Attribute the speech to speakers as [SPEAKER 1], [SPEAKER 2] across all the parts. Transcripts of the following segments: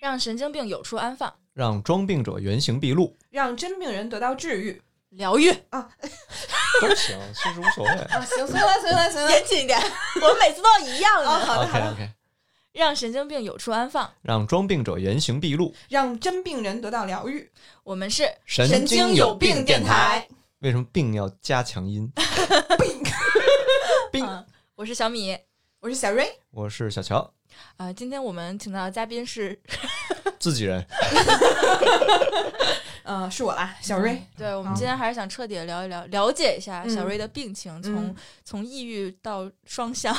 [SPEAKER 1] 让神经病有处安放，
[SPEAKER 2] 让装病者原形毕露
[SPEAKER 3] 让真病人得到治愈。
[SPEAKER 1] 疗愈。
[SPEAKER 2] 都行，其实无所 谓。
[SPEAKER 3] 啊，行，随了，随了，随了。
[SPEAKER 4] 严谨 一点，我们每次都一样
[SPEAKER 3] 哦，
[SPEAKER 4] 的。
[SPEAKER 3] 好的，
[SPEAKER 2] OK
[SPEAKER 3] 好的。
[SPEAKER 2] OK，
[SPEAKER 1] 让神经病有处安放。
[SPEAKER 2] 让装病者原形毕露，
[SPEAKER 3] 让真病人得到疗愈。
[SPEAKER 1] 我们是
[SPEAKER 2] 神
[SPEAKER 3] 经有病电台，
[SPEAKER 2] 为什么病要加强音？病病，
[SPEAKER 1] 嗯，我是小米啊、
[SPEAKER 3] 我是小瑞，
[SPEAKER 2] 我是小乔，
[SPEAKER 1] 呃今天我们请到的嘉宾是，
[SPEAKER 2] 自己人。
[SPEAKER 3] 呃，是我啦，小瑞。
[SPEAKER 1] 对我们
[SPEAKER 3] 嗯
[SPEAKER 1] 今天还是想彻底的聊一聊，了解一下
[SPEAKER 3] 嗯
[SPEAKER 1] 小瑞的病情，从
[SPEAKER 3] 嗯
[SPEAKER 1] 从抑郁到双向。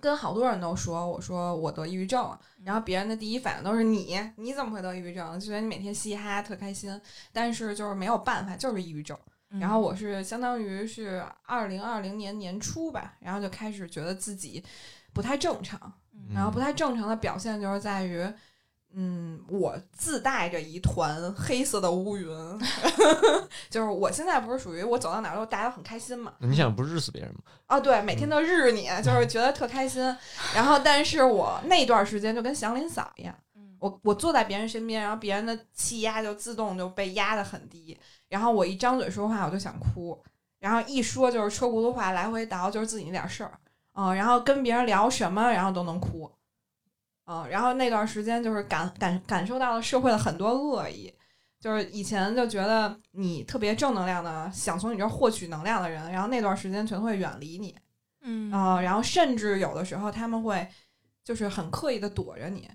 [SPEAKER 3] 跟好多人都说，我说我得抑郁症了，然后别人的第一反应都是你，你怎么会得抑郁症？就觉得你每天嘻哈特开心，但是就是没有办法，就是抑郁症。 然后我是相当于是二零二零年年初吧，然后就开始觉得自己不太正常，
[SPEAKER 2] 嗯
[SPEAKER 3] 然后不太正常的表现就是在于，嗯，我自带着一团黑色的乌云， 就是我现在不是属于我走到哪儿都大家都很开心嘛，
[SPEAKER 2] 嗯你想不是日死别人吗？
[SPEAKER 3] 啊，对，每天都日你，就是觉得特开心。然后，但是我那段时间就跟祥林嫂一样，
[SPEAKER 1] 嗯
[SPEAKER 3] 我我坐在别人身边，然后别人的气压就自动就被压得很低，然后我一张嘴说话我就想哭，然后一说就是车轱辘话来回倒，就是自己那点事儿，嗯，然后跟别人聊什么，然后都能哭，嗯，然后那段时间就是感感感受到了社会的很多恶意。就是以前就觉得你特别正能量的，想从你这儿获取能量的人，然后那段时间全会远离你，
[SPEAKER 1] 嗯
[SPEAKER 3] 啊、然后甚至有的时候他们会就是很刻意的躲着你，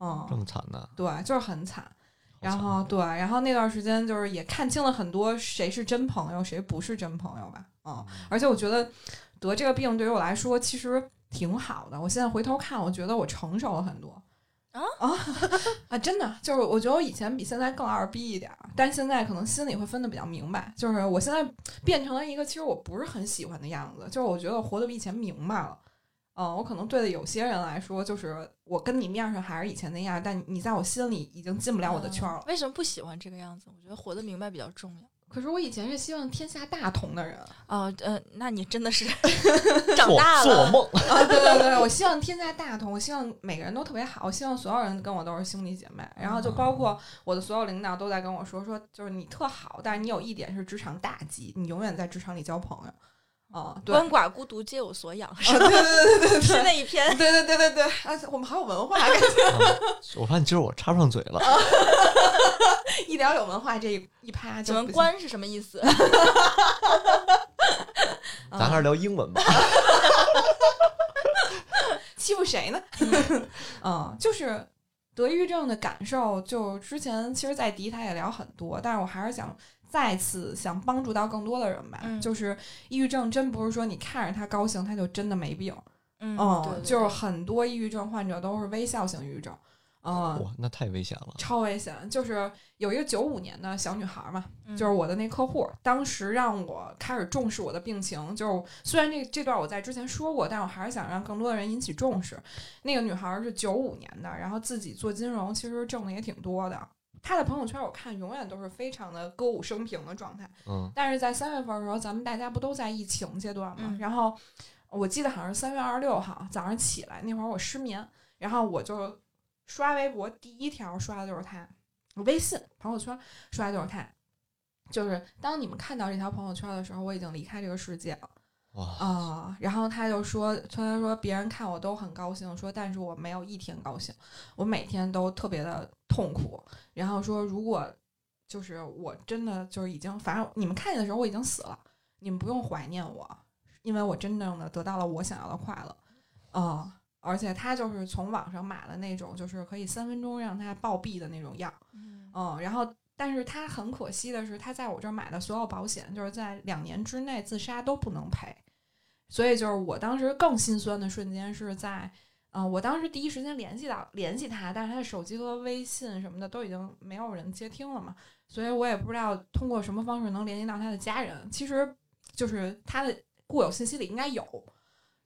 [SPEAKER 2] 这
[SPEAKER 3] 嗯，
[SPEAKER 2] 么惨呐！
[SPEAKER 3] 对，就是很惨。
[SPEAKER 2] 好惨
[SPEAKER 3] 然后对，然后那段时间就是也看清了很多谁是真朋友，谁不是真朋友吧，嗯，而且我觉得得这个病对于我来说其实挺好的，我现在回头看，我觉得我成熟了很多。
[SPEAKER 1] 啊
[SPEAKER 3] 啊啊！真的，就是我觉得我以前比现在更二逼一点儿，但是现在可能心里会分得比较明白。就是我现在变成了一个其实我不是很喜欢的样子，就是我觉得我活得比以前明白了。嗯，我可能对有些人来说，就是我跟你面上还是以前那样，但你在我心里已经进不了我的圈儿了。
[SPEAKER 1] 嗯为什么不喜欢这个样子？我觉得活得明白比较重要。
[SPEAKER 3] 可是我以前是希望天下大同的人啊
[SPEAKER 1] 哦，呃，那你真的 是长
[SPEAKER 2] 做
[SPEAKER 1] 大
[SPEAKER 2] 做
[SPEAKER 1] 了。
[SPEAKER 2] 梦，
[SPEAKER 3] 啊，对对对，我希望天下大同，我希望每个人都特别好，我希望所有人跟我都是兄弟姐妹，然后就包括
[SPEAKER 1] 哦
[SPEAKER 3] 我的所有领导都在跟我说，说就是你特好，但是你有一点是职场大忌，你永远在职场里交朋友。啊、对，
[SPEAKER 1] 鳏寡孤独皆有所养，
[SPEAKER 3] 啊，对对对对嗯对，
[SPEAKER 1] 是那一篇。
[SPEAKER 3] 对对对对对，啊，我们好有文化，
[SPEAKER 2] 啊我发现今儿我插不上嘴了。
[SPEAKER 3] 嗯一聊有文化这一一趴
[SPEAKER 1] 请
[SPEAKER 3] 就
[SPEAKER 1] 问“
[SPEAKER 3] 不行，
[SPEAKER 1] 关”是什么意思？
[SPEAKER 3] 嗯
[SPEAKER 2] 咱还是聊英文吧。
[SPEAKER 3] 欺负谁呢？ 嗯，就是得抑郁症的感受，就之前其实，在迪他也聊很多，但是我还是想再次想帮助到更多的人吧。
[SPEAKER 1] 嗯
[SPEAKER 3] 就是抑郁症真不是说你看着他高兴，他就真的没病。
[SPEAKER 1] 嗯
[SPEAKER 3] 嗯，
[SPEAKER 1] 对对
[SPEAKER 3] 就是
[SPEAKER 1] 对
[SPEAKER 3] 很多抑郁症患者都是微笑型抑郁症。嗯，
[SPEAKER 2] 哇，那太危险了。
[SPEAKER 3] 超危险！就是有一个九五年的小女孩嘛，
[SPEAKER 1] 嗯
[SPEAKER 3] 就是我的那客户，当时让我开始重视我的病情。就是虽然这这段我在之前说过，但我还是想让更多的人引起重视。那个女孩是九五年的，然后自己做金融，其实挣的也挺多的。她的朋友圈我看永远都是非常的歌舞升平的状态。
[SPEAKER 2] 嗯，
[SPEAKER 3] 但是在三月份的时候，咱们大家不都在疫情阶段嘛？
[SPEAKER 1] 嗯
[SPEAKER 3] 然后我记得好像是三月二十六号早上起来那会儿我失眠，然后我就刷微博，第一条刷的就是他，我微信朋友圈刷的就是他。就是当你们看到这条朋友圈的时候，我已经离开这个世界了
[SPEAKER 2] 哇，
[SPEAKER 3] 啊、然后他就说，他说别人看我都很高兴，说但是我没有一天高兴，我每天都特别的痛苦。然后说如果就是我真的就是已经，反正你们看见的时候我已经死了，你们不用怀念我，因为我真正的得到了我想要的快乐，啊、而且他就是从网上买了那种就是可以三分钟让他暴毙的那种药，
[SPEAKER 1] 嗯
[SPEAKER 3] 嗯，然后但是他很可惜的是，他在我这儿买的所有保险，就是在两年之内自杀都不能赔，所以就是我当时更心酸的瞬间是在，嗯、我当时第一时间联系到联系他，但是他的手机和微信什么的都已经没有人接听了嘛，所以我也不知道通过什么方式能联系到他的家人，其实就是他的固有信息里应该有。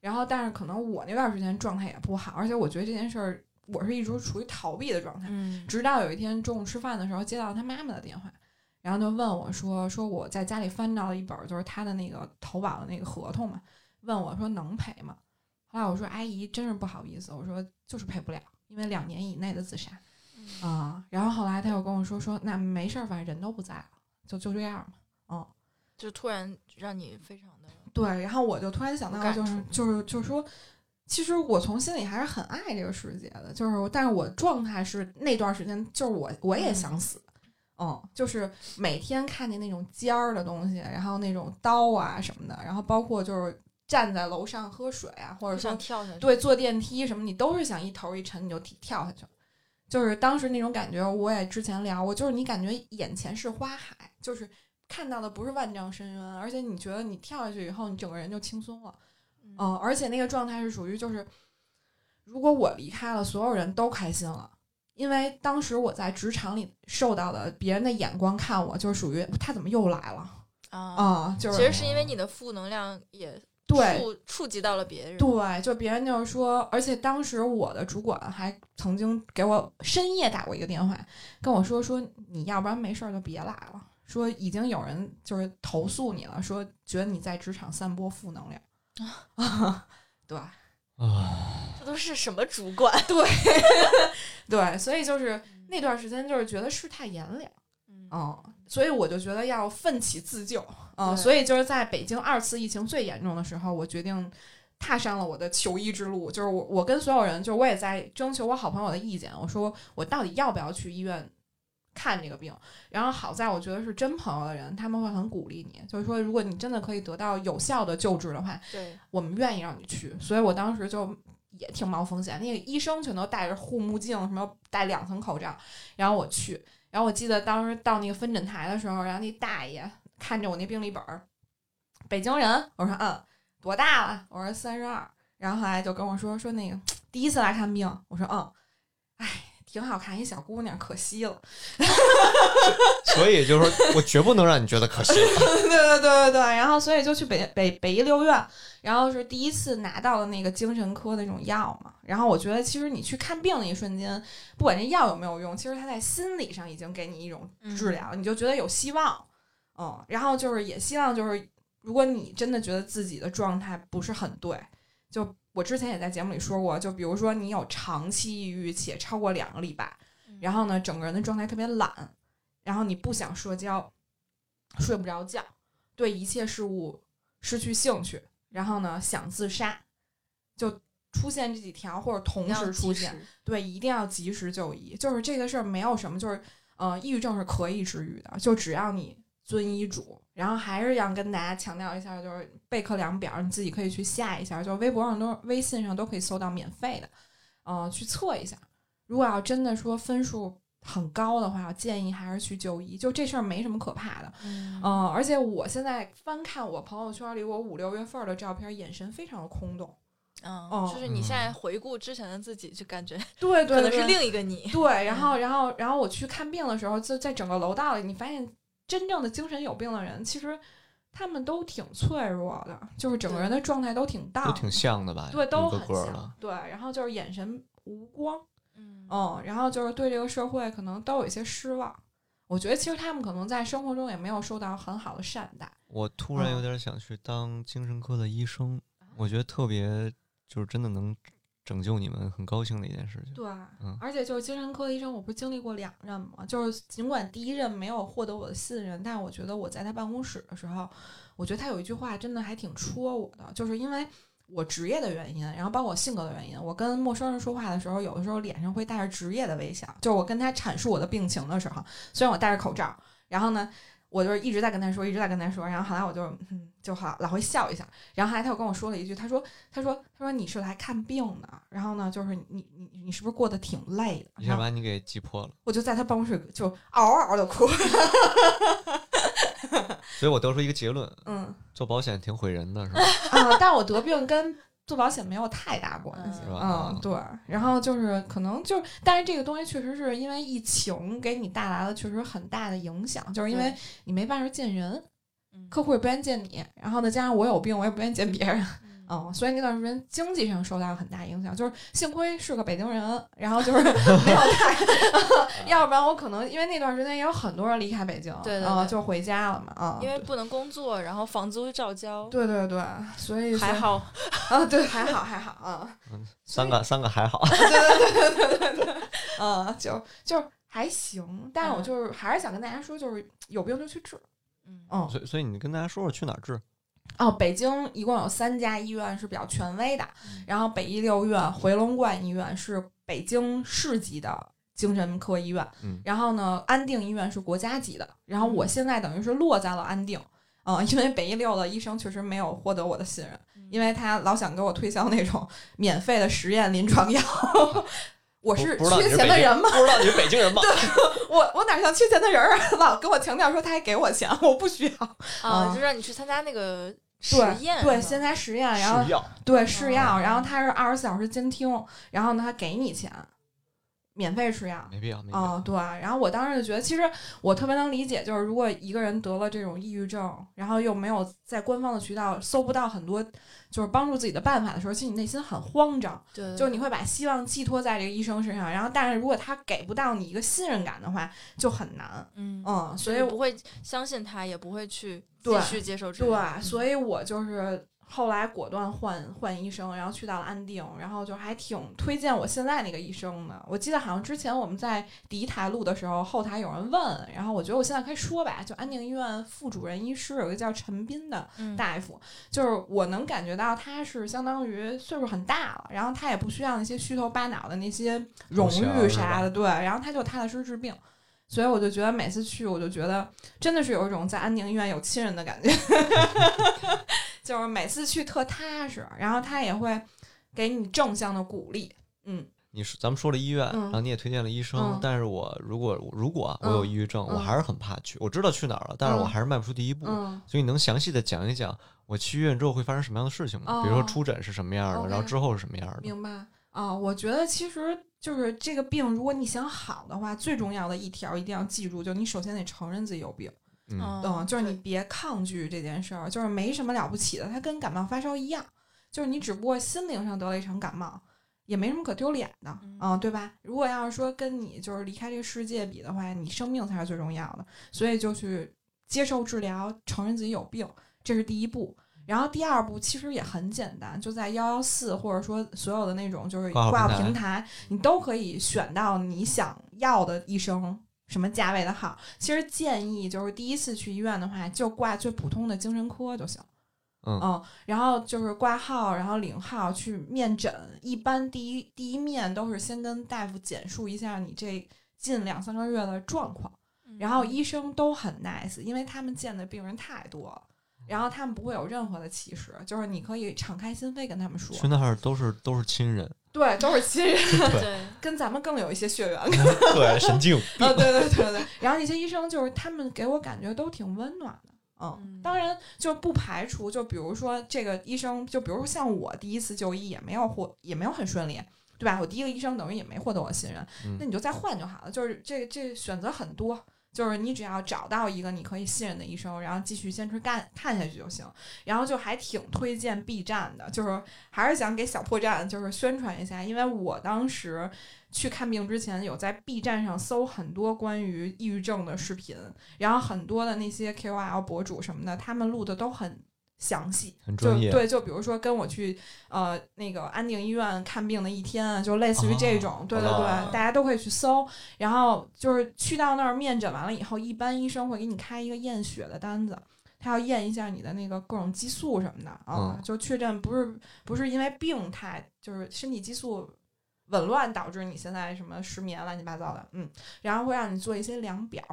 [SPEAKER 3] 然后，但是可能我那段时间状态也不好，而且我觉得这件事儿，我是一直处于逃避的状态。
[SPEAKER 1] 嗯
[SPEAKER 3] 直到有一天中午吃饭的时候接到他妈妈的电话，然后就问我说说我在家里翻到了一本儿就是他的那个投保的那个合同嘛，问我说能赔吗？后来我说阿姨真是不好意思，我说就是赔不了，因为两年以内的自杀啊、然后后来他又跟我说说那没事儿，反正人都不在了，就就这样吧。嗯，
[SPEAKER 1] 就突然让你非常的
[SPEAKER 3] 对，然后我就突然想
[SPEAKER 1] 有
[SPEAKER 3] 到，
[SPEAKER 1] 感
[SPEAKER 3] 就是
[SPEAKER 1] 触
[SPEAKER 3] 就是就是说，其实我从心里还是很爱这个世界的，就是我，但是我状态是那段时间，就是我我也想死，嗯，就是每天看见那种尖儿的东西，然后那种刀啊什么的，然后包括就是站在楼上喝水啊，或者
[SPEAKER 1] 我
[SPEAKER 3] 说
[SPEAKER 1] 想跳下去。
[SPEAKER 3] 对，坐电梯什么，你都是想一头一沉你就跳跳下去了。就是当时那种感觉，我也之前聊过，就是你感觉眼前是花海，就是看到的不是万丈深渊，而且你觉得你跳下去以后，你整个人就轻松了，
[SPEAKER 1] 嗯
[SPEAKER 3] 嗯，而且那个状态是属于就是，如果我离开了，所有人都开心了。因为当时我在职场里受到的别人的眼光看我，就是属于他怎么又来了
[SPEAKER 4] 哦
[SPEAKER 1] 啊，
[SPEAKER 3] 啊、就是
[SPEAKER 1] 其实是因为你的负能量也
[SPEAKER 3] 对
[SPEAKER 1] 触触及到了别
[SPEAKER 4] 嗯
[SPEAKER 1] 人。
[SPEAKER 3] 对，就别人就是说，而且当时我的主管还曾经给我深夜打过一个电话，跟我说说你要不然没事儿就别来了，说已经有人就是投诉你了，说觉得你在职场散播负能量。对嗯
[SPEAKER 2] 啊，
[SPEAKER 4] 这都是什么主管？
[SPEAKER 3] 对，所以就是 那段时间就是觉得世态炎凉，
[SPEAKER 1] 嗯，
[SPEAKER 3] 嗯，所以我就觉得要奋起自救，嗯，
[SPEAKER 1] 对
[SPEAKER 3] 所以就是在北京二次疫情最严重的时候，我决定踏上了我的求医之路。就是我，我跟所有人，就是我也在征求我好朋友的意见，我说我到底要不要去医院看这个病。然后好在我觉得是真朋友的人，他们会很鼓励你，就是说如果你真的可以得到有效的救治的话，
[SPEAKER 1] 对，
[SPEAKER 3] 我们愿意让你去。所以我当时就也挺冒风险，那个医生全都戴着护目镜，什么戴两层口罩，然后我去。然后我记得当时到那个分诊台的时候，然后那大爷看着我那病历本儿，北京人，我说嗯，多大了？我说三十二。然后后来就跟我说说那个第一次来看病，我说嗯，哎，挺好看，一小姑娘，可惜了。
[SPEAKER 2] 所以就是说我绝不能让你觉得 可惜了。
[SPEAKER 3] 对对对对对，然后所以就去北北北医六院，然后是第一次拿到的那个精神科那种药嘛。然后我觉得，其实你去看病的一瞬间，不管这药有没有用，其实它在心理上已经给你一种治疗，你就觉得有希望。嗯，然后就是也希望就是，如果你真的觉得自己的状态不是很对，就我之前也在节目里说过，就比如说你有长期抑郁且超过两个礼拜，然后呢，整个人的状态特别懒，然后你不想社交，睡不着觉，对一切事物失去兴趣，然后呢，想自杀，就出现这几条或者同
[SPEAKER 1] 要
[SPEAKER 3] 时出
[SPEAKER 1] 及
[SPEAKER 3] 现，
[SPEAKER 1] 时，
[SPEAKER 3] 对，一定要及时就医。就是这个事儿没有什么，就是呃，抑郁症是可以治愈的，就只要你遵医嘱。然后还是要跟大家强调一下，就是备课量表，你自己可以去下一下，就微博上都、微信上都可以搜到免费的，呃，去测一下。如果要真的说分数很高的话，我建议还是去就医，就这事儿没什么可怕的。
[SPEAKER 1] 嗯
[SPEAKER 3] 嗯，而且我现在翻看我朋友圈里我五六月份儿的照片，眼神非常的空洞。
[SPEAKER 1] 嗯
[SPEAKER 3] 哦，
[SPEAKER 1] 就是你现在回顾之前的自己，就感觉
[SPEAKER 3] 对对
[SPEAKER 1] 可能是
[SPEAKER 3] 对
[SPEAKER 1] 另一个你。
[SPEAKER 3] 对，
[SPEAKER 2] 嗯
[SPEAKER 3] 然后然后然后我去看病的时候，就在整个楼道里，你发现真正的精神有病的人，其实他们都挺脆弱的，就是整个人的状态都挺 down，
[SPEAKER 2] 都挺像的吧？
[SPEAKER 3] 对，都
[SPEAKER 2] 一个
[SPEAKER 3] 很
[SPEAKER 2] 个
[SPEAKER 3] 像
[SPEAKER 2] 的。
[SPEAKER 3] 对，然后就是眼神无光，
[SPEAKER 1] 嗯
[SPEAKER 3] 嗯，然后就是对这个社会可能都有一些失望。我觉得其实他们可能在生活中也没有受到很好的善待。
[SPEAKER 2] 我突然有
[SPEAKER 3] 嗯啊
[SPEAKER 2] 点想去当精神科的医生，我觉得特别就是真的能拯救你们，很高兴的一件事情。
[SPEAKER 3] 对，
[SPEAKER 2] 嗯
[SPEAKER 3] 而且就是精神科医生，我不是经历过两任嘛，就是尽管第一任没有获得我的信任，但我觉得我在他办公室的时候，我觉得他有一句话真的还挺戳我的，就是因为我职业的原因，然后包括我性格的原因，我跟陌生人说话的时候，有的时候脸上会带着职业的微笑，就是我跟他阐述我的病情的时候，虽然我戴着口罩，然后呢。我就是一直在跟他说，一直在跟他说，然后后来我就，嗯，就好老会笑一下，然后后来他又跟我说了一句，他说，他说：“他说你是来看病的，然后呢，就是你你你你是不是过得挺累的？”
[SPEAKER 2] 一下
[SPEAKER 3] 然后
[SPEAKER 2] 把你给击破了，
[SPEAKER 3] 我就在他办公室就嗷嗷的哭。
[SPEAKER 2] 所以我得出一个结论：
[SPEAKER 3] 嗯
[SPEAKER 2] 做保险挺毁人的，是吧？
[SPEAKER 3] 啊，但我得病跟做保险没有太大关系。
[SPEAKER 2] 是吧？啊
[SPEAKER 3] 嗯，对。然后就是可能就是，但是这个东西确实是因为疫情给你带来了确实很大的影响，就是因为
[SPEAKER 1] 对
[SPEAKER 3] 你没办法见人，
[SPEAKER 1] 嗯
[SPEAKER 3] 客户也不愿意见你，然后呢，加上我有病，我也不愿意见别人。嗯，所以那段时间经济上受到很大影响，就是幸亏是个北京人，然后就是 没有太， 要不然我可能因为那段时间也有很多人离开北京，
[SPEAKER 1] 对对
[SPEAKER 3] 啊
[SPEAKER 1] 对
[SPEAKER 3] 就回家了嘛，啊，
[SPEAKER 1] 因为不能工作，然后房租照交，
[SPEAKER 3] 对对对，所以
[SPEAKER 1] 还
[SPEAKER 3] 好
[SPEAKER 1] 好
[SPEAKER 3] 啊，对，还好还好啊，
[SPEAKER 2] 嗯三个三个还好，
[SPEAKER 3] 嗯，就就还行，但是我
[SPEAKER 1] 啊嗯
[SPEAKER 3] 就是还是想跟大家说，就是有病就去治，
[SPEAKER 1] 嗯
[SPEAKER 3] 嗯，
[SPEAKER 2] 所以所以你跟大家说说去哪儿治？
[SPEAKER 3] 哦，北京一共有三家医院是比较权威的，然后北医六院、回龙观医院是北京市级的精神科医院，
[SPEAKER 2] 嗯
[SPEAKER 3] 然后呢，安定医院是国家级的，然后我现在等于是落在了安定。嗯， 因为北医六的医生确实没有获得我的信任，因为他老想给我推销那种免费的实验临床药， 我是
[SPEAKER 2] 不不知道你
[SPEAKER 3] 缺
[SPEAKER 2] 是
[SPEAKER 3] 钱的
[SPEAKER 2] 北京
[SPEAKER 3] 人吗？
[SPEAKER 2] 不知道你是北京人吧？
[SPEAKER 3] 我我哪像缺钱的人儿啊？老跟我强调说他还给我钱， 我不需要。
[SPEAKER 1] 啊，
[SPEAKER 3] 嗯
[SPEAKER 1] 就让你去参加那个实验
[SPEAKER 3] 对
[SPEAKER 1] 是
[SPEAKER 3] 对，
[SPEAKER 1] 吧
[SPEAKER 3] 现在实验，然后
[SPEAKER 2] 是药，
[SPEAKER 3] 对，试药，
[SPEAKER 1] 哦
[SPEAKER 3] 然后他是二十四小时监听，然后呢，他给你钱，免费吃药。
[SPEAKER 2] 没必要，没必
[SPEAKER 3] 啊、
[SPEAKER 2] 要。
[SPEAKER 3] 对，然后我当时就觉得，其实我特别能理解，就是如果一个人得了这种抑郁症，然后又没有在官方的渠道搜不到很多就是帮助自己的办法的时候，其实你内心很慌张，
[SPEAKER 1] 对
[SPEAKER 4] 嗯
[SPEAKER 1] 对
[SPEAKER 3] 就是你会把希望寄托在这个医生身上，然后但是如果他给不到你一个信任感的话，就很难。
[SPEAKER 1] 嗯，
[SPEAKER 3] 嗯，所以
[SPEAKER 1] 就不会相信他，也不会去继
[SPEAKER 3] 对
[SPEAKER 1] 续接受治疗，
[SPEAKER 3] 对，
[SPEAKER 4] 嗯
[SPEAKER 3] 所以我就是后来果断换换医生，然后去到了安定，然后就还挺推荐我现在那个医生的。我记得好像之前我们在第一台录的时候，后台有人问，然后我觉得我现在可以说吧，就安定医院副主任医师有一个叫陈斌的
[SPEAKER 1] 嗯
[SPEAKER 3] 大夫，就是我能感觉到他是相当于岁数很大了，然后他也不需要那些虚头巴脑的那些荣誉啥的，对，然后他就踏踏实实治病。所以我就觉得每次去，我就觉得真的是有一种在安定医院有亲人的感觉， 就是每次去特踏实，然后他也会给你正向的鼓励。嗯，
[SPEAKER 2] 你说咱们说了医院，
[SPEAKER 3] 嗯
[SPEAKER 2] 然后你也推荐了医生
[SPEAKER 3] 嗯，
[SPEAKER 2] 但是我如果如果啊我有
[SPEAKER 3] 嗯
[SPEAKER 2] 抑郁症，我
[SPEAKER 3] 嗯
[SPEAKER 2] 还是很怕去。我知道去哪儿了，但是我
[SPEAKER 3] 嗯
[SPEAKER 2] 还是迈不出第一步。
[SPEAKER 3] 嗯
[SPEAKER 2] 所以你能详细的讲一讲我去医院之后会发生什么样的事情吗？比如说
[SPEAKER 3] 哦
[SPEAKER 2] 出诊是什么样的，
[SPEAKER 3] OK
[SPEAKER 2] 然后之后是什么样的？
[SPEAKER 3] 明白啊、我觉得其实就是这个病，如果你想好的话，最重要的一条一定要记住，就你首先得承认自己有病。
[SPEAKER 2] 嗯，
[SPEAKER 3] 嗯，就是你
[SPEAKER 1] 对
[SPEAKER 3] 别抗拒这件事儿，就是没什么了不起的，它跟感冒发烧一样，就是你只不过心灵上得了一场感冒，也没什么可丢脸的，
[SPEAKER 1] 嗯
[SPEAKER 3] 嗯对吧？如果要是说跟你就是离开这个世界比的话，你生命才是最重要的，所以就去接受治疗，承认自己有病，这是第一步。然后第二步其实也很简单，就在幺幺四或者说所有的那种就是
[SPEAKER 2] 挂号
[SPEAKER 3] 挂号
[SPEAKER 2] 平台
[SPEAKER 3] 平台，你都可以选到你想要的医生什么价位的号。其实建议就是第一次去医院的话，就挂最普通的精神科就行。
[SPEAKER 2] 嗯
[SPEAKER 3] 哦然后就是挂号，然后领号去面诊。一般第一第一面都是先跟大夫简述一下你这近两三个月的状况，
[SPEAKER 1] 嗯
[SPEAKER 3] 然后医生都很 nice，因为他们见的病人太多了，然后他们不会有任何的歧视，就是你可以敞开心扉跟他们说，
[SPEAKER 2] 去那儿都是都是亲 人，
[SPEAKER 3] 对，都是亲人，
[SPEAKER 1] 对，
[SPEAKER 3] 跟咱们更有一些血缘
[SPEAKER 2] 对，神经
[SPEAKER 3] 啊，对对对对。然后那些医生就是他们给我感觉都挺温暖的。嗯
[SPEAKER 1] 嗯，
[SPEAKER 3] 当然就不排除，就比如说这个医生，就比如说像我第一次就医也没有获，也没有很顺利，对吧？我第一个医生等于也没获得我信任，
[SPEAKER 2] 嗯
[SPEAKER 3] 那你就再换就好了。就是这这选择很多，就是你只要找到一个你可以信任的医生，然后继续坚持干看下去就行。然后就还挺推荐 B 站的，就是还是想给小破站就是宣传一下，因为我当时去看病之前有在 B 站上搜很多关于抑郁症的视频，然后很多的那些 KOL 博主什么的，他们录的都很详细，
[SPEAKER 2] 很专业
[SPEAKER 3] 就对，就比如说跟我去呃那个安定医院看病的一天啊，就类似于这种，对对对，
[SPEAKER 2] 哦
[SPEAKER 3] 大家都可以去搜。然后就是去到那儿面诊完了以后，一般医生会给你开一个验血的单子。他要验一下你的那个各种激素什么的啊，
[SPEAKER 2] 嗯
[SPEAKER 3] 就确诊不是不是因为病态，就是身体激素紊乱导致你现在什么失眠乱七八糟的，嗯，然后会让你做一些量表，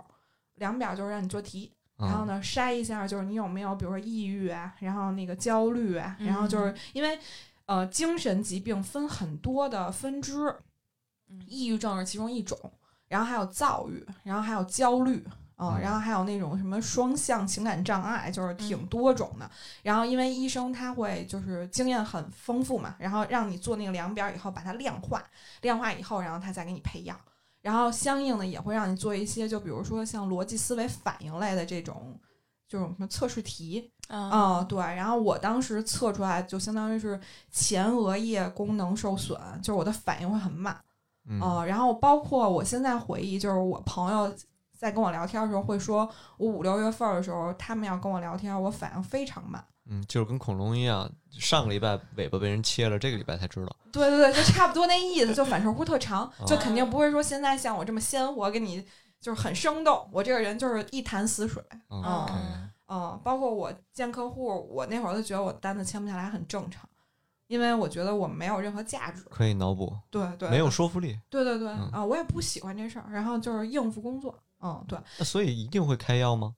[SPEAKER 3] 量表就是让你做题，然后
[SPEAKER 2] 嗯
[SPEAKER 3] 呢，筛一下就是你有没有，比如说抑郁啊，然后那个焦虑啊，然后就是因为呃，精神疾病分很多的分支，
[SPEAKER 1] 嗯
[SPEAKER 3] 抑郁症是其中一种，然后还有躁郁，然后还有焦虑。嗯
[SPEAKER 2] 嗯，
[SPEAKER 3] 然后还有那种什么双向情感障碍，就是挺多种的。然后因为医生他会就是经验很丰富嘛，然后让你做那个量表以后，把它量化，量化以后，然后他再给你配药。然后相应的也会让你做一些，就比如说像逻辑思维反应类的这种这种什么测试题
[SPEAKER 4] 嗯
[SPEAKER 1] 啊，
[SPEAKER 3] 啊、对。然后我当时测出来就相当于是前额叶功能受损，就是我的反应会很慢。
[SPEAKER 2] 嗯
[SPEAKER 3] 呃，然后包括我现在回忆，就是我朋友在跟我聊天的时候会说，我五六月份儿的时候，他们要跟我聊天，我反应非常慢。
[SPEAKER 2] 嗯，就是跟恐龙一样，上个礼拜尾巴被人切了，这个礼拜才知道。
[SPEAKER 3] 对对对，就差不多那意思，就反射弧特 长，就
[SPEAKER 2] 哦
[SPEAKER 3] 肯定不会说现在像我这么鲜活，跟你就是很生动。我这个人就是一潭死水，
[SPEAKER 2] 嗯
[SPEAKER 3] 哦
[SPEAKER 2] OK，
[SPEAKER 3] 嗯，包括我见客户，我那会儿就觉得我单子签不下来很正常，因为我觉得我没有任何价值。
[SPEAKER 2] 可以脑补，
[SPEAKER 3] 对对，
[SPEAKER 2] 没有
[SPEAKER 3] 对
[SPEAKER 2] 说服力，
[SPEAKER 3] 对对对啊、
[SPEAKER 2] 嗯
[SPEAKER 3] 我也不喜欢这事儿，然后就是应付工作。嗯，对，
[SPEAKER 2] 那所以一定会开药吗？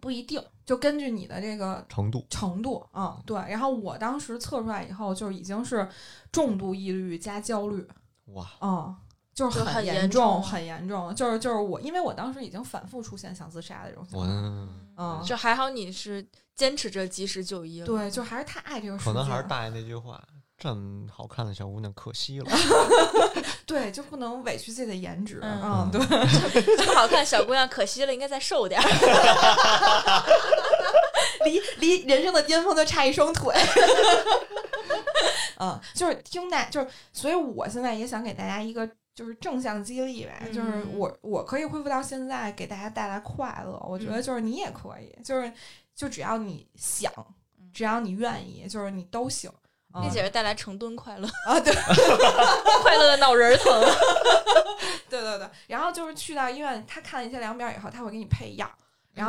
[SPEAKER 3] 不一定，就根据你的这个
[SPEAKER 2] 程度
[SPEAKER 3] 程度，嗯，对。然后我当时测出来以后，就已经是重度抑郁加焦虑，
[SPEAKER 2] 哇，
[SPEAKER 3] 嗯，就是
[SPEAKER 1] 就很
[SPEAKER 3] 严
[SPEAKER 1] 严
[SPEAKER 3] 重，
[SPEAKER 1] 重
[SPEAKER 3] 很严重。就是就是我，因为我当时已经反复出现想自杀的这种想
[SPEAKER 2] 我
[SPEAKER 3] 法，
[SPEAKER 1] 嗯
[SPEAKER 3] 嗯，
[SPEAKER 1] 就还好你是坚持着及时就医了，
[SPEAKER 3] 对，就还是太爱这个世界
[SPEAKER 2] 可能
[SPEAKER 3] 了，
[SPEAKER 2] 还是大爷那句话，这么好看的小姑娘可惜了。
[SPEAKER 3] 对，就不能委屈自己的颜值，
[SPEAKER 1] 嗯
[SPEAKER 3] 嗯，对，
[SPEAKER 4] 这么好看小姑娘，可惜了，应该再瘦点儿。
[SPEAKER 3] 离离人生的巅峰就差一双腿。 嗯，就是听大，就是所以我现在也想给大家一个就是正向激励呗，
[SPEAKER 1] 嗯
[SPEAKER 3] 就是我我可以恢复到现在，给大家带来快乐。我觉
[SPEAKER 4] 嗯
[SPEAKER 3] 得就是你也可以，就是就只要你想，只要你愿意，就是你都行。
[SPEAKER 2] 嗯
[SPEAKER 4] 嗯并且是带来成吨快乐，
[SPEAKER 3] 啊，对
[SPEAKER 4] 快乐的脑仁儿疼。
[SPEAKER 3] 对对对，然后就是去到医院，他看了一些量表以后，他会给你配药，然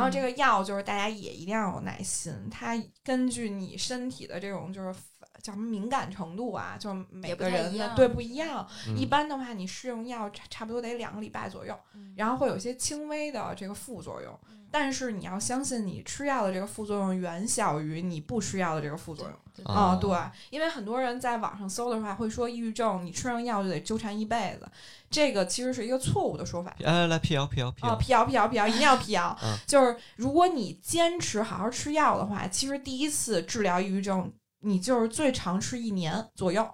[SPEAKER 1] 嗯
[SPEAKER 3] 后这个药就是大家也一定要有耐心，它根据你身体的这种就是反叫什么敏感程度啊，就是每
[SPEAKER 1] 也不
[SPEAKER 3] 个
[SPEAKER 1] 太
[SPEAKER 3] 人
[SPEAKER 1] 一
[SPEAKER 3] 的
[SPEAKER 1] 样
[SPEAKER 3] 对不一样。
[SPEAKER 2] 嗯
[SPEAKER 3] 一般的话，你试用药差差不多得两个礼拜左右，
[SPEAKER 1] 嗯，
[SPEAKER 3] 然后会有一些轻微的这个副作用，
[SPEAKER 1] 嗯
[SPEAKER 3] 但是你要相信你吃药的这个副作用远小于你不吃药的这个副作用。
[SPEAKER 1] 对
[SPEAKER 2] 啊
[SPEAKER 3] 啊、对，因为很多人在网上搜的话会说抑郁症，你吃上药就得纠缠一辈子，这个其实是一个错误的说法。
[SPEAKER 2] 来嗯哎来来，辟谣辟谣辟
[SPEAKER 3] 啊，
[SPEAKER 2] 谣，
[SPEAKER 3] 辟谣辟谣辟谣，一定要辟 谣
[SPEAKER 2] 嗯。
[SPEAKER 3] 就是如果你坚持好好吃药的话，其实第一次治疗抑郁症，你就是最长吃一年左右，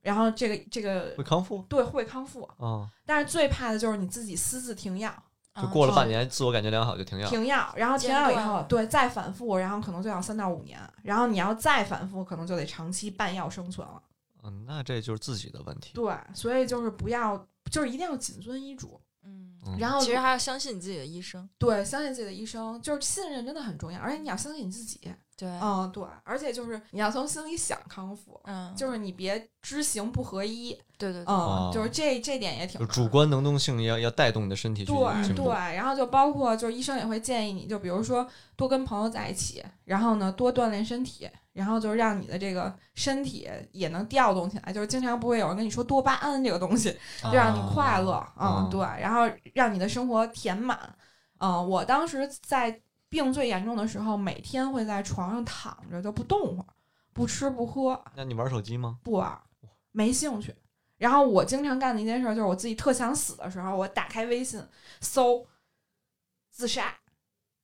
[SPEAKER 3] 然后这个这个
[SPEAKER 2] 会康复
[SPEAKER 3] 对会康复。
[SPEAKER 2] 啊，
[SPEAKER 3] 但是最怕的就是你自己私自停药，
[SPEAKER 2] 就过了
[SPEAKER 1] 啊
[SPEAKER 2] 半年，自我感觉良好就停药。
[SPEAKER 3] 停药，然后停
[SPEAKER 1] 间
[SPEAKER 3] 药以
[SPEAKER 1] 断
[SPEAKER 3] 后
[SPEAKER 1] 了，
[SPEAKER 3] 对，再反复，然后可能就要三到五年，然后你要再反复，可能就得长期半药生存了。
[SPEAKER 2] 嗯，那这就是自己的问题。
[SPEAKER 3] 对，所以就是不要，就是一定要谨遵医嘱，
[SPEAKER 1] 嗯，
[SPEAKER 2] 嗯
[SPEAKER 3] 然后
[SPEAKER 1] 其实还要相信你自己的医生，
[SPEAKER 3] 对相信自己的医生，就是信任真的很重要，而且你要相信你自己。
[SPEAKER 1] 对，
[SPEAKER 3] 嗯，对，而且就是你要从心里想康复，
[SPEAKER 1] 嗯，
[SPEAKER 3] 就是你别知行不合一。
[SPEAKER 1] 对对对，
[SPEAKER 3] 嗯，
[SPEAKER 2] 哦
[SPEAKER 3] 就是这这点也挺
[SPEAKER 2] 就
[SPEAKER 3] 难
[SPEAKER 2] 主观能动性要要带动你的身体去
[SPEAKER 3] 对
[SPEAKER 2] 进
[SPEAKER 3] 对，
[SPEAKER 2] 步。
[SPEAKER 3] 然后就包括就是医生也会建议你，就比如说多跟朋友在一起，然后呢多锻炼身体，然后就让你的这个身体也能调动起来。就是经常不会有人跟你说多巴胺这个东西，
[SPEAKER 2] 啊
[SPEAKER 3] 就让你快乐，
[SPEAKER 2] 啊
[SPEAKER 3] 嗯，对，然后让你的生活填满。嗯，我当时在病最严重的时候，每天会在床上躺着就不动会儿，不吃不喝，
[SPEAKER 2] 哦那你玩手机吗？
[SPEAKER 3] 不玩儿，没兴趣。然后我经常干的一件事就是，我自己特想死的时候，我打开微信搜自杀，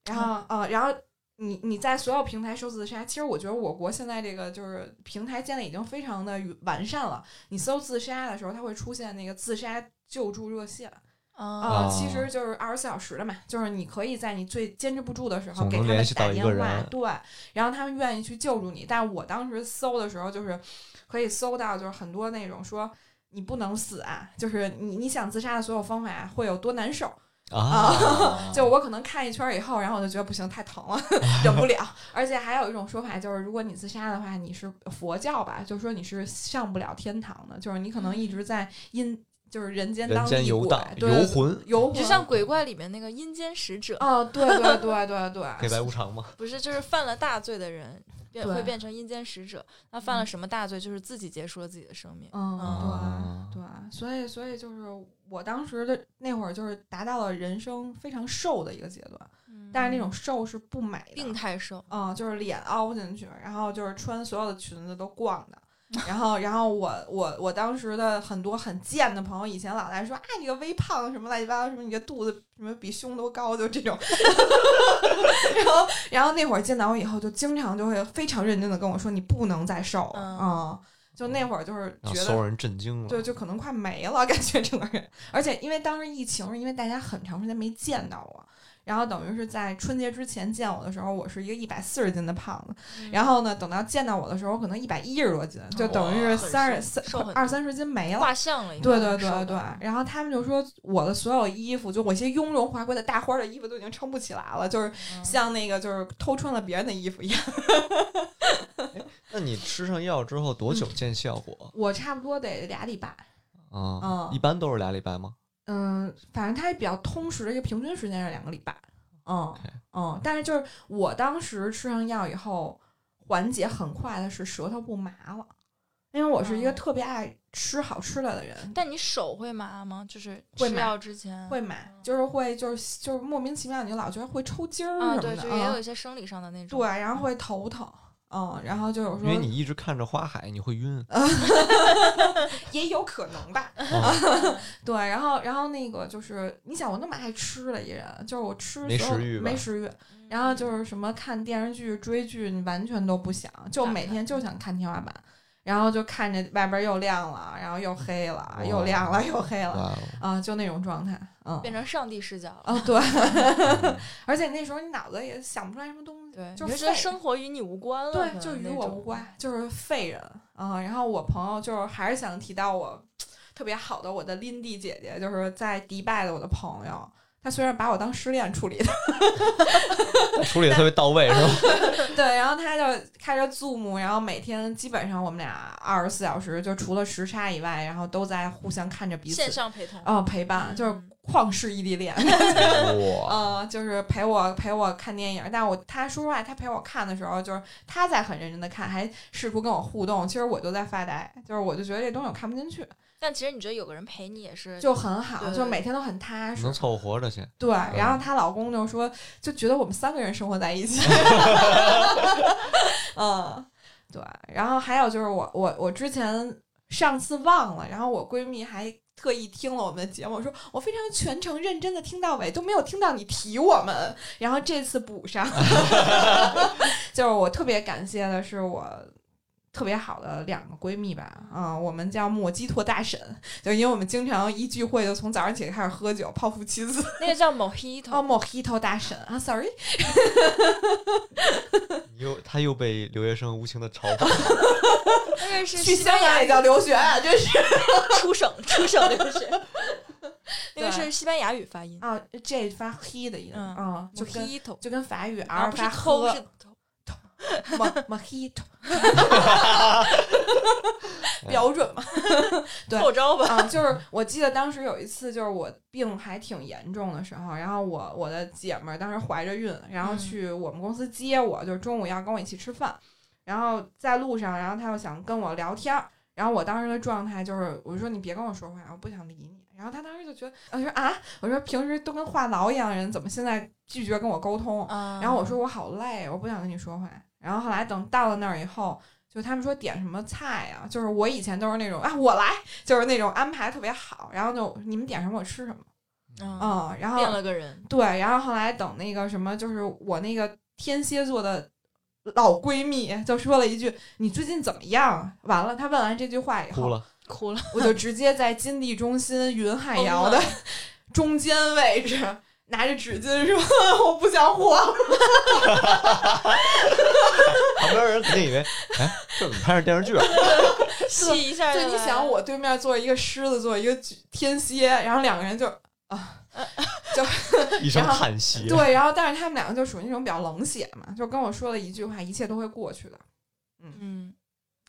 [SPEAKER 3] 然后呃，然后你你在所有平台搜自杀，其实我觉得我国现在这个就是平台建立已经非常的完善了。你搜自杀的时候，它会出现那个自杀救助热线
[SPEAKER 1] 嗯
[SPEAKER 3] 啊、
[SPEAKER 2] 哦
[SPEAKER 3] 其实就是二十四小时的嘛，就是你可以在你最坚持不住的时候
[SPEAKER 2] 总
[SPEAKER 3] 给
[SPEAKER 2] 能
[SPEAKER 3] 他们
[SPEAKER 2] 联系
[SPEAKER 3] 打
[SPEAKER 2] 到一
[SPEAKER 3] 电
[SPEAKER 2] 个
[SPEAKER 3] 话
[SPEAKER 2] 人，
[SPEAKER 3] 对，然后他们愿意去救助你。但我当时搜的时候，就是可以搜到就是很多那种说。你不能死啊！就是你你想自杀的所有方法会有多难受？
[SPEAKER 2] 啊
[SPEAKER 3] 就我可能看一圈以后，然后我就觉得不行，太疼了， 忍不了。而且还有一种说法就是，如果你自杀的话，你是佛教吧，就是说你是上不了天堂的，就是你可能一直在阴，就是人间
[SPEAKER 2] 人
[SPEAKER 3] 当
[SPEAKER 2] 间
[SPEAKER 3] 厉
[SPEAKER 2] 游
[SPEAKER 3] 鬼
[SPEAKER 2] 荡，
[SPEAKER 3] 对
[SPEAKER 2] 游魂，
[SPEAKER 3] 游
[SPEAKER 1] 就
[SPEAKER 3] 魂
[SPEAKER 1] 像鬼怪里面那个阴间使者，
[SPEAKER 3] 哦，对对对对
[SPEAKER 2] 黑
[SPEAKER 3] 对，
[SPEAKER 2] 白无常嘛。
[SPEAKER 1] 不是就是犯了大罪的人变
[SPEAKER 3] 对
[SPEAKER 1] 会变成阴间使者，那犯
[SPEAKER 3] 嗯
[SPEAKER 1] 了什么大罪？就是自己结束了自己的生命。
[SPEAKER 3] 嗯，
[SPEAKER 2] 啊
[SPEAKER 3] 对对，所以所以就是我当时的那会儿，就是达到了人生非常瘦的一个阶段，
[SPEAKER 1] 嗯
[SPEAKER 3] 但是那种瘦是不美的，
[SPEAKER 1] 病态瘦，
[SPEAKER 3] 嗯，就是脸凹进去，然后就是穿所有的裙子都逛的。然后，然后我我我当时的很多很贱的朋友，以前老在说啊，你个微胖什么乱七八糟，什么你这肚子什么比胸都高，就这种。 然后，然后那会儿见到我以后，就经常就会非常认真的跟我说，你不能再瘦了
[SPEAKER 1] 嗯
[SPEAKER 3] 啊、嗯就那会儿就是
[SPEAKER 2] 让
[SPEAKER 3] 觉
[SPEAKER 2] 啊所有
[SPEAKER 3] 得，
[SPEAKER 2] 人震惊了。
[SPEAKER 3] 对，就可能快没了，感觉整个人。而且因为当时疫情，是因为大家很长时间没见到我，然后等于是在春节之前见我的时候，我是一个一百四十斤的胖子，
[SPEAKER 1] 嗯
[SPEAKER 3] 然后呢，等到见到我的时候，我可能一百一十多斤，就等于是
[SPEAKER 1] 很
[SPEAKER 3] 三十
[SPEAKER 1] 瘦
[SPEAKER 3] 三
[SPEAKER 1] 瘦很多
[SPEAKER 3] 二三十斤没了。
[SPEAKER 1] 画像了，应该
[SPEAKER 3] 对对对
[SPEAKER 1] 瘦的
[SPEAKER 3] 对对，然后他们就说我的所有衣服，就我一些雍容华贵的大花儿的衣服都已经撑不起来了，就是
[SPEAKER 1] 嗯
[SPEAKER 3] 像那个就是偷穿了别人的衣服一样。
[SPEAKER 2] 那你吃上药之后多久
[SPEAKER 3] 嗯
[SPEAKER 2] 见效果
[SPEAKER 3] 我差不多得俩礼拜，
[SPEAKER 2] 啊？
[SPEAKER 3] 嗯
[SPEAKER 2] 一般都是俩礼拜吗？
[SPEAKER 3] 嗯，反正它比较通时的一个平均时间是两个礼拜，嗯嗯，但是就是我当时吃上药以后，缓解很快的是舌头不麻了，因为我是一个
[SPEAKER 1] 哦
[SPEAKER 3] 特别爱吃好吃的的人，
[SPEAKER 1] 但你手会麻吗？就是
[SPEAKER 3] 会
[SPEAKER 1] 吃
[SPEAKER 3] 麻
[SPEAKER 1] 药之前嗯
[SPEAKER 3] 会麻，就是会就是就是莫名其妙你就老觉得会抽筋儿
[SPEAKER 1] 啊，
[SPEAKER 3] 什
[SPEAKER 1] 对，
[SPEAKER 3] 么的，
[SPEAKER 1] 就也有
[SPEAKER 3] 嗯
[SPEAKER 1] 一些生理上的那种。
[SPEAKER 3] 对，然后会头疼，嗯，然后就有时
[SPEAKER 2] 因为
[SPEAKER 3] 候
[SPEAKER 2] 你一直看着花海，你会 晕。哦
[SPEAKER 3] 也有可 能吧，
[SPEAKER 2] 啊
[SPEAKER 3] 对，然后然后那个就是你想我那么爱吃的一人，就是我吃
[SPEAKER 2] 没
[SPEAKER 3] 所有
[SPEAKER 2] 食欲吧
[SPEAKER 3] 没食欲。
[SPEAKER 1] 嗯，
[SPEAKER 3] 然后就是什么看电视剧、追剧，你完全都不想，就每天
[SPEAKER 1] 嗯
[SPEAKER 3] 就想看天花板，然后就看着外边又亮了，然后又黑了，又亮了又黑了，
[SPEAKER 2] 哇
[SPEAKER 3] 啊、就那种状态，嗯，
[SPEAKER 1] 变成上帝视角了。
[SPEAKER 3] 哦对，
[SPEAKER 2] 哦，
[SPEAKER 3] 而且那时候你脑子也想不出来什么东西，
[SPEAKER 1] 对，
[SPEAKER 3] 嗯就
[SPEAKER 1] 你
[SPEAKER 3] 是
[SPEAKER 1] 觉得
[SPEAKER 3] 废
[SPEAKER 1] 生活与你无关了，可
[SPEAKER 3] 对，
[SPEAKER 1] 能
[SPEAKER 3] 就与
[SPEAKER 1] 那
[SPEAKER 3] 我
[SPEAKER 1] 种
[SPEAKER 3] 无关，就是废人啊、然后我朋友就是还是想提到我特别好的我的林迪姐姐，就是在迪拜的我的朋友，她虽然把我当失恋处理的。
[SPEAKER 2] 处理的特别到位是 吧？
[SPEAKER 3] 对，然后他就开着 Zoom，然后每天基本上我们俩二十四小时，就除了时差以外，然后都在互相看着彼此
[SPEAKER 1] 线，上陪同。
[SPEAKER 3] 哦，陪伴，就是
[SPEAKER 1] 嗯
[SPEAKER 3] 旷世异 地恋，
[SPEAKER 2] 哇，
[SPEAKER 3] 呃，就是陪我陪我看电影。但我他说实话，他陪我看的时候，就是他在很认真的看，还试图跟我互动，其实我就在发呆，就是我就觉得这东西我看不进去，
[SPEAKER 1] 但其实你觉得有个人陪你也是，
[SPEAKER 3] 就很好，
[SPEAKER 1] 对
[SPEAKER 3] 就每天都很踏实
[SPEAKER 2] 能。凑合着先。
[SPEAKER 3] 对，然后她老公就说，就觉得我们三个人生活在一起。嗯，对。然后还有就是我我我之前上次忘了，然后我闺蜜还特意听了我们的节目，说我非常全程认真的听到尾，都没有听到你提我们。然后这次补上，就是我特别感谢的是我。特别好的两个闺蜜吧，嗯，我们叫抹基托大婶，就因为我们经常一聚会就从早上起来开始喝酒，泡芙七子，
[SPEAKER 1] 那个叫 Mojito，
[SPEAKER 3] 哦，Mojito 大神啊，sorry，
[SPEAKER 2] 你又他又被留学生无情的嘲讽，
[SPEAKER 1] 那个是
[SPEAKER 3] 去
[SPEAKER 1] 西
[SPEAKER 3] 香
[SPEAKER 1] 班
[SPEAKER 3] 港
[SPEAKER 1] 牙
[SPEAKER 3] 也叫留学，啊，真是
[SPEAKER 1] 出省出省的就是， 那个
[SPEAKER 3] 对
[SPEAKER 1] 是西班牙语发音
[SPEAKER 3] 啊，这发 he 的音
[SPEAKER 1] 嗯
[SPEAKER 3] 啊，就跟
[SPEAKER 1] ，Mojito，
[SPEAKER 3] 就跟法语
[SPEAKER 1] 而
[SPEAKER 3] r
[SPEAKER 1] 不是
[SPEAKER 3] 发
[SPEAKER 1] 偷
[SPEAKER 3] 喝
[SPEAKER 1] 是偷
[SPEAKER 3] mo- mojito，标准嘛，对
[SPEAKER 1] 后招吧，
[SPEAKER 3] 啊，就是我记得当时有一次，就是我病还挺严重的时候，然后我我的姐们儿当时怀着孕，然后
[SPEAKER 1] 嗯
[SPEAKER 3] 去我们公司接我，就是中午要跟我一起吃饭，然后在路上，然后她又想跟我聊天儿，然后我当时的状态就是，我就说你别跟我说话，我不想理你。然后她当时就觉得，我说啊，我说平时都跟话痨一样的人，怎么现在拒绝跟我沟通？
[SPEAKER 1] 啊
[SPEAKER 3] 然后我说我好累，我不想跟你说话。然后后来等到了那儿以后，就他们说点什么菜呀、就是我以前都是那种啊我来，就是那种安排特别好，然后就你们点什么我吃什么，
[SPEAKER 1] 嗯，
[SPEAKER 3] 嗯，然
[SPEAKER 1] 变
[SPEAKER 3] 后
[SPEAKER 1] 了个人，
[SPEAKER 3] 对，然后后来等那个什么，就是我那个天蝎座的。老闺蜜就说了一句：“你最近怎么样？”完了，她问完这句话以
[SPEAKER 2] 哭
[SPEAKER 3] 后，
[SPEAKER 2] 了。
[SPEAKER 1] 哭了，
[SPEAKER 3] 我就直接在金地中心云海
[SPEAKER 1] 疯
[SPEAKER 3] 肴
[SPEAKER 1] 了
[SPEAKER 3] 的 中间位置拿着纸巾说：“ 我不想活了。”
[SPEAKER 2] 旁边人肯定以为，哎，这怎么拍上电视剧了？
[SPEAKER 1] 吸一 下
[SPEAKER 3] 就
[SPEAKER 1] 就
[SPEAKER 3] 你
[SPEAKER 1] 来
[SPEAKER 3] 想，
[SPEAKER 1] 了
[SPEAKER 3] 我对面坐一个狮子座，一个巨天蝎，然后两个人就啊，就
[SPEAKER 2] 一声叹息。
[SPEAKER 3] 对，然后但是他们两个就属于那种比较冷血嘛，就跟我说了一句话：“一切都会过去的
[SPEAKER 1] 嗯，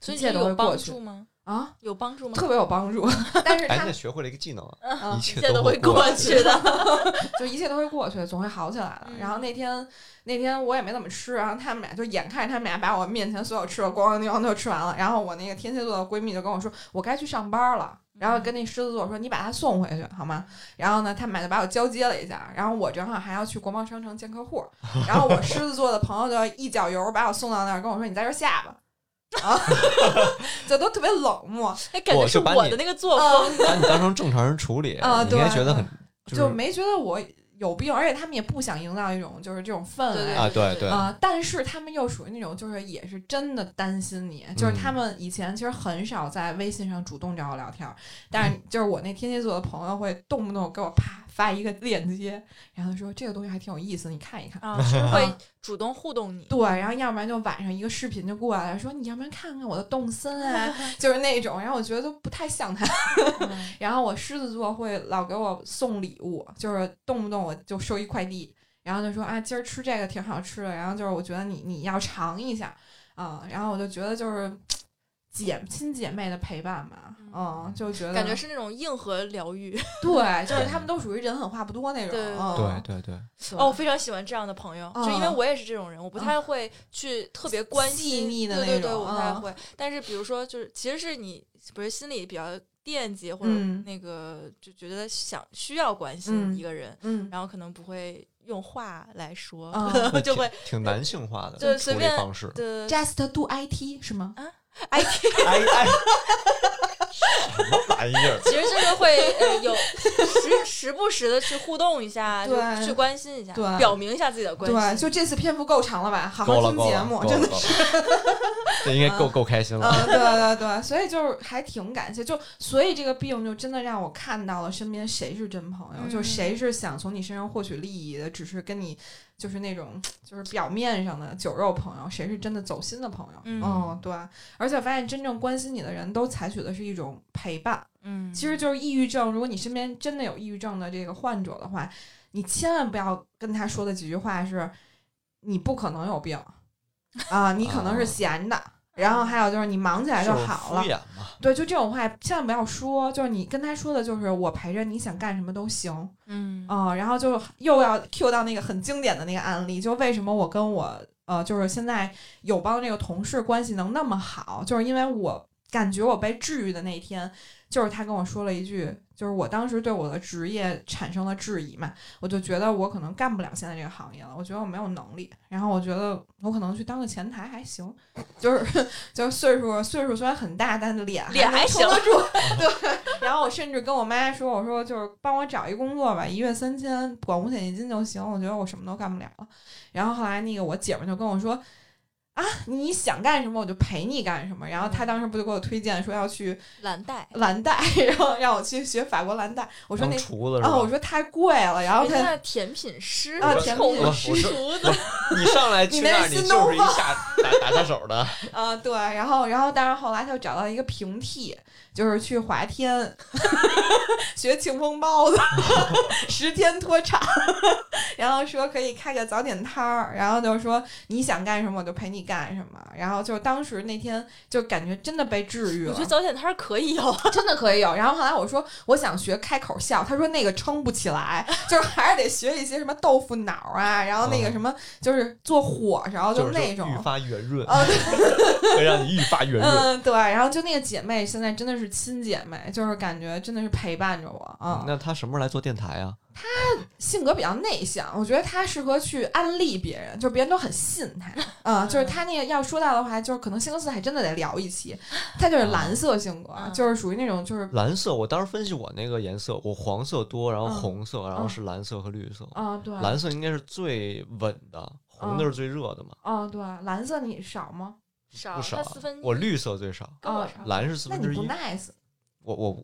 [SPEAKER 1] 所以
[SPEAKER 3] 一
[SPEAKER 1] 你觉
[SPEAKER 3] 切
[SPEAKER 1] 得
[SPEAKER 3] 都会
[SPEAKER 1] 有
[SPEAKER 3] 过
[SPEAKER 1] 帮
[SPEAKER 3] 去
[SPEAKER 1] 助吗？
[SPEAKER 3] 啊，
[SPEAKER 1] 有帮助吗？
[SPEAKER 3] 特别有帮 助。”但是
[SPEAKER 2] 哎，
[SPEAKER 3] 他
[SPEAKER 2] 你也学会了一个技能啊，
[SPEAKER 3] 啊
[SPEAKER 2] 一
[SPEAKER 1] 一
[SPEAKER 2] 切
[SPEAKER 1] 切
[SPEAKER 2] 都
[SPEAKER 1] 会
[SPEAKER 2] 过
[SPEAKER 1] 去。 的，
[SPEAKER 3] 就一切都会过去，总会好起来的。
[SPEAKER 1] 嗯
[SPEAKER 3] 然后那天那天我也没怎么吃，然后他们俩就眼看着他们俩把我面前所有吃的咣咣咣都吃完了，然后我那个天蝎座的闺蜜就跟我说，我该去上班了。
[SPEAKER 1] 嗯
[SPEAKER 3] 然后跟那狮子座说：“你把他送回去好吗？”然后呢，他们俩就把我交接了一下。然后我正好还要去国贸商城见客 户，然后我狮子座的朋友就一脚油把我送到那儿，跟我说：“你在这儿下吧。” 啊，就都特别冷漠，
[SPEAKER 1] 哎，感觉
[SPEAKER 2] 我
[SPEAKER 1] 是
[SPEAKER 2] 就把
[SPEAKER 1] 我
[SPEAKER 2] 你
[SPEAKER 1] 的那个作
[SPEAKER 3] 啊
[SPEAKER 1] 风，
[SPEAKER 2] 把你当成正常人处理，
[SPEAKER 3] 啊
[SPEAKER 2] 你应该
[SPEAKER 3] 对
[SPEAKER 2] 觉得很
[SPEAKER 3] 就是没觉得我有病，而且他们也不想营造一种就是这种氛围。
[SPEAKER 1] 对
[SPEAKER 2] 啊，对对，
[SPEAKER 3] 啊、但是他们又属于那种，就是也是真的担心你，就是他们以前其实很少在微信上主动找我聊天儿，但是就是我那天蝎座的朋友会动不动给我啪发一个链接，然后说这个东西还挺有意思，你看一看。
[SPEAKER 4] 啊，是 会主动互动你。
[SPEAKER 3] 对，然后要不然就晚上一个视频就过来了，说你要不然看看我的动森 啊，就是那种。然后我觉得都不太像他。
[SPEAKER 4] 嗯
[SPEAKER 3] 然后我狮子座会老给我送礼物，就是动不动我就收一快递，然后就说啊，今儿吃这个挺好吃的，然后就是我觉得你你要尝一下啊、然后我就觉得就是姐亲姐妹的陪伴嘛，嗯，就觉得
[SPEAKER 4] 感觉是那种硬核疗愈
[SPEAKER 3] 对，就是他们都属于人狠话不多那种，
[SPEAKER 4] 对
[SPEAKER 3] 嗯、
[SPEAKER 2] 对对对，
[SPEAKER 4] 哦，我非常喜欢这样的朋友，就因为
[SPEAKER 3] 嗯
[SPEAKER 4] 我也是这种人，我不太会去特别关
[SPEAKER 3] 细
[SPEAKER 4] 心
[SPEAKER 3] 腻的
[SPEAKER 4] 对对
[SPEAKER 3] 那
[SPEAKER 4] 对，
[SPEAKER 3] 种
[SPEAKER 4] 我不太
[SPEAKER 3] 嗯
[SPEAKER 4] 会。但是比如说，就是其实是你不是心里比较惦记或者
[SPEAKER 3] 嗯
[SPEAKER 4] 那个就觉得想需要关心
[SPEAKER 3] 嗯
[SPEAKER 4] 一个人，
[SPEAKER 3] 嗯，
[SPEAKER 4] 然后可能不会用话来说，
[SPEAKER 3] 嗯
[SPEAKER 4] 可能就
[SPEAKER 2] 挺
[SPEAKER 4] 会
[SPEAKER 2] 挺男性化的
[SPEAKER 4] 就是
[SPEAKER 2] 处
[SPEAKER 4] 随
[SPEAKER 2] 理
[SPEAKER 4] 便。
[SPEAKER 2] 方式
[SPEAKER 4] 对
[SPEAKER 3] just do IT 是吗？
[SPEAKER 2] 哎哎，什么玩意儿？
[SPEAKER 4] 其实就是会呃有时时不时的去互动一下，就
[SPEAKER 3] 对
[SPEAKER 4] 去关心一下，
[SPEAKER 3] 对
[SPEAKER 4] 表明一下自己的关
[SPEAKER 3] 对，
[SPEAKER 4] 心。
[SPEAKER 3] 就这次篇幅够长了吧？ 好
[SPEAKER 2] 够
[SPEAKER 3] 好
[SPEAKER 2] 了
[SPEAKER 3] 听
[SPEAKER 2] 够
[SPEAKER 3] 节
[SPEAKER 2] 了，
[SPEAKER 3] 目，
[SPEAKER 2] 够
[SPEAKER 3] 真
[SPEAKER 2] 了
[SPEAKER 3] 的
[SPEAKER 2] 够了这应该够够开心了。
[SPEAKER 3] 嗯，对对对，所以就是还挺感谢，就所以这个病就真的让我看到了身边谁是真朋友，
[SPEAKER 4] 嗯
[SPEAKER 3] 就是谁是想从你身上获取利益的，只是跟你就是那种就是表面上的酒肉朋友，谁是真的走心的朋友。哦
[SPEAKER 4] 嗯
[SPEAKER 3] 对，啊而且我发现真正关心你的人都采取的是一种陪伴，
[SPEAKER 4] 嗯，
[SPEAKER 3] 其实就是抑郁症。如果你身边真的有抑郁症的这个患者的话，你千万不要跟他说的几句话是：你不可能有病啊、你可能是
[SPEAKER 2] 啊
[SPEAKER 3] 闲的。然后还有就是你忙起来就
[SPEAKER 2] 就是
[SPEAKER 3] 好
[SPEAKER 2] 敷
[SPEAKER 3] 了，
[SPEAKER 2] 衍嘛，
[SPEAKER 3] 对，就这种话千万不要说。就是你跟他说的，就是我陪着你想干什么都行
[SPEAKER 4] 嗯
[SPEAKER 3] 啊、然后就又要 Q 到那个很经典的那个案例，就为什么我跟我呃，就是现在友邦这个同事关系能那么好，就是因为我感觉我被治愈的那一天，就是他跟我说了一句，就是我当时对我的职业产生了质疑嘛，我就觉得我可能干不了现在这个行业了，我觉得我没有能力，然后我觉得我可能去当个前台还行，就是 就是岁数岁数虽然很大，但是脸
[SPEAKER 4] 脸
[SPEAKER 3] 还
[SPEAKER 4] 还
[SPEAKER 3] 能
[SPEAKER 4] 行
[SPEAKER 3] 撑得住， 对。然后我甚至跟我妈说，我说就是帮我找一工作吧，一月三千，管五险一金就行，我觉得我什么都干不了了。然后后来那个我姐们就跟我说。啊，你想干什么我就陪你干什么。然后
[SPEAKER 4] 嗯
[SPEAKER 3] 她当时不就给我推荐说要去
[SPEAKER 4] 蓝带，
[SPEAKER 3] 蓝带， 然后让我去学法国蓝带。我说
[SPEAKER 2] 当
[SPEAKER 3] 那
[SPEAKER 2] 厨子是
[SPEAKER 3] 啊，
[SPEAKER 2] 吧
[SPEAKER 3] 我？说太贵了，然后
[SPEAKER 4] 人家
[SPEAKER 3] 他
[SPEAKER 4] 那甜品师
[SPEAKER 3] 啊
[SPEAKER 4] 我
[SPEAKER 3] 甜
[SPEAKER 4] 宠
[SPEAKER 3] 品
[SPEAKER 4] 物
[SPEAKER 2] 哦师我是
[SPEAKER 4] 厨子，
[SPEAKER 2] 你上来去那儿，
[SPEAKER 3] 你
[SPEAKER 2] 你
[SPEAKER 3] 那是
[SPEAKER 2] 就是一下打打下手的，
[SPEAKER 3] 啊对，然后然后但是后来他就找到一个平替，就是去华天 学庆丰包子， 十天脱产， 然后说可以开个早点摊儿，然后就说你想干什么我就陪你干什么，然后就当时那天就感觉真的被治愈
[SPEAKER 4] 我
[SPEAKER 3] 了
[SPEAKER 4] 觉得，早点摊儿可以哦有，
[SPEAKER 3] 真的可以有。然后后来我说我想学开口笑，他说那个撑不起来， 就是还是得学一些什么豆腐脑啊，然后那个什么就是做火烧，
[SPEAKER 2] 就是
[SPEAKER 3] 哦那种
[SPEAKER 2] 愈发圆润，
[SPEAKER 3] 啊
[SPEAKER 2] 会让你愈发圆润。
[SPEAKER 3] 嗯，对，然后就那个姐妹现在真的是亲姐妹，就是感觉真的是陪伴着我啊。
[SPEAKER 2] 嗯那他什么时候来做电台啊？
[SPEAKER 3] 性格比较内向，我觉得她适合去安利别人，就是别人都很信她。嗯，就是她那个要说到的话，就是可能星期四还真的得聊一期。她就是蓝色性格，
[SPEAKER 4] 嗯
[SPEAKER 3] 就是属于那种就是
[SPEAKER 2] 蓝色，我当时分析我那个颜色，我黄色多，然后
[SPEAKER 3] 嗯
[SPEAKER 2] 红色，然后
[SPEAKER 3] 嗯
[SPEAKER 2] 是蓝色和绿色。
[SPEAKER 3] 啊、对，
[SPEAKER 2] 蓝色应该是最稳的，红的
[SPEAKER 3] 嗯
[SPEAKER 2] 是最热的嘛，
[SPEAKER 3] 啊、对，蓝色你少吗？
[SPEAKER 4] 少
[SPEAKER 2] 不少啊
[SPEAKER 4] 他四分。。
[SPEAKER 2] 我绿色最少，
[SPEAKER 4] 跟我
[SPEAKER 3] 啊
[SPEAKER 4] 少
[SPEAKER 2] 蓝是四
[SPEAKER 3] 那
[SPEAKER 2] 分
[SPEAKER 3] 你
[SPEAKER 2] 之
[SPEAKER 3] 不
[SPEAKER 2] 一。
[SPEAKER 3] nice
[SPEAKER 2] 我我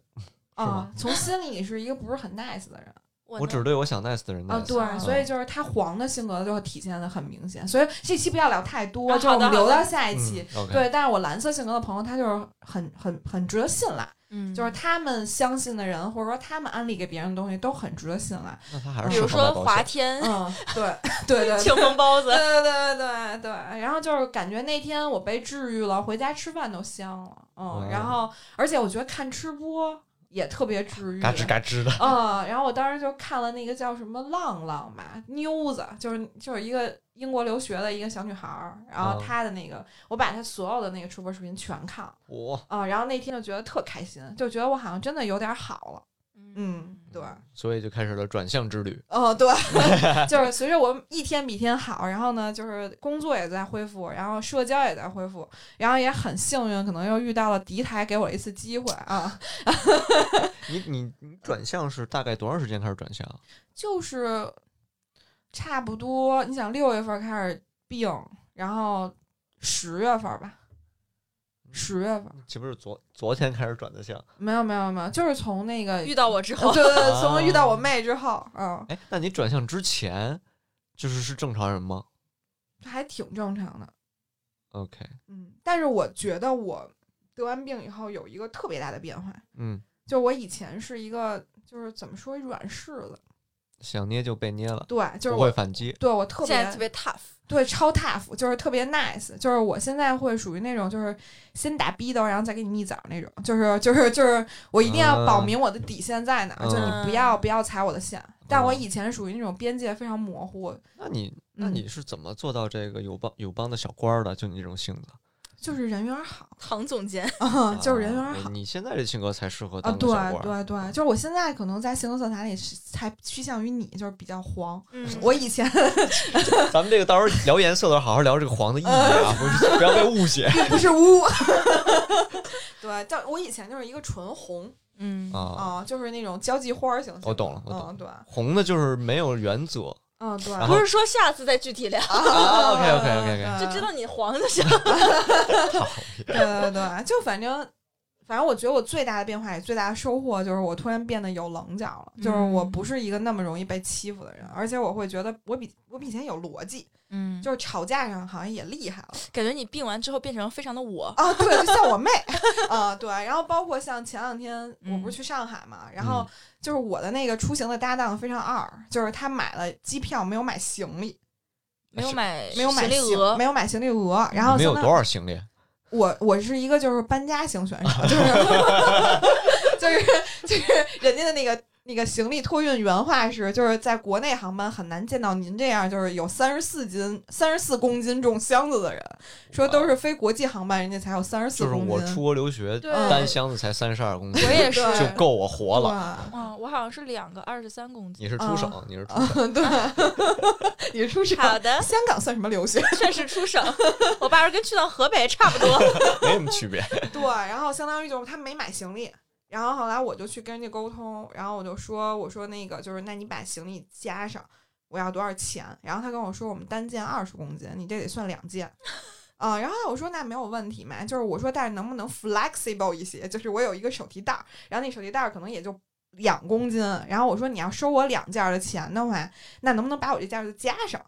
[SPEAKER 3] 啊、从心里你是一个不是很 nice 的人。
[SPEAKER 4] 我
[SPEAKER 2] 我
[SPEAKER 4] 呢
[SPEAKER 2] 只对我想 nice 的人 nice。哦
[SPEAKER 3] 啊，对，
[SPEAKER 4] 嗯
[SPEAKER 3] 所以就是他黄的性格就会体现的很明显，所以这期不要聊太多，
[SPEAKER 4] 啊
[SPEAKER 3] 就我
[SPEAKER 4] 好的
[SPEAKER 3] 们留到下一期。
[SPEAKER 2] 嗯 OK
[SPEAKER 3] 对，但是我蓝色性格的朋友，他就是很很很值得信赖，
[SPEAKER 4] 嗯，
[SPEAKER 3] 就是他们相信的人，或者说他们安利给别人的东西都很值得信 赖。
[SPEAKER 2] 那他还
[SPEAKER 3] 嗯
[SPEAKER 2] 是
[SPEAKER 4] 比
[SPEAKER 2] 适
[SPEAKER 4] 如
[SPEAKER 2] 合卖
[SPEAKER 4] 说
[SPEAKER 2] 保
[SPEAKER 4] 华
[SPEAKER 2] 险
[SPEAKER 4] 天、
[SPEAKER 3] 嗯，对对对，对
[SPEAKER 4] 庆 丰包子，
[SPEAKER 3] 对对对对，然后就是感觉那天我被治愈了，回家吃饭都香了，嗯，
[SPEAKER 2] 哦
[SPEAKER 3] 然后而且我觉得看吃播也特别治愈，
[SPEAKER 2] 嘎吱嘎吱的。
[SPEAKER 3] 嗯，然后我当时就看了那个叫什么浪浪吧，妞子，就是就是一个英国留学的一个小女孩儿，然后
[SPEAKER 2] 嗯
[SPEAKER 3] 她的那个，我把她所有的那个吃播视频全看了，
[SPEAKER 2] 我
[SPEAKER 3] 嗯，然后那天就觉得特开心，就觉得我好像真的有点好了，嗯，对，
[SPEAKER 2] 所以就开始了转向之旅。
[SPEAKER 3] 哦，对，就是随着我一天比一天好，然后呢，就是工作也在恢复，然后社交也在恢复，然后也很幸运，可能又遇到了敌台给我一次机会啊，
[SPEAKER 2] 你你你转向是大概多长时间开始转向？啊
[SPEAKER 3] 就是差不多，你想六月份开始病，然后十月份吧，十月份
[SPEAKER 2] 岂不是昨昨天开始转的向？
[SPEAKER 3] 没有没有没有，就是从那个
[SPEAKER 4] 遇到我之
[SPEAKER 3] 呃
[SPEAKER 4] 后，
[SPEAKER 3] 对对对，
[SPEAKER 2] 啊
[SPEAKER 3] 从遇到我妹之后，嗯，
[SPEAKER 2] 哎，那你转向之前就是是正常人吗
[SPEAKER 3] 还挺正常的，
[SPEAKER 2] ？OK，
[SPEAKER 3] 嗯。但是我觉得我得完病以后有一个特别大的变化，
[SPEAKER 2] 嗯，
[SPEAKER 3] 就我以前是一个就是怎么说软柿子，
[SPEAKER 2] 想捏就被捏了，
[SPEAKER 3] 对，就是
[SPEAKER 2] 不
[SPEAKER 3] 我
[SPEAKER 2] 会反击。
[SPEAKER 3] 对我特
[SPEAKER 4] 现在特
[SPEAKER 3] 别
[SPEAKER 4] 别 tough，
[SPEAKER 3] 对超 tough，就是特别 nice，就是我现在会属于那种就是先打逼斗，然后再给你一枣那种，就是就是就是我一定要
[SPEAKER 2] 啊
[SPEAKER 3] 保明我的底线在哪儿，
[SPEAKER 2] 嗯
[SPEAKER 3] 就是你不要不要踩我的线。但我
[SPEAKER 2] 嗯
[SPEAKER 3] 以前属于那种边界非常模糊，
[SPEAKER 2] 那你那
[SPEAKER 3] 嗯
[SPEAKER 2] 你是怎么做到这个友邦友邦的小官儿的？就你这种性子，
[SPEAKER 3] 就是人缘好，
[SPEAKER 4] 唐总监，
[SPEAKER 3] 啊就是人缘
[SPEAKER 2] 啊
[SPEAKER 3] 好。
[SPEAKER 2] 你现在这性格才适合
[SPEAKER 3] 啊，
[SPEAKER 2] 当个
[SPEAKER 3] 对
[SPEAKER 2] 小官儿。
[SPEAKER 3] 对对，就是我现在可能在行动色彩里是才趋向于你，就是比较黄。
[SPEAKER 4] 嗯，
[SPEAKER 3] 我以前
[SPEAKER 2] 咱们这个到时候聊颜色的时候，好好聊这个黄的意义 啊，不是不要被误解
[SPEAKER 3] 并不是污， 对，但我以前就是一个纯红
[SPEAKER 4] 嗯
[SPEAKER 2] 啊。
[SPEAKER 3] 啊、就是那种交际花儿型。
[SPEAKER 2] 我懂了我懂了
[SPEAKER 3] 嗯，对，
[SPEAKER 2] 红的就是没有原则
[SPEAKER 3] 嗯，对，
[SPEAKER 2] 然后
[SPEAKER 4] 不是说下次再具体聊，
[SPEAKER 2] 啊。OK OK 啊 OK
[SPEAKER 3] 对
[SPEAKER 4] 就知道你黄就行。
[SPEAKER 2] OK，好，
[SPEAKER 4] 嗯
[SPEAKER 3] 对对对，就反正。反正我觉得我最大的变化也最大的收获就是我突然变得有棱角了，就是我
[SPEAKER 4] 嗯
[SPEAKER 3] 不是一个那么容易被欺负的人，而且我会觉得我比我比以前有逻辑，
[SPEAKER 4] 嗯，
[SPEAKER 3] 就是吵架上好像也厉害了。
[SPEAKER 4] 感觉你病完之后变成非常的我，
[SPEAKER 3] 啊，对，就像我妹 啊，对，然后包括像前两天我不
[SPEAKER 4] 嗯
[SPEAKER 3] 是去上海嘛，然
[SPEAKER 2] 嗯
[SPEAKER 3] 后就是我的那个出行的搭档非常二，就是他买了机票没有买行李，
[SPEAKER 4] 没有买
[SPEAKER 3] 没有买
[SPEAKER 4] 呃行李
[SPEAKER 3] 行
[SPEAKER 4] 额
[SPEAKER 3] 没，有买行李额，然后
[SPEAKER 2] 没有
[SPEAKER 3] 相当
[SPEAKER 2] 多少行李，
[SPEAKER 3] 我我是一个就是搬家型选手， 就是就是就是人家的那个。那个行李托运原话是，就是在国内航班很难见到您这样，就是有三十四斤、三十四公斤重箱子的人，说都是非国际航班，人家才有三十四
[SPEAKER 2] 就是
[SPEAKER 3] 公斤。
[SPEAKER 2] 我出国留学
[SPEAKER 4] 对
[SPEAKER 3] 嗯
[SPEAKER 2] 单箱子才三十二公斤，
[SPEAKER 4] 我也是
[SPEAKER 3] 对
[SPEAKER 2] 就够我活了。
[SPEAKER 3] 了。
[SPEAKER 4] 嗯，我好像是两个二十三公斤。
[SPEAKER 2] 你是出省，你是 出省，
[SPEAKER 3] 嗯，对，你出省，
[SPEAKER 4] 好的，
[SPEAKER 3] 香港算什么 留学？
[SPEAKER 4] 确实出省。我爸说跟去趟河北差 不多。
[SPEAKER 2] 没什么区别。
[SPEAKER 3] 对，然后相当于就是他没买行李，然后后来我就去跟人家沟通，然后我就说，我说那个就是，那你把行李加上，我要多少钱？然后他跟我说，我们单件二十公斤，你这得算两件。啊、然后我说那没有问题嘛，就是我说但是能不能 flexible 一些？就是我有一个手提袋儿，然后那手提袋儿可能也就两公斤，然后我说你要收我两件儿的钱的话，那能不能把我这件儿就加上？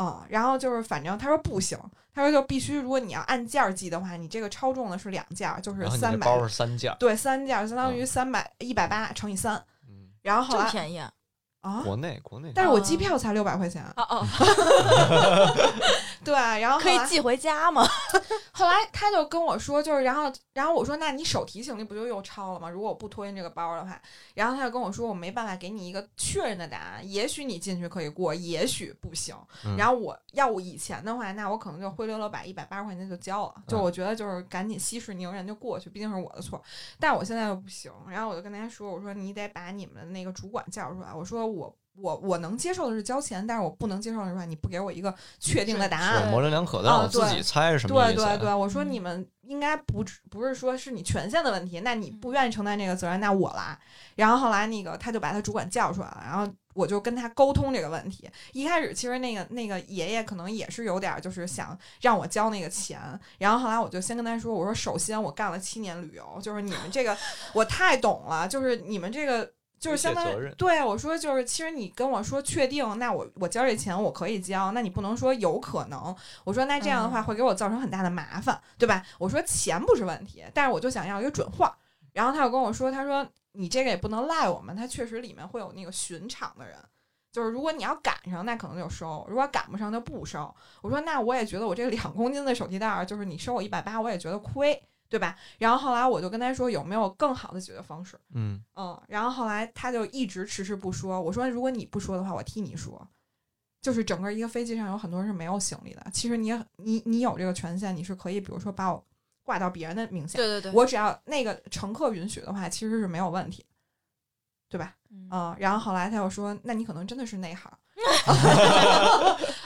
[SPEAKER 3] 嗯，然后就是反正他说不行，他说就必须如果你要按件儿计的话，你这个超重的是两件儿，就是
[SPEAKER 2] 然后你这
[SPEAKER 3] 三百，
[SPEAKER 2] 包是三件儿，
[SPEAKER 3] 对，三件儿相当于三百一百八乘以三，
[SPEAKER 2] 嗯，
[SPEAKER 3] 然后后
[SPEAKER 4] 这么
[SPEAKER 3] 来
[SPEAKER 4] 便宜啊！
[SPEAKER 3] 啊，
[SPEAKER 2] 国内国内
[SPEAKER 3] 但是我机票才六百块钱，啊
[SPEAKER 4] 哦哦，
[SPEAKER 3] 对，啊然后后
[SPEAKER 4] 可以
[SPEAKER 3] 来
[SPEAKER 4] 寄回家吗？
[SPEAKER 3] 后来他就跟我说，就是然后然后我说，那你手提行李不就又超了吗？如果我不托运这个包的话，然后他就跟我说，我没办法给你一个确认的答案，也许你进去可以过，也许不行。
[SPEAKER 2] 嗯
[SPEAKER 3] 然后我要我以前的话，那我可能就灰溜溜把一百八十块钱就交了，就我觉得就是赶紧息事宁人就过去，毕竟是我的错。但我现在又不行，然后我就跟他说，我说你得把你们的那个主管叫出来，我说我。我我能接受的是交钱，但是我不能接受的是吧？你不给我一个确定的答案，
[SPEAKER 2] 是模棱两可的，
[SPEAKER 3] 啊
[SPEAKER 2] 让我自己
[SPEAKER 3] 对
[SPEAKER 2] 猜是什么
[SPEAKER 3] 对
[SPEAKER 2] 意思。啊
[SPEAKER 3] 对对，我说
[SPEAKER 4] 嗯
[SPEAKER 3] 你们应该不只不是说是你权限的问题，那你不愿意承担这个责任，那我来。然后后来那个他就把他主管叫出来了，然后我就跟他沟通这个问题。一开始其实那个那个爷爷可能也是有点儿就是想让我交那个钱，然后后来我就先跟他说，我说首先我干了七年旅游，就是你们这个我太懂了，就是你们这个。
[SPEAKER 2] 推
[SPEAKER 3] 就是
[SPEAKER 2] 卸
[SPEAKER 3] 相当
[SPEAKER 2] 责任
[SPEAKER 3] 于对我说，就是其实你跟我说确定，那我我交这钱我可以交，那你不能说有可能，我说那这样的话会给我造成很大的麻烦，对吧？我说钱不是问题，但是我就想要一个准话。然后他又跟我说，他说你这个也不能赖我们，他确实里面会有那个巡场的人，就是如果你要赶上，那可能就收；如果赶不上就不收。我说那我也觉得我这两公斤的手提袋儿，就是你收我一百八，我也觉得亏，对吧？然后后来我就跟他说有没有更好的解决方式。
[SPEAKER 2] 嗯，
[SPEAKER 3] 嗯，然后后来他就一直迟迟不说。我说，如果你不说的话，我替你说。就是整个一个飞机上有很多人是没有行李的，其实你也你你有这个权限，你是可以，比如说把我挂到别人的名下，
[SPEAKER 4] 对对，
[SPEAKER 3] 我只要那个乘客允许的话，其实是没有问题，对吧？
[SPEAKER 4] 嗯
[SPEAKER 3] 嗯，然后后来他又说，那你可能真的是 内行，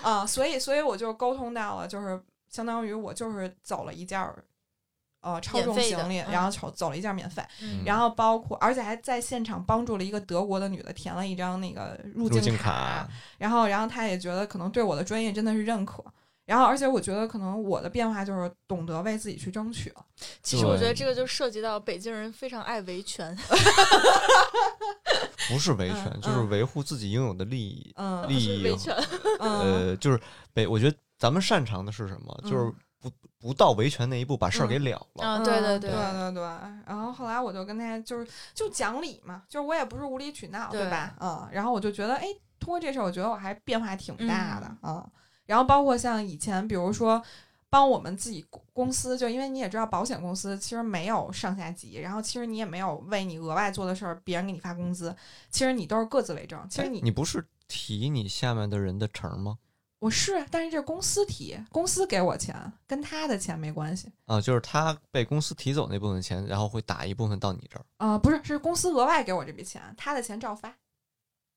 [SPEAKER 3] 啊、所以所以我就沟通到了，就是相当于我就是走了一件儿，呃，超
[SPEAKER 4] 免
[SPEAKER 3] 重
[SPEAKER 4] 费的
[SPEAKER 3] 行李，
[SPEAKER 4] 嗯
[SPEAKER 3] 然后走走了一件免费，
[SPEAKER 4] 嗯
[SPEAKER 3] 然后包括，而且还在现场帮助了一个德国的女的填了一张那个入
[SPEAKER 2] 入
[SPEAKER 3] 境
[SPEAKER 2] 境
[SPEAKER 3] 然后然后她也觉得可能对我的专业真的是认可。然后，而且我觉得可能我的变化就是懂得为自己去争取了。
[SPEAKER 4] 其实我觉得这个就涉及到北京人非常爱维权，
[SPEAKER 2] 不是维权，就是维护自己应有的利益。
[SPEAKER 3] 嗯
[SPEAKER 2] 利益
[SPEAKER 4] 维权，
[SPEAKER 3] 嗯
[SPEAKER 2] 呃，就是北，我觉得咱们擅长的是什么？就是
[SPEAKER 3] 嗯
[SPEAKER 2] 不不到维权那一步，把事儿给了了。
[SPEAKER 4] 啊，
[SPEAKER 3] 嗯
[SPEAKER 4] 对对
[SPEAKER 3] 对对对。然后后来我就跟他就是就讲理嘛，就是我也不是无理取闹，
[SPEAKER 4] 对
[SPEAKER 3] 对吧？嗯，然后我就觉得，哎，通过这事儿，我觉得我还变化挺大的啊、嗯然后包括像以前，比如说。帮我们自己公公司，就因为你也知道，保险公司其实没有上下级，然后其实你也没有为你额外做的事儿，别人给你发工资，其实你都是各自为政。
[SPEAKER 4] 哎
[SPEAKER 3] 其实你
[SPEAKER 2] 哎你不是提你下面的人的成儿吗？
[SPEAKER 3] 我是，啊但是这是公司提，公司给我钱，跟他的钱没关系
[SPEAKER 2] 啊，就是他被公司提走那部分钱，然后会打一部分到你这儿。
[SPEAKER 3] 啊、不是，是公司额外给我这笔钱，他的钱照发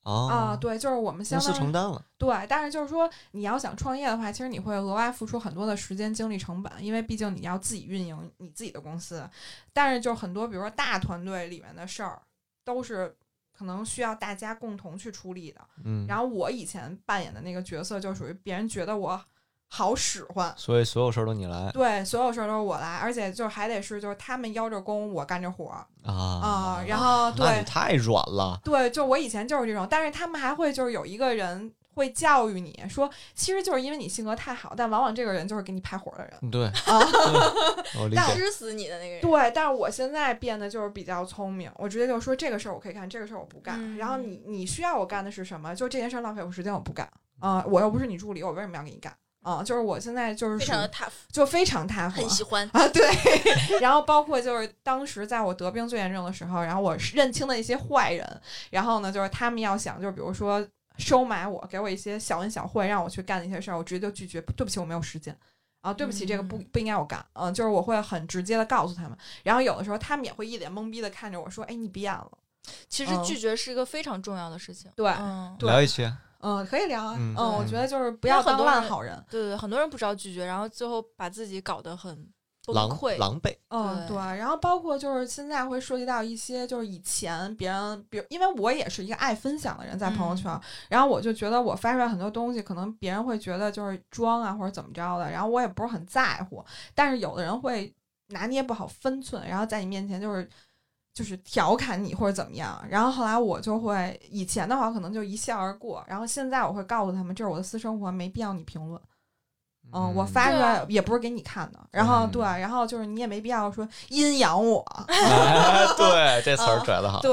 [SPEAKER 2] 哦，
[SPEAKER 3] 啊、对，就是我们相
[SPEAKER 2] 公司
[SPEAKER 3] 当
[SPEAKER 2] 承
[SPEAKER 3] 于
[SPEAKER 2] 担了。
[SPEAKER 3] 对，但是就是说，你要想创业的话，其实你会额外付出很多的时间、精力成本，因为毕竟你要自己运营你自己的公司。但是就很多，比如说大团队里面的事儿，都是可能需要大家共同去处理的。
[SPEAKER 2] 嗯，
[SPEAKER 3] 然后我以前扮演的那个角色，就属于别人觉得我好使唤，
[SPEAKER 2] 所以所有事儿都你来
[SPEAKER 3] 对，所有事儿都是我来，而且就还得是就是他们邀着工，我干着活儿
[SPEAKER 2] 啊
[SPEAKER 3] 啊、然后
[SPEAKER 2] 那
[SPEAKER 3] 对
[SPEAKER 2] 你太软了。
[SPEAKER 3] 对，就我以前就是这种，但是他们还会就是有一个人会教育你说，其实就是因为你性格太好，但往往这个人就是给你派活儿的人。
[SPEAKER 2] 嗯对，
[SPEAKER 3] 啊
[SPEAKER 2] 对我理
[SPEAKER 3] 但
[SPEAKER 2] 解。
[SPEAKER 4] 吃死你的那个人，
[SPEAKER 3] 对，但是我现在变得就是比较聪明，我直接就说这个事儿我可以干，这个事儿我不干。
[SPEAKER 4] 嗯
[SPEAKER 3] 然后你你需要我干的是什么？就这件事儿浪费我时间，我不干啊、我又不是你助理，我为什么要给你干啊、就是我现在就是
[SPEAKER 4] 非
[SPEAKER 3] 属
[SPEAKER 4] 常的
[SPEAKER 3] 于
[SPEAKER 4] tough，
[SPEAKER 3] 就非常踏实，
[SPEAKER 4] 很喜欢。
[SPEAKER 3] 啊，对。 然后包括就是当时在我得病最严重的时候，然后我认清了一些坏人，然后呢，就是他们要想，就是比如说收买我，给我一些小恩小惠，让我去干一些事儿，我直接就拒绝，对不起，我没有时间。啊，对不起，这个不不应该我干，嗯，就是我会很直接的告诉他们，然后有的时候他们也会一脸懵逼的看着我说，哎，你变了，
[SPEAKER 4] 其实
[SPEAKER 3] 嗯
[SPEAKER 4] 拒绝是一个非常重要的事情。
[SPEAKER 3] 对，
[SPEAKER 4] 嗯，
[SPEAKER 3] 对
[SPEAKER 2] 聊一期，
[SPEAKER 3] 嗯，可以聊啊，
[SPEAKER 2] 嗯
[SPEAKER 3] 嗯，我
[SPEAKER 2] 嗯
[SPEAKER 3] 觉得就是不
[SPEAKER 4] 但
[SPEAKER 3] 要
[SPEAKER 4] 很
[SPEAKER 3] 当
[SPEAKER 4] 多
[SPEAKER 3] 烂
[SPEAKER 4] 人
[SPEAKER 3] 好人，
[SPEAKER 4] 对对对，很多人不知道拒绝，然后最后把自己搞得很崩
[SPEAKER 2] 狼
[SPEAKER 4] 溃。
[SPEAKER 2] 狼狈。
[SPEAKER 3] 嗯，
[SPEAKER 4] 对
[SPEAKER 3] 对，然后包括就是现在会涉及到一些，就是以前别人，比如因为我也是一个爱分享的人，在朋友圈，然后我就觉得我发出来很多东西，可能别人会觉得就是装啊或者怎么着的，然后我也不是很在乎，但是有的人会拿捏不好分寸，然后在你面前就是就是调侃你或者怎么样，然后后来我就会以前的话可能就一笑而过，然后现在我会告诉他们这是我的私生活，没必要你评论。嗯，我发出
[SPEAKER 4] 对啊
[SPEAKER 3] 来也不是给你看的。然后
[SPEAKER 2] 嗯
[SPEAKER 3] 对，然后就是你也没必要说阴阳我。
[SPEAKER 2] 哎对这词儿拽的好。
[SPEAKER 3] 对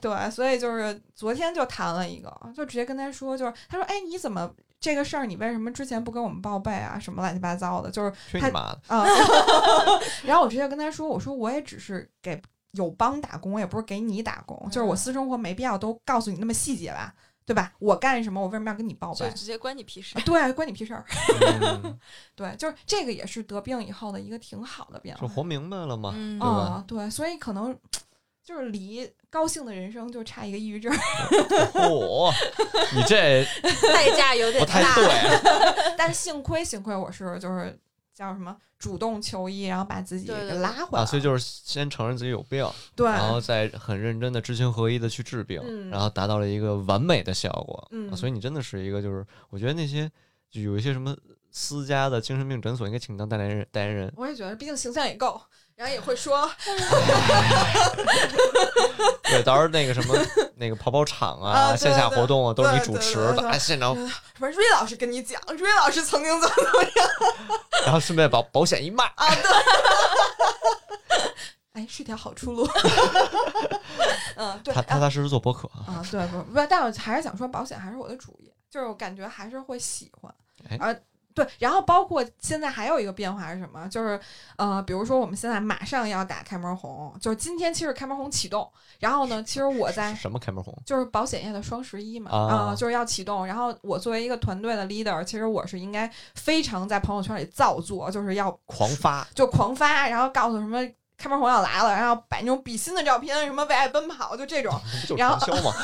[SPEAKER 3] 对，所以就是昨天就谈了一个，就直接跟他说，就是他说，哎，你怎么这个事儿你为什么之前不跟我们报备啊？什么乱七八糟的，就是
[SPEAKER 2] 去你妈的！
[SPEAKER 3] 啊。 然后我直接跟他说，我说我也只是给友邦打工，我也不是给你打工，就是我私生活没必要都告诉你那么细节吧，对吧？我干什么，我为什么要跟你报备啊
[SPEAKER 4] 就？直接关你屁 事。
[SPEAKER 3] 对，关你屁事儿。
[SPEAKER 2] 嗯
[SPEAKER 3] 对，就是这个也是得病以后的一个挺好的变化
[SPEAKER 2] 就。活明白了嘛。
[SPEAKER 4] 嗯
[SPEAKER 2] 对吧
[SPEAKER 3] 啊、对，所以可能就是离高兴的人生就差一个抑郁症。
[SPEAKER 2] 嚯，你这
[SPEAKER 4] 代价有点
[SPEAKER 2] 不太
[SPEAKER 4] 大。
[SPEAKER 2] 对。
[SPEAKER 3] 但是幸亏幸亏我是就是叫什么主动求医，然后把自己
[SPEAKER 4] 对对
[SPEAKER 3] 给
[SPEAKER 4] 对
[SPEAKER 3] 拉回来了。
[SPEAKER 2] 啊，所以就是哦先承认自己有病，
[SPEAKER 3] 对，
[SPEAKER 2] 然后再很认真的知行合一的去治病，
[SPEAKER 3] 嗯
[SPEAKER 2] 然后达到了一个完美的效果。
[SPEAKER 3] 嗯
[SPEAKER 2] 啊所以你真的是一个，就是我觉得那些就有一些什么私家的精神病诊所应该请当代言人，代言人。
[SPEAKER 3] 我也觉得，毕竟形象也够，然后也会说，
[SPEAKER 2] 对，到时候那个什 么那个跑跑场
[SPEAKER 3] 啊
[SPEAKER 2] 啊，
[SPEAKER 3] 对
[SPEAKER 2] 线下活动啊都是你主持
[SPEAKER 3] 对对
[SPEAKER 2] 的，
[SPEAKER 3] 对
[SPEAKER 2] 哎，现场，
[SPEAKER 3] 什么瑞老师跟你讲，瑞老师曾经怎么
[SPEAKER 2] 然后顺便把保险一卖，
[SPEAKER 3] 啊哎是条好出 路。 嗯，对，
[SPEAKER 2] 踏踏踏实实做播客啊。
[SPEAKER 3] 啊，对，不不，但我还是想说，保险还是我的主业，就是我感觉还是会喜欢
[SPEAKER 2] 哎，
[SPEAKER 3] 而对，然后包括现在还有一个变化是什么？就是呃，比如说我们现在马上要打开门红，就是今天其实开门红启动，然后呢，其实我在
[SPEAKER 2] 是什么开门红？
[SPEAKER 3] 就是保险业的双十一嘛，
[SPEAKER 2] 啊
[SPEAKER 3] 啊、就是要启动。然后我作为一个团队的 leader，其实我是应该非常在朋友圈里造作，就是要
[SPEAKER 2] 狂发，
[SPEAKER 3] 就狂发，然后告诉什么开门红要来了，然后摆那种比心的照片，什么为爱奔跑，就这种。
[SPEAKER 2] 不就是
[SPEAKER 3] 然
[SPEAKER 2] 传
[SPEAKER 3] 后
[SPEAKER 2] 销吗？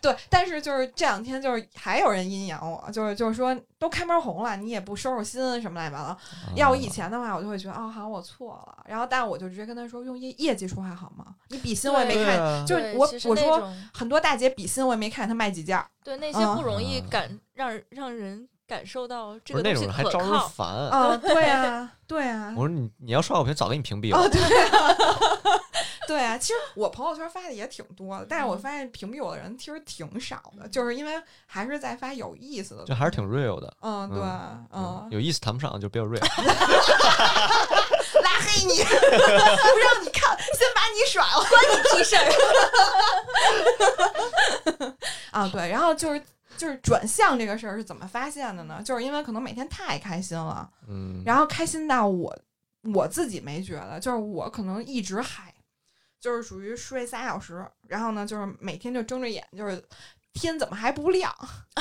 [SPEAKER 3] 对，但是就是这两天就是还有人阴阳我，就是就是说都开门红了，你也不收收心什么来完了。
[SPEAKER 2] 嗯
[SPEAKER 3] 要我以前的话，我就会觉得哦，好像我错了，然后但我就直接跟他说用业业绩说话好吗？你比心我也
[SPEAKER 2] 啊
[SPEAKER 3] 没
[SPEAKER 2] 对
[SPEAKER 3] 看，
[SPEAKER 2] 啊，
[SPEAKER 3] 就是
[SPEAKER 4] 对
[SPEAKER 3] 我
[SPEAKER 4] 其实
[SPEAKER 3] 我
[SPEAKER 4] 那
[SPEAKER 3] 说
[SPEAKER 4] 种
[SPEAKER 3] 很多大姐比心我也没看他卖几件儿。
[SPEAKER 4] 对那些不容易
[SPEAKER 2] 啊
[SPEAKER 4] 感让让人感受到这
[SPEAKER 2] 不
[SPEAKER 4] 个
[SPEAKER 2] 是那
[SPEAKER 4] 东
[SPEAKER 2] 种
[SPEAKER 4] 西
[SPEAKER 2] 人还
[SPEAKER 4] 可
[SPEAKER 2] 招人
[SPEAKER 4] 靠。
[SPEAKER 2] 烦。
[SPEAKER 3] 啊，对啊，对啊，
[SPEAKER 2] 我说你你要刷我屏，早给你屏蔽
[SPEAKER 3] 哦，
[SPEAKER 2] 了。
[SPEAKER 3] 对啊， 对啊。其实我朋友圈发的也挺多的，但是我发现屏蔽我的人其实挺少的，就是因为还是在发有意思的东西，
[SPEAKER 2] 就还是挺 real 的，
[SPEAKER 3] 嗯，对，
[SPEAKER 2] 嗯
[SPEAKER 3] 嗯，，
[SPEAKER 2] 有意思谈不上，就比较 real。
[SPEAKER 3] 拉黑 你，不让你看，先把你甩了，关你屁事儿。啊，对，然后就是就是转向这个事儿是怎么发现的呢？就是因为可能每天太开心了，
[SPEAKER 2] 嗯，
[SPEAKER 3] 然后开心到我我自己没觉得，就是我可能一直嗨，就是属于睡仨小时，然后呢，就是每天就睁着眼，就是天怎么还不 亮，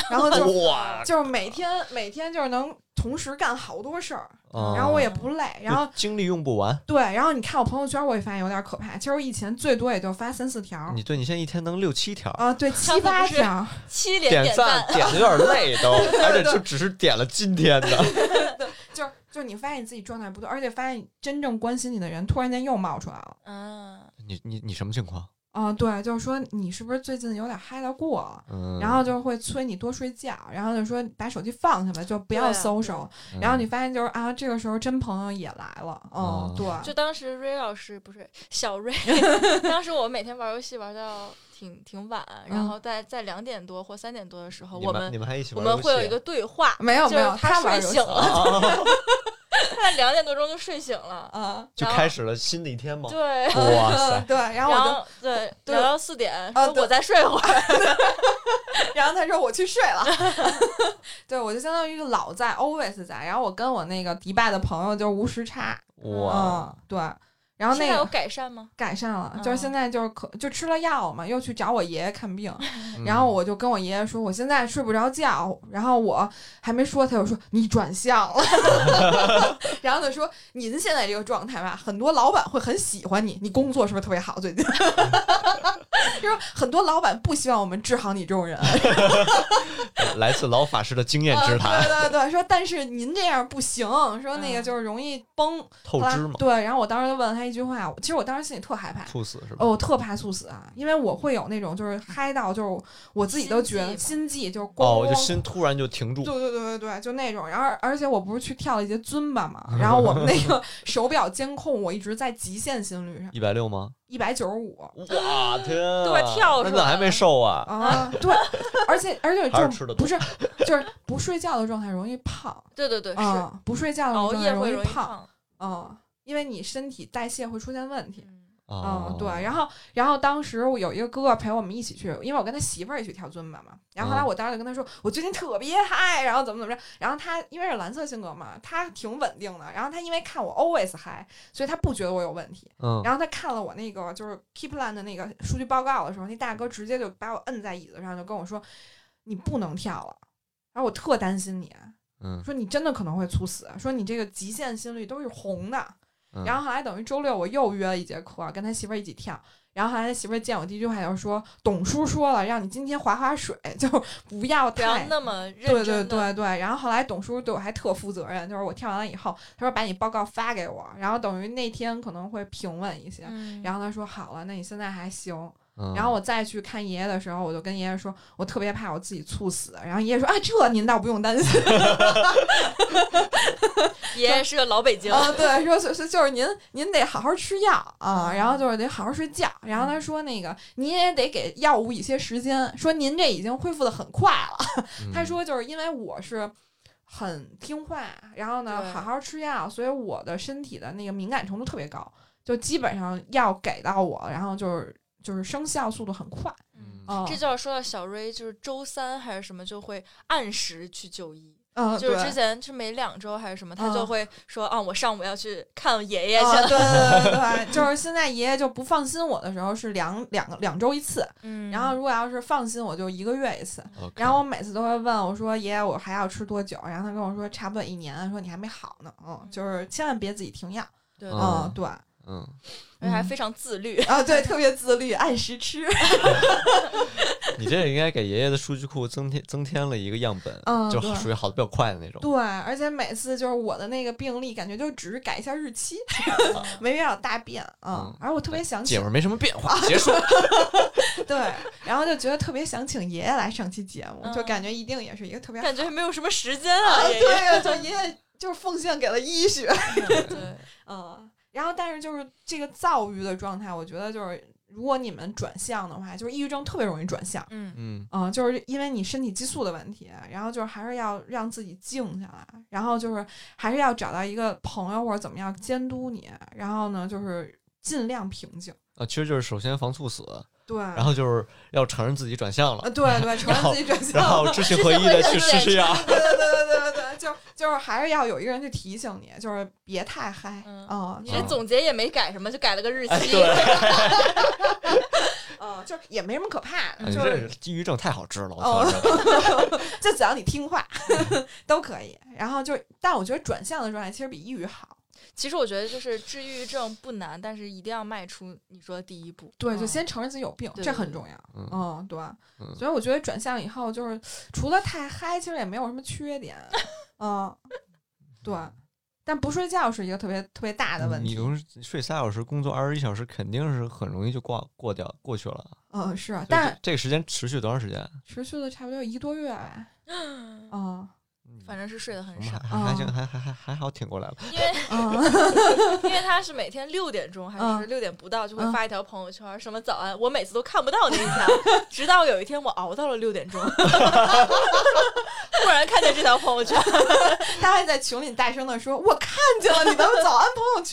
[SPEAKER 3] 然后
[SPEAKER 2] 哎
[SPEAKER 3] 就
[SPEAKER 2] 哇，
[SPEAKER 3] 就是每天每天就是能同时干好多事儿，
[SPEAKER 2] 嗯
[SPEAKER 3] 然后我也不累，然后
[SPEAKER 2] 就精力用不完。
[SPEAKER 3] 对，然后你看我朋友圈，我也发现有点可怕。其实我以前最多也就发三四条儿，
[SPEAKER 2] 你对你现在一天能六七条，
[SPEAKER 3] 啊、对，
[SPEAKER 4] 上次
[SPEAKER 3] 七八
[SPEAKER 4] 不是
[SPEAKER 3] 条儿，
[SPEAKER 4] 七连点
[SPEAKER 2] 赞
[SPEAKER 4] 赞，
[SPEAKER 2] 点的有点累都，而且
[SPEAKER 3] 对
[SPEAKER 2] 就只是点了今天的。
[SPEAKER 3] 就是就是你发现你自己状态不对，而且发现真正关心你的人突然间又冒出来了。
[SPEAKER 4] 啊，
[SPEAKER 2] 你你你什么情况？
[SPEAKER 3] 啊、对，就是说你是不是最近有点嗨到过了？
[SPEAKER 2] 嗯，
[SPEAKER 3] 然后就会催你多睡觉，然后就说把手机放下吧，就不
[SPEAKER 4] 对
[SPEAKER 3] 要
[SPEAKER 4] 啊
[SPEAKER 3] 搜
[SPEAKER 4] 对
[SPEAKER 3] 手。
[SPEAKER 2] 嗯
[SPEAKER 3] 然后你发现就是啊，这个时候真朋友也来了，嗯
[SPEAKER 2] 哦，
[SPEAKER 3] 对，
[SPEAKER 4] 就当时瑞老师不是小 瑞，当时我每天玩游戏玩到挺挺晚，
[SPEAKER 3] 嗯
[SPEAKER 4] 然后在在两点多或三点多的时候，
[SPEAKER 2] 你
[SPEAKER 4] 我
[SPEAKER 2] 们
[SPEAKER 4] 们
[SPEAKER 2] 你们还一起
[SPEAKER 4] 我
[SPEAKER 2] 玩
[SPEAKER 4] 们
[SPEAKER 2] 游
[SPEAKER 4] 会有
[SPEAKER 2] 戏
[SPEAKER 4] 一个对话，
[SPEAKER 3] 没有
[SPEAKER 4] 就
[SPEAKER 3] 没有，
[SPEAKER 4] 是
[SPEAKER 3] 他玩
[SPEAKER 4] 睡
[SPEAKER 3] 游
[SPEAKER 4] 醒
[SPEAKER 3] 戏
[SPEAKER 2] 啊
[SPEAKER 4] 了，
[SPEAKER 2] 啊，啊啊
[SPEAKER 4] 他两点多钟就睡醒了，
[SPEAKER 3] 啊，
[SPEAKER 2] 就
[SPEAKER 4] 然后
[SPEAKER 2] 开始了新的一天吗？
[SPEAKER 4] 对，
[SPEAKER 2] 哇
[SPEAKER 3] 嗯
[SPEAKER 2] 塞，
[SPEAKER 3] 对，然后我
[SPEAKER 4] 然
[SPEAKER 3] 就
[SPEAKER 4] 后对
[SPEAKER 3] 对
[SPEAKER 4] 聊到四点，
[SPEAKER 3] 啊
[SPEAKER 4] 说
[SPEAKER 3] 对
[SPEAKER 4] 我再睡会儿，
[SPEAKER 3] 然后他说我去睡 了，对我就相当于老在 always 在，然后我跟我那个迪拜的朋友就是无时差，
[SPEAKER 2] 哇，
[SPEAKER 3] 嗯，对，然后
[SPEAKER 4] 现
[SPEAKER 3] 那
[SPEAKER 4] 在有
[SPEAKER 3] 个
[SPEAKER 4] 改善吗？
[SPEAKER 3] 改善了，
[SPEAKER 4] 嗯
[SPEAKER 3] 就是现在就是可就吃了药嘛，又去找我爷爷看病，
[SPEAKER 2] 嗯
[SPEAKER 3] 然后我就跟我爷爷说我现在睡不着觉，然后我还没说他就说你转向了， 然后他说您现在这个状态吧，很多老板会很喜欢你，你工作是不是特别好最近？ 就说很多老板不希望我们治好你这种人。
[SPEAKER 2] 来自老法师的经验之
[SPEAKER 3] 啊
[SPEAKER 2] 谈，
[SPEAKER 3] 对对对，说但是您这样不行，说那个就是容易崩。
[SPEAKER 2] 透
[SPEAKER 3] 后来
[SPEAKER 2] 支 嘛，
[SPEAKER 3] 对，然后我当时就问他一句话，我其实我当时心里特害怕。
[SPEAKER 2] 猝死是吧
[SPEAKER 3] 哦，？我特怕猝死啊，因为我会有那种就是嗨到，就是我自己都觉得心
[SPEAKER 4] 心
[SPEAKER 3] 悸，就是咣
[SPEAKER 2] 哦，我就
[SPEAKER 3] 咣
[SPEAKER 2] 心突然就停住
[SPEAKER 3] 对，对对对对，就那种。然后而且我不是去跳了一节尊 巴嘛，然后我们那个手表监控我一直在极限心率上，
[SPEAKER 2] 一百六吗？
[SPEAKER 3] 一百九十五
[SPEAKER 2] 哇天啊，
[SPEAKER 4] 都快跳出
[SPEAKER 2] 那
[SPEAKER 4] 来
[SPEAKER 2] 咋还没
[SPEAKER 4] 了
[SPEAKER 2] 瘦啊？
[SPEAKER 3] 啊，对，而且而 且
[SPEAKER 2] 还是
[SPEAKER 3] 就
[SPEAKER 2] 吃得多
[SPEAKER 3] 不是就是不睡觉的状态容易胖
[SPEAKER 4] 对对对，是
[SPEAKER 3] 啊，不睡觉的
[SPEAKER 4] 熬
[SPEAKER 3] 状态
[SPEAKER 4] 夜
[SPEAKER 3] 容
[SPEAKER 4] 会
[SPEAKER 3] 易
[SPEAKER 4] 容易
[SPEAKER 3] 胖。
[SPEAKER 4] 胖。
[SPEAKER 3] 嗯，因为你身体代谢会出现问题。
[SPEAKER 4] 嗯
[SPEAKER 3] 嗯
[SPEAKER 2] 啊，，
[SPEAKER 3] 对。然后，然后当时我有一个哥哥陪我们一起去，因为我跟他媳妇儿也去跳尊巴嘛。然后后来
[SPEAKER 2] 嗯
[SPEAKER 3] 我当时就跟他说，我最近特别嗨，然后怎么怎么着。然后他因为是蓝色性格嘛，他挺稳定的。然后他因为看我 always 嗨，所以他不觉得我有问题。
[SPEAKER 2] 嗯，
[SPEAKER 3] 然后他看了我那个就是 Keep Plan 的那个数据报告的时候，那大哥直接就把我摁在椅子上，就跟我说：“你不能跳了。”然后我特担心你，
[SPEAKER 2] 嗯，
[SPEAKER 3] 说你真的可能会猝死，说你这个极限心率都是红的。
[SPEAKER 2] 嗯
[SPEAKER 3] 然后后来等于周六我又约了一节课，跟他媳妇儿一起跳。然后后来他媳妇儿见我第一句话就是说：“董叔说了，让你今天划划水， 就不要
[SPEAKER 4] 不要
[SPEAKER 3] 太……”
[SPEAKER 4] 那么认
[SPEAKER 3] 对对
[SPEAKER 4] 真地
[SPEAKER 3] 对对，然后后来董叔对我还特负责任，就是我跳完了以后，他说把你报告发给我，然后等于那天可能会平稳一些。
[SPEAKER 4] 嗯
[SPEAKER 3] 然后他说好了，那你现在还行。
[SPEAKER 2] 嗯
[SPEAKER 3] 然后我再去看爷爷的时候，我就跟爷爷说，我特别怕我自己猝死。然后爷爷说啊，这您倒不用担心。
[SPEAKER 4] 爷爷是个老北京，
[SPEAKER 3] 啊，对，说是是就是您您得好好吃药
[SPEAKER 4] 嗯
[SPEAKER 3] 啊，然后就是得好好睡觉。然后他说那个您也得给药物一些时间，说您这已经恢复的很快了。
[SPEAKER 2] 嗯
[SPEAKER 4] 嗯
[SPEAKER 3] 他，说就是因为我是。很听话，然后呢，
[SPEAKER 4] 对
[SPEAKER 3] 好好吃药，所以我的身体的那个敏感程度特别高，就基本上药给到我，然后就是就是生效速度很快。
[SPEAKER 2] 嗯
[SPEAKER 3] 嗯，
[SPEAKER 4] 这就要说到小瑞，就是周三还是什么就会按时去就医，
[SPEAKER 3] 嗯，
[SPEAKER 4] 就是
[SPEAKER 3] 对
[SPEAKER 4] 之前就每两周还是什么，他
[SPEAKER 3] 嗯
[SPEAKER 4] 就会说啊，我上午要去看爷爷去
[SPEAKER 2] 嗯
[SPEAKER 3] 啊，对
[SPEAKER 4] 了。
[SPEAKER 3] 对对对对，就是现在爷爷就不放心我的时候是两两个两周一次，
[SPEAKER 4] 嗯
[SPEAKER 3] 然后如果要是放心我就一个月一次。
[SPEAKER 2] 嗯
[SPEAKER 3] 然后我每次都会问我说：“爷爷，我还要吃多久？”然后他跟我说：“差不多一年。”说你还没好呢，嗯，就是千万别自己停药，
[SPEAKER 4] 对
[SPEAKER 2] 嗯
[SPEAKER 3] 嗯，对，
[SPEAKER 2] OK，嗯，
[SPEAKER 4] 而且哦还非常自律。
[SPEAKER 3] 啊，对，特别自律，按时吃。
[SPEAKER 2] 你这应该给爷爷的数据库增添增添了一个样本，
[SPEAKER 3] 嗯
[SPEAKER 2] 就
[SPEAKER 3] 对
[SPEAKER 2] 属于好的比较快的那种。
[SPEAKER 3] 对，而且每次就是我的那个病历，感觉就只是改一下日期， 没多少大变啊
[SPEAKER 2] 哦嗯。
[SPEAKER 3] 而我特别想
[SPEAKER 2] 姐
[SPEAKER 3] 请
[SPEAKER 2] 们儿没什么变化，
[SPEAKER 3] 啊
[SPEAKER 2] 结束。
[SPEAKER 3] 对，然后就觉得特别想请爷爷来上期节目，就
[SPEAKER 4] 嗯
[SPEAKER 3] 感觉一定也是一个特
[SPEAKER 2] 嗯
[SPEAKER 3] 别
[SPEAKER 4] 感觉没有什么时间
[SPEAKER 3] 啊，
[SPEAKER 4] 啊，爷爷
[SPEAKER 3] 对呀，就爷爷就是奉献给了医学。
[SPEAKER 4] 对，
[SPEAKER 3] 嗯，然后但是就是这个躁郁的状态，我觉得就是如果你们转向的话，就是抑郁症特别容易转向，
[SPEAKER 4] 嗯，
[SPEAKER 2] 嗯，
[SPEAKER 3] 嗯、就是因为你身体激素的问题，然后就是还是要让自己静下来，然后就是还是要找到一个朋友或者怎么样监督你，然后呢就是尽量平静，
[SPEAKER 2] 啊，其实就是首先防猝死，
[SPEAKER 3] 对，
[SPEAKER 2] 然
[SPEAKER 3] 然
[SPEAKER 2] 后就是要承认自己转向
[SPEAKER 3] 呃
[SPEAKER 2] 了，
[SPEAKER 3] 对对，承认自己转
[SPEAKER 2] 然
[SPEAKER 3] 向。
[SPEAKER 2] 后知行合一 的去试试药。
[SPEAKER 3] 对对对对对对，就就是还是要有一个人去提醒你，就是别太嗨，
[SPEAKER 4] 嗯
[SPEAKER 3] 嗯，
[SPEAKER 4] 你
[SPEAKER 3] 就
[SPEAKER 4] 这总结也没改什么，就改了个日期。
[SPEAKER 2] 哎，对，
[SPEAKER 3] 嗯，就是也没什么可怕的，
[SPEAKER 2] 你
[SPEAKER 3] 就是
[SPEAKER 2] 哎这抑郁症太好治了，我
[SPEAKER 3] 哦
[SPEAKER 2] 操！这 个
[SPEAKER 3] 就只要你听话
[SPEAKER 4] 嗯
[SPEAKER 3] 都可以。然后就，但我觉得转向的状态其实比抑郁好。
[SPEAKER 4] 其实我觉得就是治抑郁症不难，但是一定要迈出你说的第一步。
[SPEAKER 3] 对，就
[SPEAKER 4] 嗯
[SPEAKER 3] 先承认自己有病，
[SPEAKER 4] 对
[SPEAKER 3] 这
[SPEAKER 4] 对
[SPEAKER 3] 很
[SPEAKER 4] 对
[SPEAKER 3] 重要。
[SPEAKER 2] 嗯
[SPEAKER 3] 嗯，对。
[SPEAKER 2] 嗯
[SPEAKER 3] 所以我觉得转向以后，就是除了太嗨，其实也没有什么缺点。嗯，对。但不睡觉是一个特别特别大的问
[SPEAKER 2] 你
[SPEAKER 3] 题。
[SPEAKER 2] 如睡仨小时，工作二十一小时，肯定是很容易就挂过掉过去了。
[SPEAKER 3] 嗯，是啊，
[SPEAKER 2] 所以
[SPEAKER 3] 但
[SPEAKER 2] 这这个时间持续多长时间？
[SPEAKER 3] 持续了差不多有一个多月吧。嗯
[SPEAKER 4] 反正是睡得很
[SPEAKER 2] 我们
[SPEAKER 4] 少
[SPEAKER 2] 还，还还行，
[SPEAKER 3] 嗯
[SPEAKER 2] 还还还还好挺过来了。
[SPEAKER 4] 因为
[SPEAKER 3] 嗯，
[SPEAKER 4] 因为他是每天六点钟还是
[SPEAKER 3] 嗯
[SPEAKER 4] 六点不到就会
[SPEAKER 3] 嗯
[SPEAKER 4] 发一条朋友圈，什么早安，我每次都看不到那一条，直到有一天我熬到了六点钟， 突然看见这条朋友圈，
[SPEAKER 3] 他还在群里大声的说：“我看见了你的早安朋友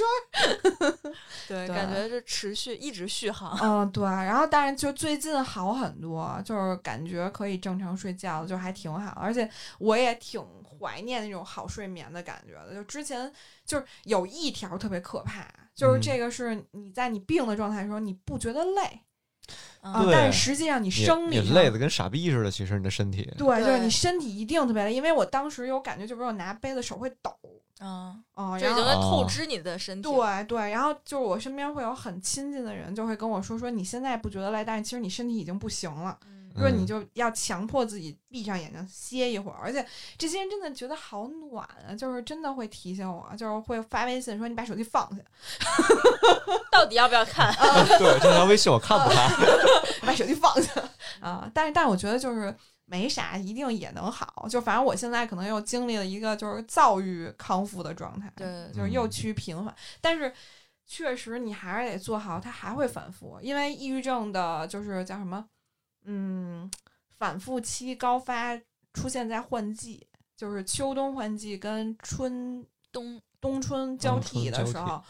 [SPEAKER 3] 圈。”
[SPEAKER 4] 对，
[SPEAKER 3] 对
[SPEAKER 4] 感觉是持续一直续 航。
[SPEAKER 3] 嗯，对，然后但是就最近好很多，就是感觉可以正常睡觉，就还挺好。而且我也挺怀念那种好睡眠的感觉的。就之前就是有一条特别可怕，就是
[SPEAKER 2] 嗯
[SPEAKER 3] 这个是你在你病的状态的时候，你不觉得累
[SPEAKER 4] 嗯
[SPEAKER 3] 啊、
[SPEAKER 2] 对
[SPEAKER 3] 但是实际上你
[SPEAKER 2] 你
[SPEAKER 3] 生理
[SPEAKER 2] 你
[SPEAKER 3] 上
[SPEAKER 2] 累的跟傻逼似的，其实你的身体。
[SPEAKER 3] 对，就是你
[SPEAKER 4] 对
[SPEAKER 3] 身体一定特别累，因为我当时有感觉，就是我拿杯子手会抖，
[SPEAKER 4] 嗯，
[SPEAKER 3] 嗯，
[SPEAKER 4] 就
[SPEAKER 3] 然
[SPEAKER 4] 已
[SPEAKER 3] 后
[SPEAKER 4] 经在透支你的身体。
[SPEAKER 3] 对对，然后就是我身边会有很亲近的人就会跟我说说你现在不觉得累，但是其实你身体已经不行了。
[SPEAKER 4] 嗯
[SPEAKER 3] 说
[SPEAKER 2] 嗯
[SPEAKER 3] 你就要强迫自己闭上眼睛歇一会儿，而且这些人真的觉得好暖啊，就是真的会提醒我，就是会发微信说你把手机放下，
[SPEAKER 4] 到底要不要看？
[SPEAKER 2] 对，这条微信我看不看？
[SPEAKER 3] 把手机放下 啊。但是，但是我觉得就是没啥，一定也能好。就反正我现在可能又经历了一个就是躁郁康复的状态，
[SPEAKER 4] 对
[SPEAKER 3] 就是又趋平缓，但是。确实，你还是得做好，它还会反复，因为抑郁症的就是叫什么，嗯，反复期高发出现在换季，就是秋冬换季跟春
[SPEAKER 4] 东
[SPEAKER 3] 冬春交
[SPEAKER 2] 冬春
[SPEAKER 3] 替的
[SPEAKER 2] 交
[SPEAKER 3] 时
[SPEAKER 2] 替
[SPEAKER 3] 候，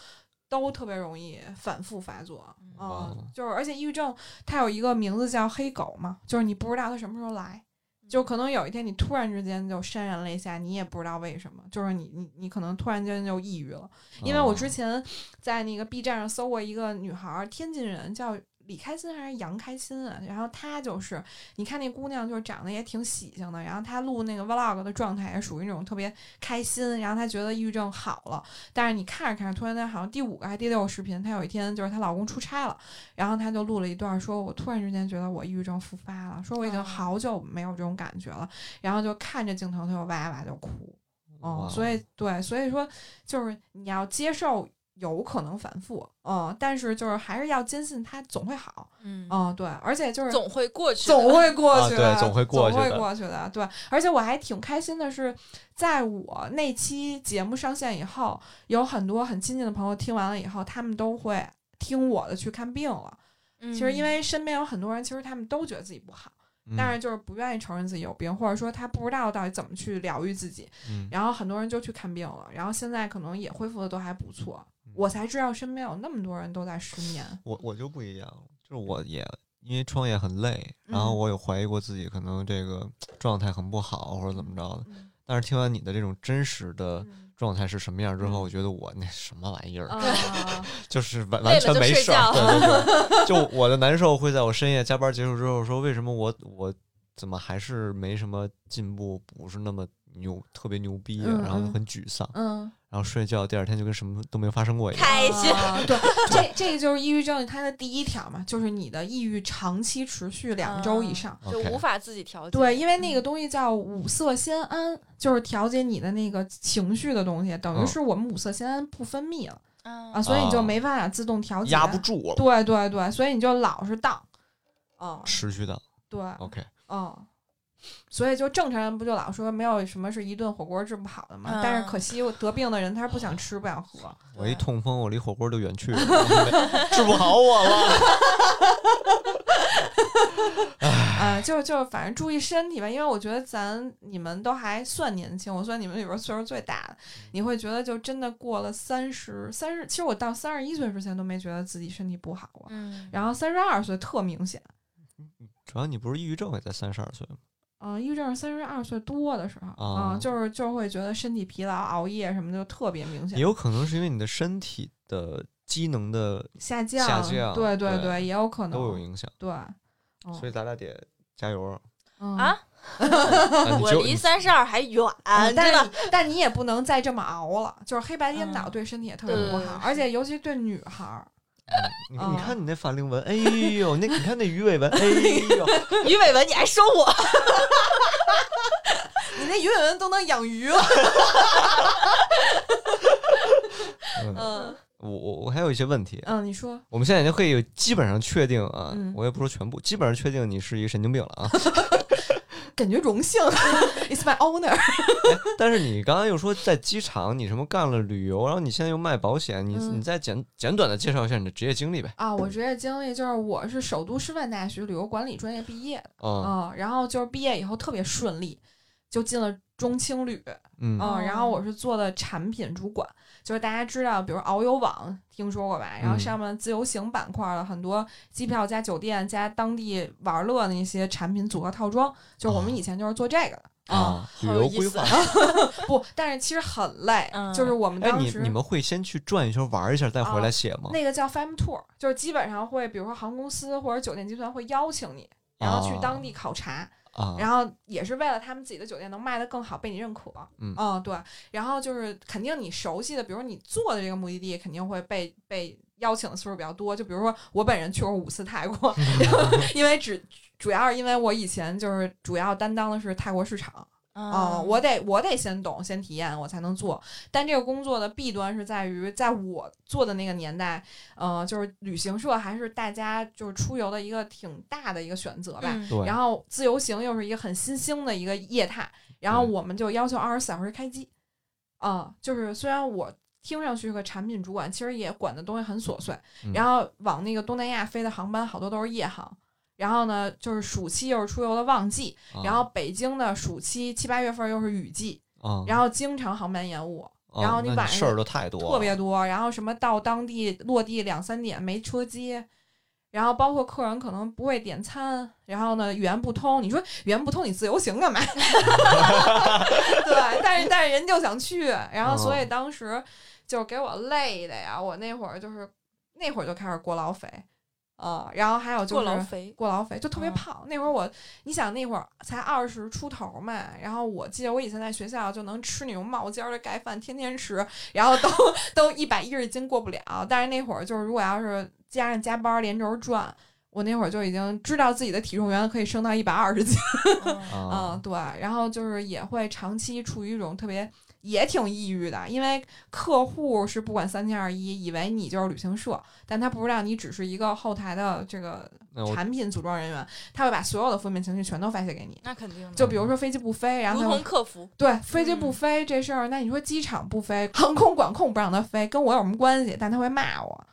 [SPEAKER 3] 都特别容易反复发作。
[SPEAKER 2] 哇哦
[SPEAKER 3] 嗯，就是而且抑郁症它有一个名字叫黑狗嘛，就是你不知道它什么时候来，
[SPEAKER 2] 嗯
[SPEAKER 3] 就可能有一天你突然之间就潸然泪下，你也不知道为什么，就是你你你可能突然间就抑郁了。 因
[SPEAKER 2] 哦
[SPEAKER 3] 为我之前在那个 B 站上搜过一个女孩儿，天津人，叫李开心还是杨开心啊？然后她就是，你看那姑娘就是长得也挺喜庆的，然后她录那个 vlog 的状态也属于那种特别开心，然后她觉得抑郁症好了，但是你看着看着，突然间好像第五个还是第六个视频，她有一天就是她老公出差了，然后她就录了一段，说我突然之间觉得我抑郁症复发了，说我已经
[SPEAKER 4] 哦
[SPEAKER 3] 好久没有这种感觉了，然后就看着镜头她就哇哇就哭。
[SPEAKER 2] 嗯
[SPEAKER 3] 哦，
[SPEAKER 2] 哇
[SPEAKER 3] 所以对，所以说就是你要接受有可能反复，嗯，但是就是还是要坚信它总会好，
[SPEAKER 4] 嗯，
[SPEAKER 3] 嗯，对，而且就是
[SPEAKER 4] 总会过去的。
[SPEAKER 3] 总会过
[SPEAKER 2] 啊
[SPEAKER 3] 去
[SPEAKER 2] 对
[SPEAKER 3] 的，
[SPEAKER 2] 总会过去
[SPEAKER 3] 总会
[SPEAKER 2] 的
[SPEAKER 3] 过去的，对，而且我还挺开心的是，在我那期节目上线以后，有很多很亲近的朋友听完了以后，他们都会听我的去看病了。
[SPEAKER 4] 嗯，
[SPEAKER 3] 其实因为身边有很多人，其实他们都觉得自己不好，但是
[SPEAKER 2] 是
[SPEAKER 3] 就是不愿意承认自己有病，或者说他不知道到底怎么去疗愈自己。
[SPEAKER 2] 嗯
[SPEAKER 3] 然后很多人就去看病了，然后现在可能也恢复的都还不错。
[SPEAKER 2] 嗯
[SPEAKER 3] 我才知道身边有那么多人都在失眠。
[SPEAKER 2] 我我就不一样，就是我也因为创业很累，然后
[SPEAKER 3] 嗯
[SPEAKER 2] 我有怀疑过自己可能这个状态很不好或者怎么着的。
[SPEAKER 3] 嗯
[SPEAKER 2] 但是听完你的这种真实的
[SPEAKER 3] 嗯
[SPEAKER 2] 状态是什么样之后，
[SPEAKER 3] 嗯
[SPEAKER 2] 我觉得我那什么玩
[SPEAKER 4] 嗯
[SPEAKER 2] 意儿，
[SPEAKER 3] 啊，
[SPEAKER 2] 就是完
[SPEAKER 4] 哦累了
[SPEAKER 2] 完全
[SPEAKER 4] 就
[SPEAKER 2] 没
[SPEAKER 4] 睡
[SPEAKER 2] 事儿。
[SPEAKER 4] 觉
[SPEAKER 2] 对 对对，就我的难受会在我深夜加班结束之后说，为什么我我怎么还是没什么进步，不是那么牛，特别牛逼啊、
[SPEAKER 3] 嗯
[SPEAKER 2] 然后就
[SPEAKER 3] 嗯
[SPEAKER 2] 很沮丧。
[SPEAKER 3] 嗯
[SPEAKER 2] 然后睡觉，第二天就跟什么都没有发生过一 样。
[SPEAKER 4] 开心。
[SPEAKER 3] 啊对，这这就是抑郁症它的第一条嘛，就是你的抑郁长期持续两周
[SPEAKER 4] 嗯
[SPEAKER 3] 以上。
[SPEAKER 4] 就
[SPEAKER 2] OK
[SPEAKER 4] 无法自己调节。
[SPEAKER 3] 对，因为
[SPEAKER 4] 嗯
[SPEAKER 3] 那个东西叫五色酰胺，就是调节你的那个情绪的东西，等于
[SPEAKER 2] 嗯
[SPEAKER 3] 是我们五色酰胺不分泌了、啊，
[SPEAKER 4] 啊，
[SPEAKER 3] 所以你就
[SPEAKER 2] 哦
[SPEAKER 3] 没办法自动调节，啊
[SPEAKER 2] 压不住了，
[SPEAKER 3] 对对对，所以你就老是荡，嗯，
[SPEAKER 2] 持续的。
[SPEAKER 3] 对，
[SPEAKER 4] 啊
[SPEAKER 2] OK，
[SPEAKER 3] 嗯，所以就正常人不就老说没有什么是一顿火锅治不好的嘛？
[SPEAKER 4] 嗯
[SPEAKER 3] 但是可惜我得病的人他是不想吃不想喝，
[SPEAKER 2] 我一痛风，我离火锅就远去了， 治不好我了。
[SPEAKER 3] 啊，就是就是反正注意身体吧，因为我觉得咱你们都还算年轻，我算你们里边岁数最大的，
[SPEAKER 4] 嗯
[SPEAKER 3] 你会觉得就真的过了三十三十，其实我到三十一岁之前都没觉得自己身体不好啊，
[SPEAKER 4] 嗯，
[SPEAKER 3] 然后三十二岁特明显，
[SPEAKER 2] 主要你不是抑郁症也在三十二岁吗？
[SPEAKER 3] 嗯，抑郁症是三十二岁多的时候，啊、
[SPEAKER 2] 哦
[SPEAKER 3] 就是就是会觉得身体疲劳、熬夜什么的就特别明显
[SPEAKER 2] 也，有可能是因为你的身体的机能的
[SPEAKER 3] 下降，
[SPEAKER 2] 下降
[SPEAKER 3] 对对
[SPEAKER 2] 对
[SPEAKER 3] 也有
[SPEAKER 4] 哦
[SPEAKER 3] 可能
[SPEAKER 2] 都有影响，
[SPEAKER 3] 对，
[SPEAKER 2] 所以咱俩得 加油啊！
[SPEAKER 3] 嗯
[SPEAKER 4] 啊，
[SPEAKER 2] 啊你
[SPEAKER 4] 我
[SPEAKER 2] 就
[SPEAKER 4] 离三十二还远，
[SPEAKER 3] 嗯但
[SPEAKER 4] 真
[SPEAKER 3] 是
[SPEAKER 4] 的
[SPEAKER 3] 你但你也不能再这么熬了，就是黑白颠倒
[SPEAKER 4] 嗯
[SPEAKER 3] 对身体也特别不
[SPEAKER 4] 对
[SPEAKER 3] 好，而且尤其对女孩儿，
[SPEAKER 2] 你
[SPEAKER 3] 嗯
[SPEAKER 4] 哦
[SPEAKER 2] 你看你那法令纹，哎呦，那你看那鱼尾 纹，哎呦，
[SPEAKER 4] 鱼尾纹你还说我，
[SPEAKER 3] 你那鱼尾纹都能养鱼了。
[SPEAKER 2] 嗯，
[SPEAKER 3] 嗯
[SPEAKER 2] 我我我还有一些问题，
[SPEAKER 3] 嗯，你说
[SPEAKER 2] 我们现在已经可以基本上确定啊
[SPEAKER 3] 嗯，
[SPEAKER 2] 我也不说全部，基本上确定你是一个神经病了 啊。
[SPEAKER 3] 感觉荣幸 ，It's my honor。
[SPEAKER 2] 哎但是你刚刚又说在机场你什么干了旅游，然后你现在又卖保险，你
[SPEAKER 3] 嗯
[SPEAKER 2] 你再简简短的介绍一下你的职业经历呗。
[SPEAKER 3] 啊，我职业经历就是我是首都师范大学旅游管理专业毕业的，
[SPEAKER 4] 哦
[SPEAKER 2] 啊，
[SPEAKER 3] 嗯，然后就是毕业以后特别顺利，就进了中青旅，
[SPEAKER 4] 哦
[SPEAKER 2] 嗯
[SPEAKER 3] 嗯，然后我是做的产品主管，就是大家知道，比如遨游网听说过吧？然后
[SPEAKER 2] 嗯
[SPEAKER 3] 上面自由行板块的很多机票加酒店加当地玩乐的那些产品组合套装，就是我们
[SPEAKER 2] 哦
[SPEAKER 3] 以前就是做这个的。啊，
[SPEAKER 2] 啊，旅
[SPEAKER 4] 好有
[SPEAKER 2] 游
[SPEAKER 4] 意
[SPEAKER 2] 规
[SPEAKER 4] 思
[SPEAKER 2] 划。
[SPEAKER 3] 不，但是其实很累，
[SPEAKER 4] 嗯
[SPEAKER 3] 就是我们
[SPEAKER 2] 哎，
[SPEAKER 3] 当
[SPEAKER 2] 你
[SPEAKER 3] 时
[SPEAKER 2] 你们会先去转一圈玩一下，再回来写吗？
[SPEAKER 3] 那个叫 Fam Tour，就是基本上会，比如说航空公司或者酒店集团会邀请你，然哦后去
[SPEAKER 2] 哦
[SPEAKER 3] 当地考察，
[SPEAKER 2] 啊，
[SPEAKER 3] 然后也是为了他们自己的酒店能卖得更好，被你认可。
[SPEAKER 2] 嗯
[SPEAKER 3] 对。然后就是肯定你熟悉的，比如你做的这个目的地，肯定会被被邀请的次数比较多。就比如说我本人去过五次 泰国，因为只主要是因为我以前就是主要担当的是泰国市场啊、
[SPEAKER 4] 啊
[SPEAKER 3] 我得我得先懂先体验，我才能做。但这个工作的弊端是在于，在我做的那个年代，呃，就是旅行社还是大家就是出游的一个挺大的一个选择吧。
[SPEAKER 4] 嗯
[SPEAKER 2] 对，
[SPEAKER 3] 然后自由行又是一个很新兴的一个业态，然后
[SPEAKER 2] 对
[SPEAKER 3] 我们就要求二十四小时开机。啊、就是虽然我听上去是个产品主管，其实也管的东西很琐碎。
[SPEAKER 2] 嗯
[SPEAKER 3] 然后往那个东南亚飞的航班好多都是夜航，然后呢，就是暑期又是出游的旺季，
[SPEAKER 2] 啊
[SPEAKER 3] 然后北京的暑期七八月份又是雨季，
[SPEAKER 2] 啊，
[SPEAKER 3] 然后经常航班延误。
[SPEAKER 2] 后
[SPEAKER 3] 然后你
[SPEAKER 2] 你
[SPEAKER 3] 晚上
[SPEAKER 2] 事儿都太多了，
[SPEAKER 3] 特别多，然后什么到当地落地两三点没车接，然后包括客人可能不会点餐，然后呢语言不通，你说语言不通你自由行干嘛？ 对，但是但是人就想去，然后所
[SPEAKER 2] 嗯
[SPEAKER 3] 以当时就给我累的呀，我那会儿就是那会儿就开始过劳肥，啊、然后还有就
[SPEAKER 4] 过劳
[SPEAKER 3] 是。
[SPEAKER 4] 肥，
[SPEAKER 3] 过劳肥就特别
[SPEAKER 4] 嗯
[SPEAKER 3] 胖，那会儿我，你想那会儿才二十出头嘛，然后我记得我以前在学校就能吃那种冒尖儿的盖饭，天天吃，然后都 都一百一十斤过不了。但是那会儿就是如果要是加上加班儿连轴转，我那会儿就已经知道自己的体重原来可以升到一百二十斤，
[SPEAKER 4] 嗯
[SPEAKER 3] 嗯，
[SPEAKER 2] 啊，
[SPEAKER 3] 对，然后就是也会长期处于一种特别也挺抑郁的，因为客户是不管三七二十一，以为你就是旅行社，但他不知道你只是一个后台的这个
[SPEAKER 2] 那我
[SPEAKER 3] 产品组装人员，他会把所有的负面情绪全都发泄给你。
[SPEAKER 4] 那肯定的，
[SPEAKER 3] 就比如说飞机不飞，然后
[SPEAKER 4] 如
[SPEAKER 3] 他会
[SPEAKER 4] 同客服，
[SPEAKER 3] 对飞机不
[SPEAKER 4] 嗯
[SPEAKER 3] 飞这事儿，那你说机场不飞，航空管控不让他飞，跟我有什么关系？但他会骂我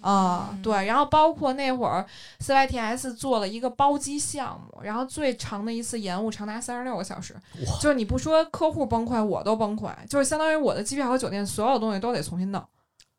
[SPEAKER 3] 啊、
[SPEAKER 4] 嗯，
[SPEAKER 3] 对。然后包括那会儿 CYTS 做了一个包机项目，然后最长的一次延误长达三十六个小时，
[SPEAKER 2] 哇
[SPEAKER 3] 就是你不说客户崩溃，我都崩溃，就是相当于我的机票和酒店所有东西都得重新弄。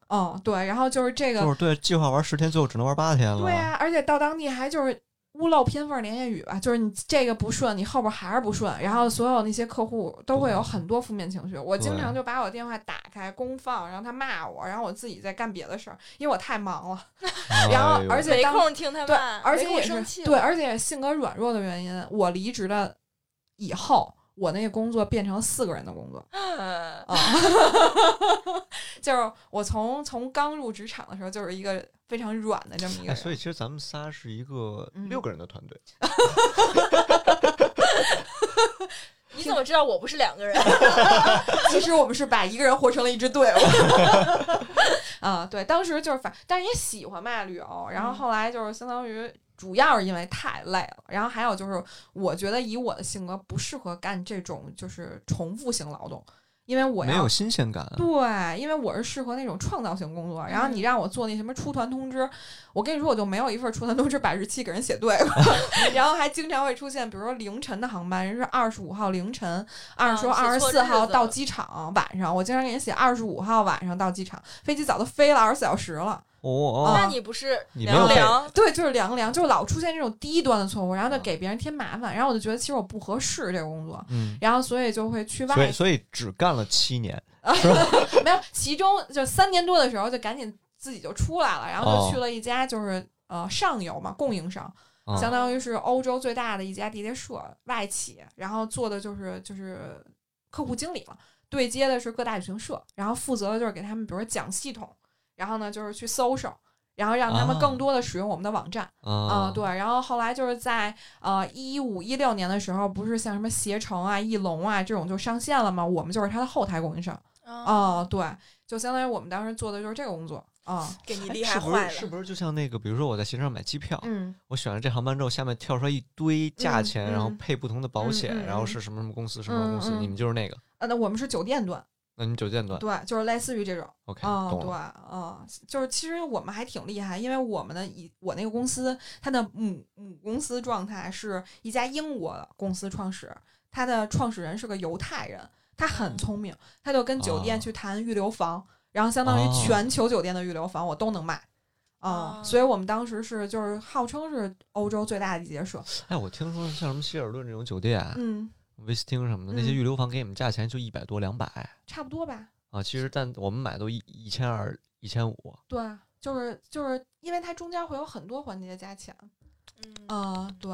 [SPEAKER 3] 嗯，对。然后就是这个，
[SPEAKER 2] 就是对计划玩十天，最后只能玩八天了。
[SPEAKER 3] 对啊，而且到当地还就是屋漏偏逢连夜雨吧，就是你这个不顺，你后边还是不顺，然后所有那些客户都会有很多负面情绪。我经常就把我电话打开公放，让他骂我，然后我自己在干别的事儿，因为我太忙了。
[SPEAKER 2] 哎呦，
[SPEAKER 3] 然后而且
[SPEAKER 4] 没
[SPEAKER 3] 当
[SPEAKER 4] 空听他
[SPEAKER 3] 对
[SPEAKER 4] 骂，，
[SPEAKER 3] 而且
[SPEAKER 4] 没空
[SPEAKER 3] 也
[SPEAKER 4] 生
[SPEAKER 3] 是
[SPEAKER 4] 气
[SPEAKER 3] 对，
[SPEAKER 4] 了，
[SPEAKER 3] 而且性格软弱的原因，我离职了以后，我那个工作变成四个人的工作，
[SPEAKER 4] 嗯
[SPEAKER 3] 啊，就是我从从刚入职场的时候就是一个非常软的这么一个
[SPEAKER 2] 哎，
[SPEAKER 3] 人，
[SPEAKER 2] 所以其实咱们仨是一个
[SPEAKER 3] 嗯
[SPEAKER 2] 六个人的团队，
[SPEAKER 4] 你怎么知道我不是两个人？
[SPEAKER 3] 啊 其实我们是把一个人活成了一支 队伍。啊，对，当时就是反，但是也喜欢嘛旅游，然后后来就是相当于。主要是因为太累了，然后还有就是，我觉得以我的性格不适合干这种就是重复性劳动，因为我
[SPEAKER 2] 没
[SPEAKER 3] 要
[SPEAKER 2] 有新鲜感。
[SPEAKER 4] 啊
[SPEAKER 3] 对，因为我是适合那种创造性工作，然
[SPEAKER 4] 嗯
[SPEAKER 3] 后你让我做那什么出团通知，我跟你说我就没有一份出团通知把日期给人写对 过，然后还经常会出现，比如说凌晨的航班，人是二十五号凌晨，二
[SPEAKER 4] 啊
[SPEAKER 3] 十说
[SPEAKER 4] 写
[SPEAKER 3] 二十
[SPEAKER 4] 错
[SPEAKER 3] 四
[SPEAKER 4] 日
[SPEAKER 3] 号
[SPEAKER 4] 子
[SPEAKER 3] 到
[SPEAKER 4] 了
[SPEAKER 3] 机场晚上，我经常给人写二十五号晚上到机场，飞机早都飞了二十四小时了。
[SPEAKER 2] 哦 哦，
[SPEAKER 4] 那你不是
[SPEAKER 2] 你没有
[SPEAKER 4] 凉
[SPEAKER 2] 被
[SPEAKER 4] 凉？
[SPEAKER 3] 对，就是凉凉，就是老出现这种低端的错误，然后就
[SPEAKER 2] 嗯
[SPEAKER 3] 给别人添麻烦，然后我就觉得其实我不合适这个工作，
[SPEAKER 2] 嗯，
[SPEAKER 3] 然后所以就会去外
[SPEAKER 2] 所以所以只干了七年，
[SPEAKER 3] 没有，其中就三年多的时候就赶紧自己就出来了，然
[SPEAKER 2] 哦
[SPEAKER 3] 后就去了一家就是、呃上游嘛，供应商，
[SPEAKER 2] 啊
[SPEAKER 3] 相当于是欧洲最大的一家地接社外企，然后做的就是就是客户经理嘛，对接的是各大旅行社，然后负责的就是给他们比如说讲系统，然后呢就是去搜搜。然后让他们
[SPEAKER 2] 啊
[SPEAKER 3] 更多的使用我们的网站啊、
[SPEAKER 2] 啊
[SPEAKER 3] 对。然后后来就是在呃一五一六年的时候，不是像什么携程啊、翼龙啊这种就上线了吗？我们就是它的后台供应商。
[SPEAKER 4] 啊
[SPEAKER 3] 哦，对，就相当于我们当时做的就是这个工作啊。
[SPEAKER 4] 给你
[SPEAKER 2] 哎
[SPEAKER 4] 厉害
[SPEAKER 2] 是不
[SPEAKER 4] 坏
[SPEAKER 2] 是是
[SPEAKER 4] 了。
[SPEAKER 2] 不是就像那个，比如说我在携程上买机票，
[SPEAKER 3] 嗯
[SPEAKER 2] 我选了这航班之后，下面跳出来一堆价
[SPEAKER 3] 嗯
[SPEAKER 2] 钱，然后
[SPEAKER 3] 嗯
[SPEAKER 2] 配不同的保
[SPEAKER 3] 嗯
[SPEAKER 2] 险，
[SPEAKER 3] 嗯
[SPEAKER 2] 然后
[SPEAKER 3] 嗯
[SPEAKER 2] 是什么什么公司，什么什么公司，
[SPEAKER 3] 嗯
[SPEAKER 2] 你们就是那个，
[SPEAKER 3] 呃，那我们是酒店端，
[SPEAKER 2] 那你们酒店端
[SPEAKER 3] 对，就是类似于这种，
[SPEAKER 2] ，OK，
[SPEAKER 3] 啊，
[SPEAKER 2] 懂
[SPEAKER 3] 对，
[SPEAKER 2] 了。
[SPEAKER 3] 啊，就是其实我们还挺厉害，因为我们的以我那个公司，它的母母公司状态是一家英国的公司创始，它的创始人是个犹太人，他很聪明，他就跟酒
[SPEAKER 2] 嗯哦
[SPEAKER 3] 店去谈预留房，然后相当
[SPEAKER 2] 哦
[SPEAKER 3] 于全球酒店的预留房我都能卖，啊，
[SPEAKER 4] 哦
[SPEAKER 3] 所以我们当时是就是号称是欧洲最大的地接社，
[SPEAKER 2] 哎，我听说像什么希尔顿这种酒店啊，
[SPEAKER 3] 嗯，
[SPEAKER 2] 威斯汀什么的，那些
[SPEAKER 3] 嗯
[SPEAKER 2] 预留房给你们价钱就一百多、两百
[SPEAKER 3] 差不多吧，
[SPEAKER 2] 啊，其实但我们买都一一千二、一千 五，
[SPEAKER 3] 对，就是就是因为它中间会有很多环节加钱，
[SPEAKER 4] 嗯，
[SPEAKER 3] 啊，对，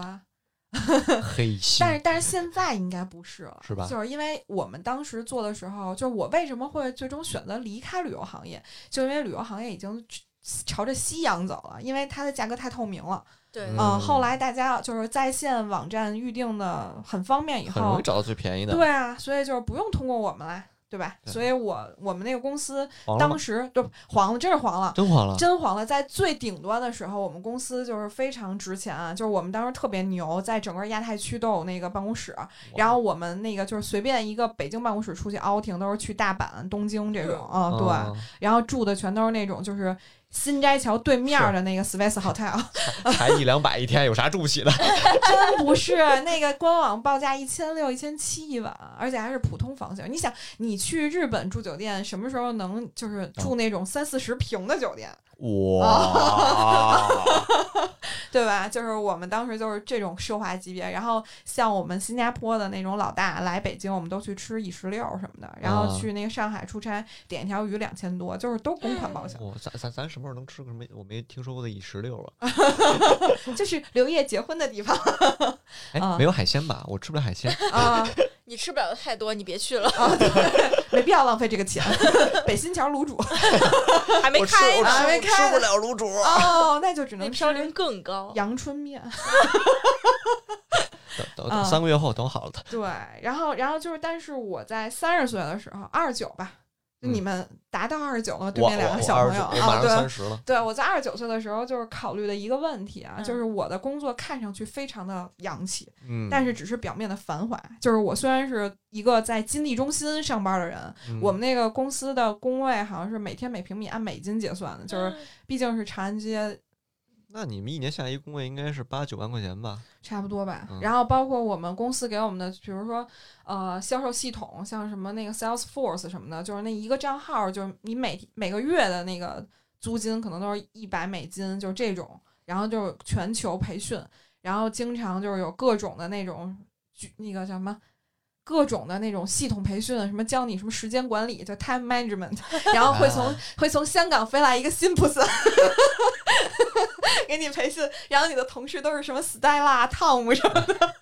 [SPEAKER 2] 黑心
[SPEAKER 3] 但是但是现在应该不是了，
[SPEAKER 2] 是吧
[SPEAKER 3] 就是因为我们当时做的时候，就是我为什么会最终选择离开旅游行业，就因为旅游行业已经去朝着夕阳走了，因为它的价格太透明了，
[SPEAKER 4] 对，
[SPEAKER 2] 嗯
[SPEAKER 3] 嗯，后来大家就是在线网站预定的很方便，以
[SPEAKER 2] 很容
[SPEAKER 3] 后
[SPEAKER 2] 易找到最便宜的。
[SPEAKER 3] 对啊，所以就是不用通过我们啦，对吧？
[SPEAKER 2] 对
[SPEAKER 3] 所以我我们那个公司
[SPEAKER 2] 黄了吗
[SPEAKER 3] 当时就黄了，真是黄了。
[SPEAKER 2] 真黄了，
[SPEAKER 3] 真黄了，在最顶端的时候，我们公司就是非常值钱啊，就是我们当时特别牛，在整个亚太区都有那个办公室，然后我们那个就是随便一个北京办公室出去 outing 都是去大阪、东京这种啊、对，
[SPEAKER 2] 啊
[SPEAKER 3] 然后住的全都是那种就是新斋桥对面
[SPEAKER 2] 是
[SPEAKER 3] 的那个 Space Hotel，
[SPEAKER 2] 嗯才一两百一天，有啥住不起的？
[SPEAKER 3] 真不是那个官网报价一千六、一千七一晚，而且还是普通房型。你想，你去日本住酒店，什么时候能就是住那种三四十平的酒店？哦
[SPEAKER 2] 哇，
[SPEAKER 3] 对吧？就是我们当时就是这种奢华级别，然后像我们新加坡的那种老大来北京，我们都去吃一十六什么的，然
[SPEAKER 2] 啊
[SPEAKER 3] 后去那个上海出差点一条鱼两千多，就是都公款报销。
[SPEAKER 2] 我咱咱咱什么时候能吃个什么？我没听说过的饮食六啊！
[SPEAKER 3] 就是刘烨结婚的地方
[SPEAKER 2] 哎，
[SPEAKER 3] 啊
[SPEAKER 2] 没有海鲜吧？我吃不了海鲜。
[SPEAKER 3] 啊
[SPEAKER 4] 你吃不了太多，你别去了，
[SPEAKER 3] 啊，对，没必要浪费这个钱。北新桥卤煮
[SPEAKER 4] 还没
[SPEAKER 2] 我吃
[SPEAKER 4] 开
[SPEAKER 2] 我
[SPEAKER 4] 呢。
[SPEAKER 3] 还没
[SPEAKER 2] 吃
[SPEAKER 3] 开
[SPEAKER 2] 不
[SPEAKER 3] 呢
[SPEAKER 2] 了卤煮。
[SPEAKER 3] 哦，那就只
[SPEAKER 4] 那
[SPEAKER 3] 能吃
[SPEAKER 4] 嘌呤更高，
[SPEAKER 3] 阳春面。
[SPEAKER 2] 等等
[SPEAKER 3] 啊
[SPEAKER 2] 等，三个月后等好了。
[SPEAKER 3] 对，然后然后就是，但是我在三十岁的时候，二十九吧，就
[SPEAKER 2] 嗯
[SPEAKER 3] 你们达到二十九了，对
[SPEAKER 2] 我
[SPEAKER 3] 面两
[SPEAKER 2] 我
[SPEAKER 3] 个
[SPEAKER 2] 我
[SPEAKER 3] 小
[SPEAKER 2] 二
[SPEAKER 3] 朋
[SPEAKER 2] 十
[SPEAKER 3] 友
[SPEAKER 2] 九我马
[SPEAKER 3] 啊，
[SPEAKER 2] 上
[SPEAKER 3] 对
[SPEAKER 2] 三，十了。
[SPEAKER 3] 对，我在二十九岁的时候，就是考虑的一个问题啊，
[SPEAKER 4] 嗯
[SPEAKER 3] 就是我的工作看上去非常的洋气，
[SPEAKER 2] 嗯，
[SPEAKER 3] 但是只是表面的繁华。就是我虽然是一个在金地中心上班的人，
[SPEAKER 2] 嗯
[SPEAKER 3] 我们那个公司的工位好像是每天每平米按美金结算的，
[SPEAKER 4] 嗯
[SPEAKER 3] 就是毕竟是长安街
[SPEAKER 2] 那你们一年下来一工位应该是八九万块钱吧？
[SPEAKER 3] 差不多吧。
[SPEAKER 2] 嗯
[SPEAKER 3] 然后包括我们公司给我们的，比如说呃销售系统，像什么那个 Salesforce 什么的，就是那一个账号，就是你每每个月的那个租金可能都是一百美金，就是这种。然后就是全球培训，然后经常就是有各种的那种举那个叫什么。各种的那种系统培训，什么教你什么时间管理，叫 time management，然 后会从、
[SPEAKER 2] 啊
[SPEAKER 3] 会从香港飞来一个辛普森，给你培训，啊 然后你的同事都是什么 Stella、Tom 什么的，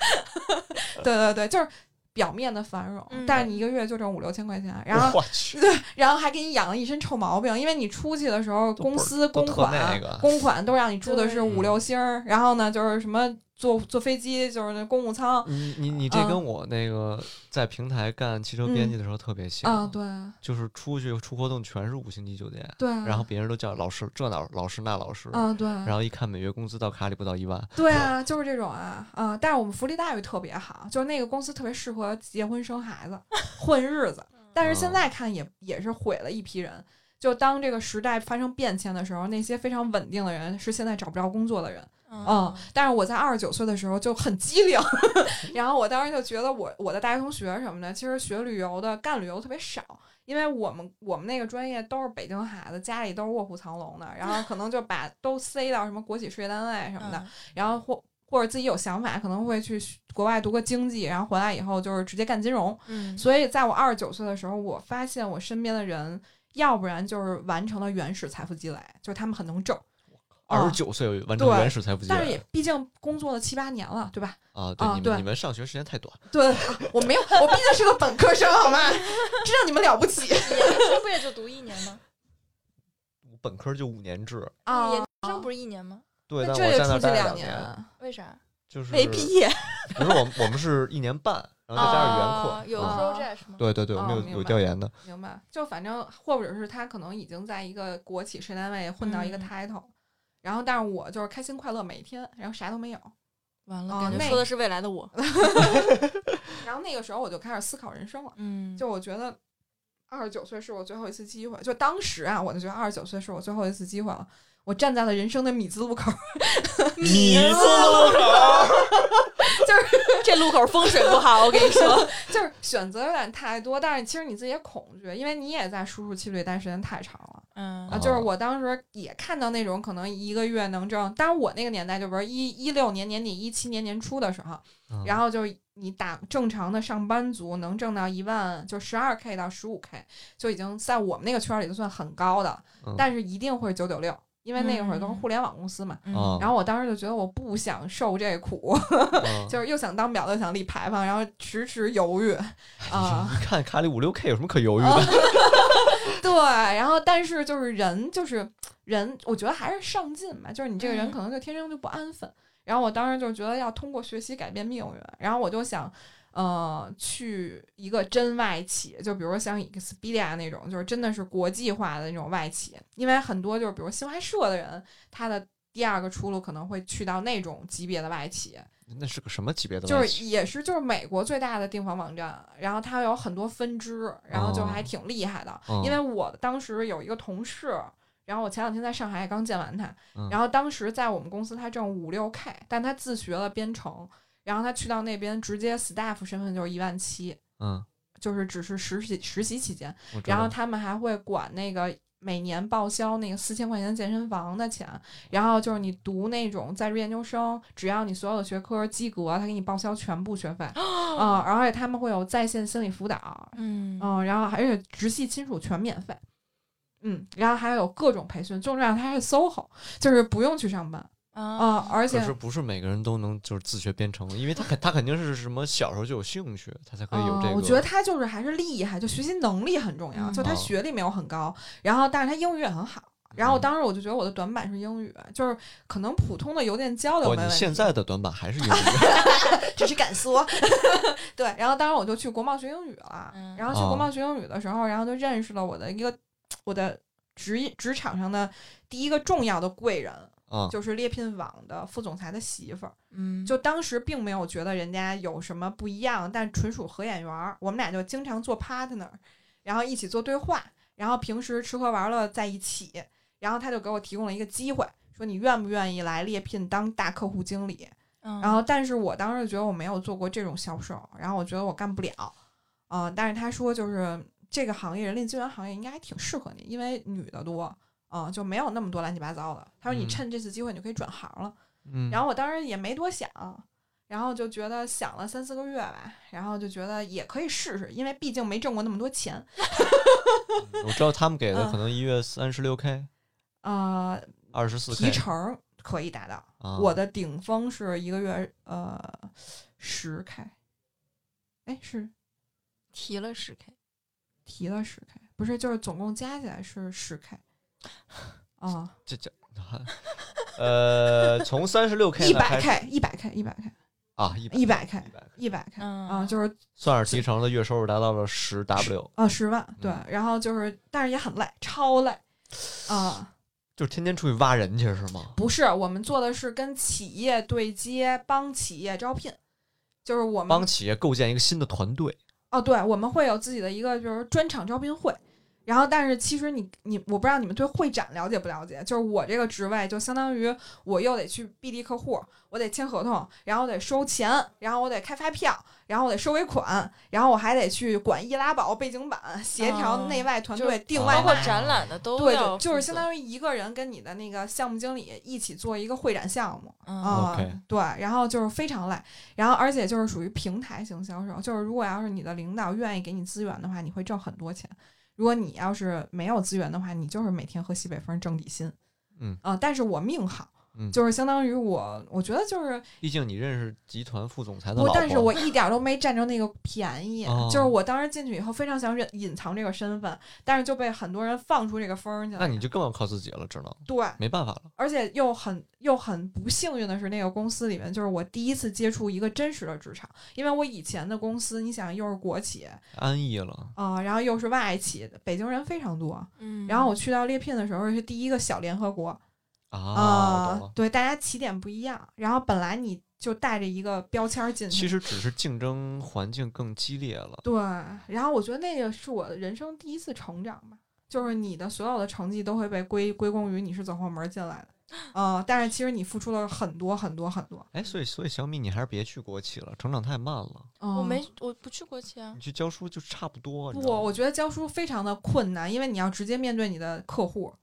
[SPEAKER 3] 对对对，就是。表面的繁荣，
[SPEAKER 4] 嗯
[SPEAKER 3] 但是你一个月就挣五六千块钱，然 后
[SPEAKER 2] 我去，
[SPEAKER 3] 然后还给你养了一身臭毛病，因为你出去的时候，
[SPEAKER 2] 都
[SPEAKER 3] 公
[SPEAKER 2] 不是
[SPEAKER 3] 司
[SPEAKER 2] 都
[SPEAKER 3] 公
[SPEAKER 2] 特那
[SPEAKER 3] 款
[SPEAKER 2] 个
[SPEAKER 3] 公款都让你住的是
[SPEAKER 4] 对
[SPEAKER 3] 五六星儿，然后呢就是什么坐坐飞机就是那公务舱
[SPEAKER 2] 你你你这
[SPEAKER 3] 嗯
[SPEAKER 2] 跟我那个在平台干汽车编辑的时候特别像
[SPEAKER 3] 啊，对
[SPEAKER 2] 就是出去出活动全是五星级酒店，
[SPEAKER 3] 对，
[SPEAKER 2] 然后别人都叫老师这老老师那老师，
[SPEAKER 3] 啊 对，
[SPEAKER 2] 然后一看每月工资到卡里不到一万，
[SPEAKER 3] 对啊，就是这种啊啊、但是我们福利待遇特别好，就是那个公司特别适合结婚生孩子 混日子。但是现在看也也是毁了一批人。就当这个时代发生变迁的时候，那些非常稳定的人是现在找不着工作的人。嗯，但是我在二十九岁的时候就很机灵， 然后我当时就觉得我我的大学同学什么的，其实学旅游的干旅游特别少，因为我们我们那个专业都是北京孩子，家里都是卧虎藏龙的，然后可能就把都塞到什么国企事业单位什么的，
[SPEAKER 4] 嗯
[SPEAKER 3] 然后或或者自己有想法，可能会去学国外读个经济，然后回来以后就是直接干金融。
[SPEAKER 4] 嗯，
[SPEAKER 3] 所以在我二十九岁的时候，我发现我身边的人，要不然就是完成了原始财富积累，就是他们很能挣，
[SPEAKER 2] 二
[SPEAKER 3] 啊
[SPEAKER 2] 十九岁完成
[SPEAKER 3] 对
[SPEAKER 2] 原始财富积
[SPEAKER 3] 但是也
[SPEAKER 2] 累
[SPEAKER 3] 毕竟工作了七八年了，对吧？
[SPEAKER 2] 啊！对
[SPEAKER 3] 啊
[SPEAKER 2] 你
[SPEAKER 3] 对
[SPEAKER 2] 们你们上学时间太短，
[SPEAKER 3] 对， 我没有，我毕竟是个本科生，好吗？ 知道你们了不起
[SPEAKER 4] 研究生不也就读一年 吗？
[SPEAKER 2] 我本科就五年制，
[SPEAKER 3] 啊！
[SPEAKER 4] 研究生不是一年吗？
[SPEAKER 2] 对，但
[SPEAKER 3] 这
[SPEAKER 2] 我
[SPEAKER 3] 也
[SPEAKER 2] 在那
[SPEAKER 3] 出
[SPEAKER 2] 儿
[SPEAKER 3] 去
[SPEAKER 2] 待了
[SPEAKER 3] 年
[SPEAKER 2] 年，
[SPEAKER 4] 为啥？
[SPEAKER 2] 就是
[SPEAKER 4] 没毕业，
[SPEAKER 2] 不是我们我们是一年半，然后再加上
[SPEAKER 4] 啊
[SPEAKER 2] 元
[SPEAKER 4] 有
[SPEAKER 2] 课，啊
[SPEAKER 4] project 吗？
[SPEAKER 2] 对对对，我们
[SPEAKER 3] 哦
[SPEAKER 2] 有
[SPEAKER 3] 明
[SPEAKER 2] 有
[SPEAKER 3] 白
[SPEAKER 2] 调研 的，
[SPEAKER 3] 明白，就反正或者是他可能已经在一个国企事业单位混到一个
[SPEAKER 4] 嗯
[SPEAKER 3] title，、然后但是我就是开心快乐每一天，然后啥都没有。
[SPEAKER 4] 完了，
[SPEAKER 3] 哦
[SPEAKER 4] 感觉
[SPEAKER 3] 那
[SPEAKER 4] 说的是未来的 我。
[SPEAKER 3] 然后那个时候我就开始思考人生了，
[SPEAKER 4] 嗯，
[SPEAKER 3] 就我觉得二十九岁是我最后一次机会，就当时啊，我就觉得二十九岁是我最后一次机会了。我站在了人生的米字路口，
[SPEAKER 2] 你做
[SPEAKER 4] 这路口风水不好，我跟你说。
[SPEAKER 3] 就是选择有点太多，但是其实你自己也恐惧，因为你也在舒适区里待时间太长了。
[SPEAKER 4] 嗯
[SPEAKER 3] 啊，就是我当时也看到那种可能一个月能挣，当然我那个年代就不是一一六年年底一七年年初的时候，
[SPEAKER 2] 嗯
[SPEAKER 3] 然后就是你打正常的上班族能挣到一万，就十二 k 到十五 k，就已经在我们那个圈儿里就算很高的，
[SPEAKER 2] 嗯
[SPEAKER 3] 但是一定会九九六，因为那会儿都是
[SPEAKER 4] 嗯
[SPEAKER 3] 互联网公司嘛。
[SPEAKER 2] 啊，
[SPEAKER 3] 然后我当时就觉得我不想受这苦，
[SPEAKER 2] 后
[SPEAKER 3] 就是又想当婊子，又想立牌坊，然后迟迟犹豫啊。
[SPEAKER 2] 一看卡里五六 K 有什么可犹豫
[SPEAKER 3] 哦
[SPEAKER 2] 的？
[SPEAKER 3] 对，然后但是就是人就是人，我觉得还是上进吧，就是你这个人
[SPEAKER 4] 嗯
[SPEAKER 3] 可能就天生就不安分。然后我当时就觉得要通过学习改变命运，然后我就想。呃，去一个真外企，就比如像 Expedia 那种，就是真的是国际化的那种外企，因为很多就是比如新华社的人，他的第二个出路可能会去到那种级别的外企，
[SPEAKER 2] 那是个什么级别的
[SPEAKER 3] 就
[SPEAKER 2] 外
[SPEAKER 3] 是
[SPEAKER 2] 企？
[SPEAKER 3] 也是就是美国最大的订房网站，然后它有很多分支，然后就还挺厉害的。
[SPEAKER 2] 哦
[SPEAKER 3] 因为我当时有一个同事，然后我前两天在上海也刚见完他，
[SPEAKER 2] 嗯
[SPEAKER 3] 然后当时在我们公司他挣五六 K，但他自学了编程，然后他去到那边直接 staff 身份就是一万七，
[SPEAKER 2] 嗯，
[SPEAKER 3] 就是只是实习实习期间，
[SPEAKER 2] 我知
[SPEAKER 3] 然后
[SPEAKER 2] 道
[SPEAKER 3] 他们还会管那个。每年报销那个四千块钱健身房的钱，然后就是你读那种在职研究生，只要你所有的学科及格，他给你报销全部学费。
[SPEAKER 2] 哦
[SPEAKER 3] 嗯，然后而且他们会有在线心理辅导，
[SPEAKER 4] 啊嗯
[SPEAKER 3] 嗯，然后还有直系亲属全免费，嗯，然后还有各种培训，最重要的它还是 SOHO，就是不用去上班啊、
[SPEAKER 4] 啊，
[SPEAKER 3] 而
[SPEAKER 2] 哦可
[SPEAKER 3] 且
[SPEAKER 2] 是不是每个人都能就是自学编程的，因为他肯他肯定是什么小时候就有兴趣，他才可以有
[SPEAKER 3] 嗯
[SPEAKER 2] 这个。
[SPEAKER 3] 我觉得他就是还是厉害，就学习能力很重要，
[SPEAKER 4] 嗯
[SPEAKER 3] 就他
[SPEAKER 2] 哦
[SPEAKER 3] 学历没有很高，然后但是他英语也很好。然
[SPEAKER 2] 嗯
[SPEAKER 3] 后当时我就觉得我的短板是英语，就是可能普通的邮件交流
[SPEAKER 2] 哇，
[SPEAKER 3] 没问
[SPEAKER 2] 哦你
[SPEAKER 3] 题，
[SPEAKER 2] 现在的短板还是英 语
[SPEAKER 3] 只是敢说。对，然后当时我就去国贸学英语了，
[SPEAKER 4] 嗯
[SPEAKER 3] 然后去国
[SPEAKER 2] 哦
[SPEAKER 3] 贸学英语的时候，然后就认识了我的一个我的职业职场上的第一个重要的贵人，
[SPEAKER 2] 啊？
[SPEAKER 3] 就是猎聘网的副总裁的媳妇儿。
[SPEAKER 4] 嗯，
[SPEAKER 3] 就当时并没有觉得人家有什么不一样，但纯属合眼缘儿。我们俩就经常做 partner，然后一起做对话，然后平时吃喝玩乐在一起。然后他就给我提供了一个机会，说你愿不愿意来猎聘当大客户经理？然
[SPEAKER 4] 然
[SPEAKER 3] 后，但是我当时觉得我没有做过这种销售，然后我觉得我干不了，啊、但是他说就是这个行业，人力资源行业应该还挺适合你，因为女的多，啊、就没有那么多乱七八糟的。他说你
[SPEAKER 2] 嗯
[SPEAKER 3] 趁这次机会，你就可以转行了。
[SPEAKER 2] 嗯，
[SPEAKER 3] 然
[SPEAKER 2] 后
[SPEAKER 3] 后我当时也没多想，然后就觉得想了三四个月吧，然后就觉得也可以试试，因为毕竟没挣过那么多钱，
[SPEAKER 2] 我知道他们给的
[SPEAKER 3] 嗯
[SPEAKER 2] 可能一月三十六 K、
[SPEAKER 3] 呃，
[SPEAKER 2] 二十四
[SPEAKER 3] 提
[SPEAKER 2] K，
[SPEAKER 3] 成儿可以达到。
[SPEAKER 2] 啊
[SPEAKER 3] 我的顶峰是一个月呃十 K，哎，是
[SPEAKER 4] 提了十 K，
[SPEAKER 3] 提了十 K，不是，就是总共加起来是十 K 啊，
[SPEAKER 2] 这这，
[SPEAKER 5] 呃，从三十六 K
[SPEAKER 3] 一百 K，一百 K，一百 K，
[SPEAKER 2] 啊，一
[SPEAKER 3] 一百 K，
[SPEAKER 2] 一百
[SPEAKER 3] 一百 K
[SPEAKER 4] 嗯
[SPEAKER 3] 啊，就是
[SPEAKER 5] 算是提成的月收入达到了十 W，
[SPEAKER 3] 啊十万，对
[SPEAKER 2] 嗯，
[SPEAKER 3] 然后就是，但是也很累，超 累啊。
[SPEAKER 5] 就是天天出去挖人去是吗？
[SPEAKER 3] 不是，我们做的是跟企业对接，帮企业招聘，就是我
[SPEAKER 5] 帮
[SPEAKER 3] 们
[SPEAKER 5] 企业构建一个新的团队，
[SPEAKER 3] 哦，对，我们会有自己的一个就是专场招聘会。然后，但是其实你你，我不知道你们对会展了解不了解？就是我这个职位，就相当于我又得去 BD 客户，我得签合同，然后我得收钱，然后我得开发票，然后我得收尾款，然后我还得去管易拉宝背景板，协调
[SPEAKER 4] 哦
[SPEAKER 3] 内外团
[SPEAKER 4] 就是
[SPEAKER 3] 队、定外
[SPEAKER 5] 哦
[SPEAKER 4] 包括
[SPEAKER 3] 卖
[SPEAKER 4] 展览的都
[SPEAKER 3] 对
[SPEAKER 4] 要
[SPEAKER 3] 对，就是
[SPEAKER 4] 负
[SPEAKER 3] 相
[SPEAKER 4] 责
[SPEAKER 3] 当于一个人跟你的那个项目经理一起做一个会展项目
[SPEAKER 4] 嗯
[SPEAKER 3] 啊、
[SPEAKER 5] OK
[SPEAKER 3] 对，然后就是非常累，然后而且就是属于平台型销售，就是如果要是你的领导愿意给你资源的话，你会挣很多钱；如果你要是没有资源的话，你就是每天喝西北风挣底薪。
[SPEAKER 2] 嗯
[SPEAKER 3] 啊、但是我命好，
[SPEAKER 2] 嗯
[SPEAKER 3] 就是相当于我，我觉得就是
[SPEAKER 2] 毕竟你认识集团副总裁的老
[SPEAKER 3] 我，
[SPEAKER 2] 婆，
[SPEAKER 3] 但是我一点儿都没占着那个便宜。
[SPEAKER 2] 哦
[SPEAKER 3] 就是我当时进去以后，非常想忍隐藏这个身份，但是就被很多人放出这个风儿去了。
[SPEAKER 2] 那你就更要靠自己了，只能
[SPEAKER 3] 对，
[SPEAKER 2] 没办法了。
[SPEAKER 3] 而且又很又很不幸运的是，那个公司里面就是我第一次接触一个真实的职场，因为我以前的公司，你想又是国企
[SPEAKER 2] 安逸了，
[SPEAKER 3] 啊、然后又是外企，北京人非常多。
[SPEAKER 4] 嗯，
[SPEAKER 3] 然后我去到猎聘的时候是第一个小联合国
[SPEAKER 2] 啊，我
[SPEAKER 3] 啊、
[SPEAKER 2] 懂了。
[SPEAKER 3] 对，大家起点不一样。然后本来你就带着一个标签儿进去，
[SPEAKER 2] 其实只是竞争环境更激烈了，
[SPEAKER 3] 对，然后我觉得那个是我人生第一次成长吧，就是你的所有的成绩都会被归归功于你是走后门进来的，呃，但是其实你付出了很多很多很多。
[SPEAKER 2] 哎，所以所以小米你还是别去国企了，成长太慢了。
[SPEAKER 4] 我
[SPEAKER 3] 我
[SPEAKER 4] 没我不去国企啊
[SPEAKER 3] 嗯
[SPEAKER 2] 你，去教书就差不多。你知
[SPEAKER 3] 不，
[SPEAKER 2] 道吗
[SPEAKER 3] 我觉得教书非常的困难，因为你要直接面对你的客户，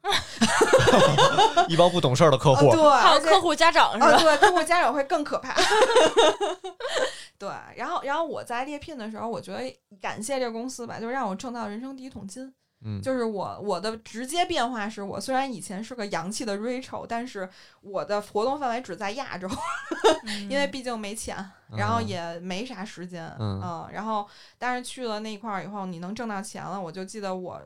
[SPEAKER 5] 一帮不懂事儿的客
[SPEAKER 2] 哦
[SPEAKER 3] 啊
[SPEAKER 5] 户，
[SPEAKER 3] 对，
[SPEAKER 4] 还有
[SPEAKER 3] 而且
[SPEAKER 4] 客户家长是
[SPEAKER 3] 啊，
[SPEAKER 4] 吧？
[SPEAKER 3] 对，客户家长会更可怕。 对，然后，然后我在猎聘的时候，我觉得感谢这个公司吧，就让我挣到人生第一桶金。
[SPEAKER 2] 嗯，
[SPEAKER 3] 就是我我的直接变化是我虽然以前是个洋气的 Rachel，但是我的活动范围只在亚洲，
[SPEAKER 4] 嗯
[SPEAKER 3] 因为毕竟没钱，然后
[SPEAKER 2] 嗯
[SPEAKER 3] 也没啥时间，
[SPEAKER 2] 嗯
[SPEAKER 3] 然后但是去了那块儿以后，你能挣到钱了。我就记得我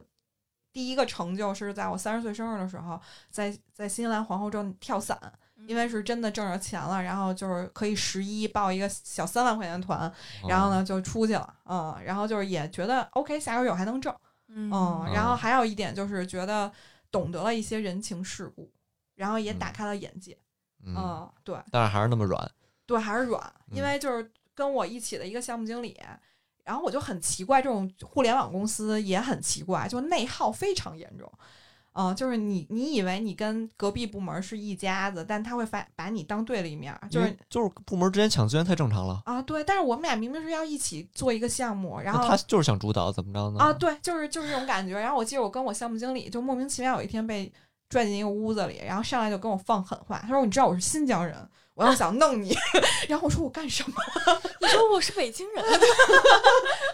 [SPEAKER 3] 第一个成就是在我三十岁生日的时候，在在新西兰皇后镇跳伞，因为是真的挣着钱了，然后就是可以十一报一个小三万块钱的团，
[SPEAKER 2] 哦
[SPEAKER 3] 然后呢就出去了，嗯，然后就是也觉得 OK，下手有还能挣。嗯，然后
[SPEAKER 2] 嗯
[SPEAKER 3] 还有一点就是觉得懂得了一些人情世故，然后也打
[SPEAKER 2] 嗯
[SPEAKER 3] 开了眼界。
[SPEAKER 2] 嗯，
[SPEAKER 3] 嗯，对
[SPEAKER 5] 但是还是那么软。
[SPEAKER 3] 对，还是软，因
[SPEAKER 2] 嗯
[SPEAKER 3] 为就是跟我一起的一个项目经理，然后我就很奇怪，这种互联网公司也很奇怪，就内耗非常严重。嗯，就是你，你以为你跟隔壁部门是一家子，但他会把把你当对立面儿，就
[SPEAKER 2] 因为
[SPEAKER 3] 是
[SPEAKER 2] 就是部门之间抢资源太正常了。
[SPEAKER 3] 啊，对。但是我们俩明明是要一起做一个项目，然
[SPEAKER 2] 那
[SPEAKER 3] 后
[SPEAKER 2] 他就是想主导，怎么着呢？
[SPEAKER 3] 啊，对，就是就是这种感觉。然后我记得我跟我项目经理就莫名其妙有一天被拽进一个屋子里，然后上来就跟我放狠话，他说：“你知道我是新疆人，我要想弄你。 然后我说：“我干什么？
[SPEAKER 4] 你说我是北京 人，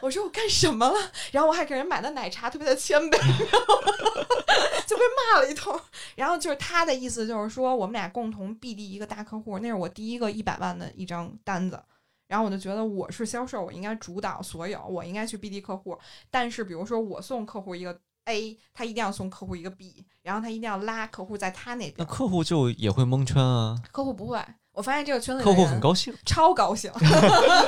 [SPEAKER 3] 我说我干什么了？”然后我还给人买的奶茶特别的谦卑，然后 就被骂了一通。然后就是他的意思就是说，我们俩共同 BD 一个大客户，那是我第一个一百万的一张单子。然后我就觉得我是销售，我应该主导所有，我应该去 BD 客户。但是比如说我送客户一个 A，他一定要送客户一个 B，然后他一定要拉客户在他那
[SPEAKER 2] 那
[SPEAKER 3] 边。
[SPEAKER 2] 客户就也会蒙圈啊，
[SPEAKER 3] 客户不会，我发现这个圈子里
[SPEAKER 2] 客
[SPEAKER 3] 的
[SPEAKER 2] 户
[SPEAKER 3] 人
[SPEAKER 2] 很高兴。
[SPEAKER 3] 超高兴。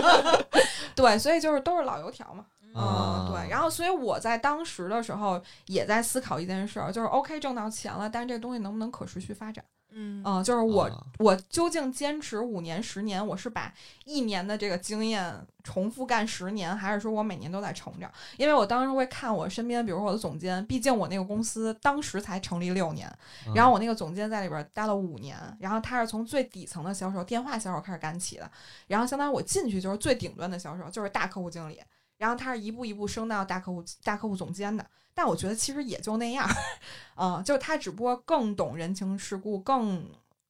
[SPEAKER 3] 对，所以就是都是老油条嘛。嗯，
[SPEAKER 2] 啊
[SPEAKER 3] 对，然后所以我在当时的时候也在思考一件事儿，就是 OK 挣到钱了，但是这东西能不能可持续发展？
[SPEAKER 4] 嗯
[SPEAKER 3] 嗯，就是我、
[SPEAKER 2] 啊
[SPEAKER 3] 我究竟坚持五年、十年，我是把一年的这个经验重复干十年，还是说我每年都在成长？因为我当时会看我身边，比如说我的总监，毕竟我那个公司当时才成立六年，
[SPEAKER 2] 嗯
[SPEAKER 3] 然后我那个总监在里边待了五年，然后他是从最底层的销售、电话销售开始干起的，然后相当于我进去就是最顶端的销售，就是大客户经理。然后他是一步一步升到大客户大客户总监的，但我觉得其实也就那样， 嗯，就是他只不过更懂人情世故，更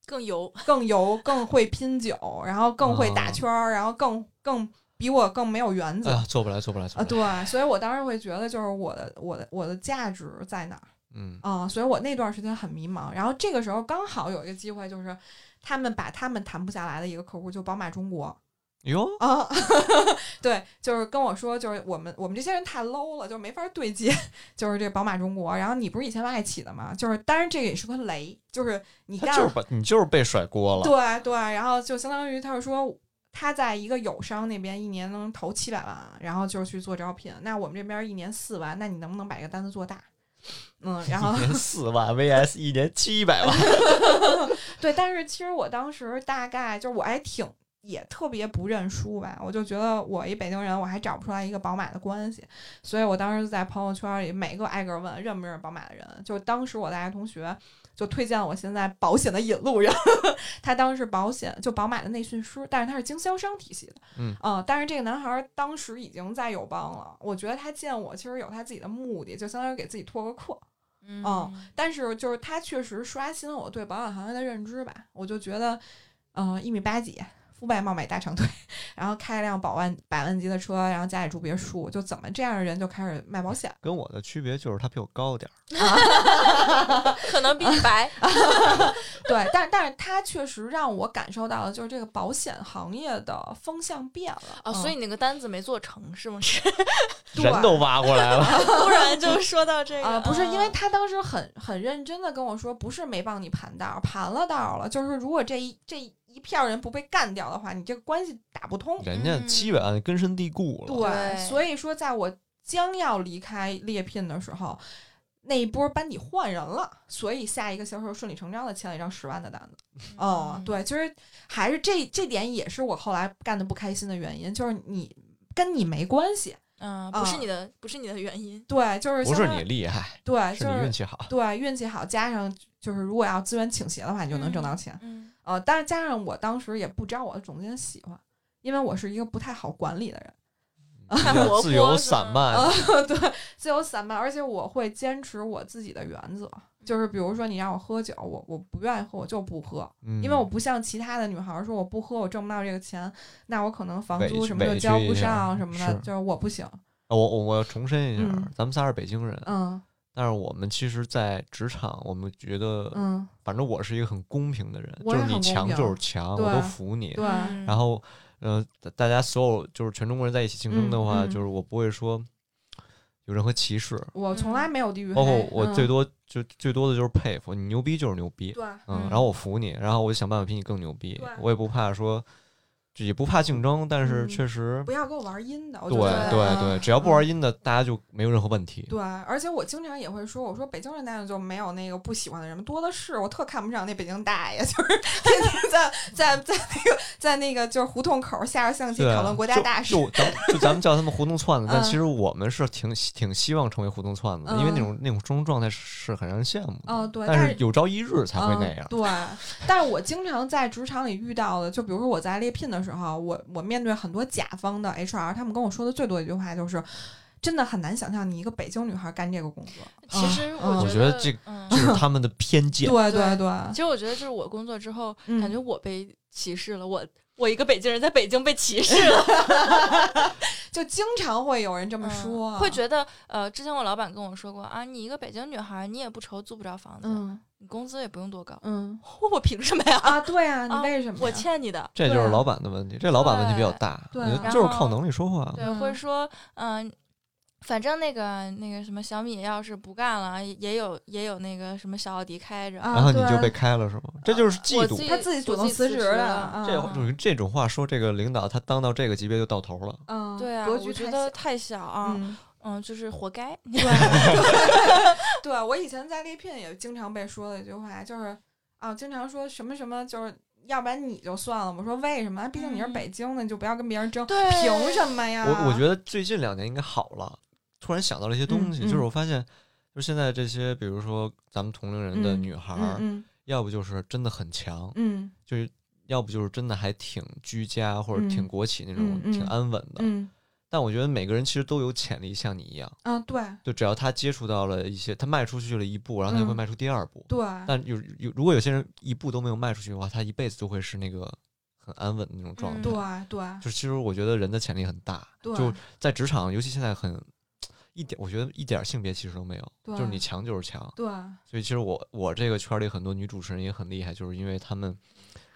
[SPEAKER 4] 更油，
[SPEAKER 3] 更油，更会拼酒，然后更会打圈儿，然后更更比我更没有原则
[SPEAKER 2] 哎呀，做不来，做不来，做
[SPEAKER 3] 啊。
[SPEAKER 2] 不来。
[SPEAKER 3] 对，所以我当时会觉得，就是我的我的我的价值在哪儿
[SPEAKER 2] 嗯，
[SPEAKER 3] 啊、所以我那段时间很迷茫。然后这个时候刚好有一个机会，就是他们把他们谈不下来的一个客户，就宝马中国
[SPEAKER 2] 哎
[SPEAKER 6] 哟，
[SPEAKER 3] 啊， 对，就是跟我说，就是我们我们这些人太 low 了，就没法对接。 就是这宝马中国，然后你不是以前外企的吗？就是，当然这个也是个雷，就是你
[SPEAKER 2] 他
[SPEAKER 3] 干
[SPEAKER 2] 就是把你就是被甩锅了，
[SPEAKER 3] 对对，然后就相当于他是说他在一个友商那边一年能投七百万，然后就是去做招聘。那我们这边一年四万，那你能不能把这个单子做大？嗯，然后
[SPEAKER 2] 一年四 万 vs 一年七百万，
[SPEAKER 3] 对，但是其实我当时大概就是我还挺也特别不认输吧，我就觉得我一北京人，我还找不出来一个宝马的关系，所以我当时就在朋友圈里每个挨个问认不认识宝马的人，就是当时我大学同学就推荐我现在保险的引路人， 他当时保险就宝马的内训师，但是他是经销商体系的，
[SPEAKER 2] 嗯
[SPEAKER 3] 呃但是这个男孩儿当时已经在友邦了，我觉得他见我其实有他自己的目的，就相当于给自己拓个课，
[SPEAKER 4] 嗯
[SPEAKER 3] 哦但是就是它确实刷新了我对保险行业的认知吧。我就觉得，呃，一米八几，肤白貌美大长腿，然后开一辆百万百万级的车，然后家里住别墅，就怎么这样的人就开始卖保险？
[SPEAKER 2] 跟我的区别就是他比我高点儿。
[SPEAKER 4] 可能比你 白，
[SPEAKER 3] 哦对，但但是它确实让我感受到了，就是这个保险行业的风向变了
[SPEAKER 4] 哦，所以
[SPEAKER 3] 嗯
[SPEAKER 4] 你那个单子没做成是 吗？ 是
[SPEAKER 2] 人都挖过来了，
[SPEAKER 4] 突然就说到这个
[SPEAKER 3] 啊、不是，因为
[SPEAKER 4] 嗯
[SPEAKER 3] 他当时很很认真的跟我说，不是没帮你盘道，盘了道了，就是如果这一这一票人不被干掉的话，你这个关系打不通。
[SPEAKER 2] 人家
[SPEAKER 4] 嗯
[SPEAKER 2] 七百万根深蒂固了。
[SPEAKER 3] 对，
[SPEAKER 4] 对
[SPEAKER 3] 所以说在我将要离开猎聘的时候，那一波班底换人了，所以下一个销售顺理成章的签了一张十万的单子。哦、
[SPEAKER 4] 嗯
[SPEAKER 3] 对，其实还是这这点也是我后来干的不开心的原因，就是你跟你没关系，
[SPEAKER 4] 嗯，不是
[SPEAKER 3] 啊
[SPEAKER 4] 你的，不是你的原因，
[SPEAKER 3] 对，就是
[SPEAKER 2] 不
[SPEAKER 3] 相
[SPEAKER 2] 是
[SPEAKER 3] 当
[SPEAKER 2] 你厉害，
[SPEAKER 3] 对，
[SPEAKER 2] 是
[SPEAKER 3] 就
[SPEAKER 2] 你运
[SPEAKER 3] 是
[SPEAKER 2] 气 好。
[SPEAKER 3] 对运气好，加上就是如果要资源倾斜的话，你就能挣到钱。
[SPEAKER 4] 嗯
[SPEAKER 3] 呃，但是加上我当时也不招我的总监喜欢，因为我是一个不太好管理的人。
[SPEAKER 4] 太活泼
[SPEAKER 2] 自由散
[SPEAKER 3] 呃
[SPEAKER 2] 漫，
[SPEAKER 3] 对，自由散漫，而且我会坚持我自己的原则，就是比如说你让我喝酒，我我不愿意喝，我就不喝，
[SPEAKER 2] 嗯
[SPEAKER 3] 因为我不像其他的女孩儿说我不喝我挣不到这个钱，那我可能房
[SPEAKER 2] 委
[SPEAKER 3] 租什么
[SPEAKER 2] 委
[SPEAKER 3] 就
[SPEAKER 2] 屈
[SPEAKER 3] 交
[SPEAKER 2] 一
[SPEAKER 3] 不
[SPEAKER 2] 下
[SPEAKER 3] 上什么的，
[SPEAKER 2] 是
[SPEAKER 3] 就是我不行。
[SPEAKER 2] 我我我要重申一下
[SPEAKER 3] 嗯，
[SPEAKER 2] 咱们仨是北京人，
[SPEAKER 3] 嗯
[SPEAKER 2] 但是我们其实，在职场，我们觉得，
[SPEAKER 3] 嗯，
[SPEAKER 2] 反正我是一个很公平的人，
[SPEAKER 3] 我
[SPEAKER 2] 就
[SPEAKER 3] 也
[SPEAKER 2] 是你
[SPEAKER 3] 很公
[SPEAKER 2] 强
[SPEAKER 3] 平
[SPEAKER 2] 就是强，
[SPEAKER 3] 对
[SPEAKER 2] 我都服你。
[SPEAKER 3] 对，
[SPEAKER 4] 嗯
[SPEAKER 2] 然后，呃，大大家所有就是全中国人在一起竞争的话，
[SPEAKER 3] 嗯嗯
[SPEAKER 2] 就是我不会说有任何歧视，
[SPEAKER 3] 我从来没有地域黑，
[SPEAKER 2] 包括我最
[SPEAKER 3] 嗯
[SPEAKER 2] 多就最多的就是佩服你牛逼就是牛逼，
[SPEAKER 3] 对
[SPEAKER 2] 嗯，
[SPEAKER 4] 嗯
[SPEAKER 2] 然后我服你，然后我就想办法比你更牛逼
[SPEAKER 3] 对，
[SPEAKER 2] 我也不怕说，就也不怕竞争，但是
[SPEAKER 3] 嗯
[SPEAKER 2] 确实，
[SPEAKER 3] 不要跟我玩阴的，我
[SPEAKER 2] 对
[SPEAKER 3] 就觉得
[SPEAKER 2] 对
[SPEAKER 4] 嗯
[SPEAKER 2] 对，只要不玩阴的，大家就没有任何问题。
[SPEAKER 3] 对，而且我经常也会说，我说北京人大爷就没有那个不喜欢的人多的是，我特看不上那北京大爷， 就是天天在在在那个在那个就是胡同口下着象棋
[SPEAKER 2] 对啊，
[SPEAKER 3] 讨论国家
[SPEAKER 2] 就
[SPEAKER 3] 大事。
[SPEAKER 2] 就咱们就咱们叫他们胡同串子，但
[SPEAKER 3] 嗯
[SPEAKER 2] 其实我们是挺挺希望成为胡同串子的，因为那种那种生活状态是是很让人羡慕的。
[SPEAKER 3] 嗯、对，
[SPEAKER 2] 但
[SPEAKER 3] 但
[SPEAKER 2] 是有朝一日才会那样
[SPEAKER 3] 嗯。。对，但是我经常在职场里遇到的，就比如说我在猎聘的时候，我我面对很多甲方的 HR，他们跟我说的最多的一句话就是。真的很难想象你一个北京女孩干这个工作，
[SPEAKER 4] 其实
[SPEAKER 3] 嗯
[SPEAKER 4] 我
[SPEAKER 2] 我觉
[SPEAKER 4] 得
[SPEAKER 2] 得这
[SPEAKER 4] 嗯
[SPEAKER 2] 这是他们的偏见，
[SPEAKER 3] 对
[SPEAKER 4] 对
[SPEAKER 3] 对，
[SPEAKER 4] 其实我觉得就是我工作之后，
[SPEAKER 3] 嗯
[SPEAKER 4] 感觉我被歧视了，我我一个北京人在北京被歧视了，
[SPEAKER 3] 就经常会有人这么
[SPEAKER 4] 嗯
[SPEAKER 3] 说，啊
[SPEAKER 4] 会觉得呃，之前我老板跟我说过啊，你一个北京女孩，你也不愁租不着房子，
[SPEAKER 3] 嗯
[SPEAKER 4] 你工资也不用多高，
[SPEAKER 3] 嗯
[SPEAKER 4] 我凭什么呀？
[SPEAKER 3] 啊，对啊，你
[SPEAKER 4] 啊
[SPEAKER 3] 为什么呀？
[SPEAKER 4] 我欠你的。
[SPEAKER 2] 这就是
[SPEAKER 3] 对
[SPEAKER 2] 老板的问题。这老板问题比较大，
[SPEAKER 3] 对
[SPEAKER 2] 我觉得
[SPEAKER 3] 对
[SPEAKER 2] 就是
[SPEAKER 4] 然后
[SPEAKER 2] 靠能力说话。
[SPEAKER 4] 对，
[SPEAKER 3] 嗯
[SPEAKER 4] 或者说，嗯、反正那个那个什么小米要是不干了，也也有也有那个什么小奥迪开着，
[SPEAKER 3] 啊
[SPEAKER 2] 然后你
[SPEAKER 3] 对
[SPEAKER 2] 就被开了是吗？这就是嫉
[SPEAKER 4] 我
[SPEAKER 2] 妒
[SPEAKER 4] 自。己
[SPEAKER 3] 他自己主
[SPEAKER 4] 我
[SPEAKER 3] 动
[SPEAKER 4] 自己
[SPEAKER 3] 辞
[SPEAKER 4] 辞
[SPEAKER 3] 职
[SPEAKER 4] 职
[SPEAKER 3] 了，
[SPEAKER 4] 了
[SPEAKER 3] 啊
[SPEAKER 2] 这属于这种话说，这个领导他当到这个级别就到头了。
[SPEAKER 3] 嗯，
[SPEAKER 4] 对啊，
[SPEAKER 3] 格
[SPEAKER 4] 我
[SPEAKER 3] 局
[SPEAKER 4] 觉
[SPEAKER 3] 太
[SPEAKER 4] 得
[SPEAKER 3] 小
[SPEAKER 4] 太小啊，嗯
[SPEAKER 3] 嗯，
[SPEAKER 4] 就是活该。
[SPEAKER 3] 对对对，啊我以前在猎聘也经常被说的一句话就是啊，经常说什么什么就是。要不然你就算了，我说为什么？啊毕竟你是
[SPEAKER 4] 嗯
[SPEAKER 3] 北京的，你就不要跟别人争，
[SPEAKER 4] 对
[SPEAKER 3] 凭什么呀？
[SPEAKER 2] 我我觉得最近两年应该好了。突然想到了一些东西，
[SPEAKER 3] 啊嗯嗯
[SPEAKER 2] 就是我发现，就是现在这些，比如说咱们同龄人的
[SPEAKER 3] 嗯
[SPEAKER 2] 女孩儿，
[SPEAKER 3] 嗯
[SPEAKER 2] 要不就是真的很强，
[SPEAKER 3] 嗯
[SPEAKER 2] 就是要不就是真的还挺居家或者挺
[SPEAKER 3] 嗯
[SPEAKER 2] 国企那种、
[SPEAKER 3] 嗯嗯
[SPEAKER 2] 挺安稳的。
[SPEAKER 3] 嗯
[SPEAKER 2] 但我觉得每个人其实都有潜力，像你一样，
[SPEAKER 3] 嗯啊，对
[SPEAKER 2] 就只要他接触到了一些，他迈出去了一步，然后他就会
[SPEAKER 3] 嗯
[SPEAKER 2] 迈出第二步。
[SPEAKER 3] 对，啊
[SPEAKER 2] 但有有如果有些人一步都没有迈出去的话，他一辈子都会是那个很安稳的那种状态。
[SPEAKER 4] 嗯
[SPEAKER 3] 对对
[SPEAKER 2] 就是其实我觉得人的潜力很大，
[SPEAKER 3] 对啊
[SPEAKER 2] 就在职场，尤其现在很一点，我觉得一点性别歧视都没有，
[SPEAKER 3] 对啊
[SPEAKER 2] 就是你强就是强。
[SPEAKER 3] 对，
[SPEAKER 2] 所以其实我我这个圈里很多女主持人也很厉害，就是因为她们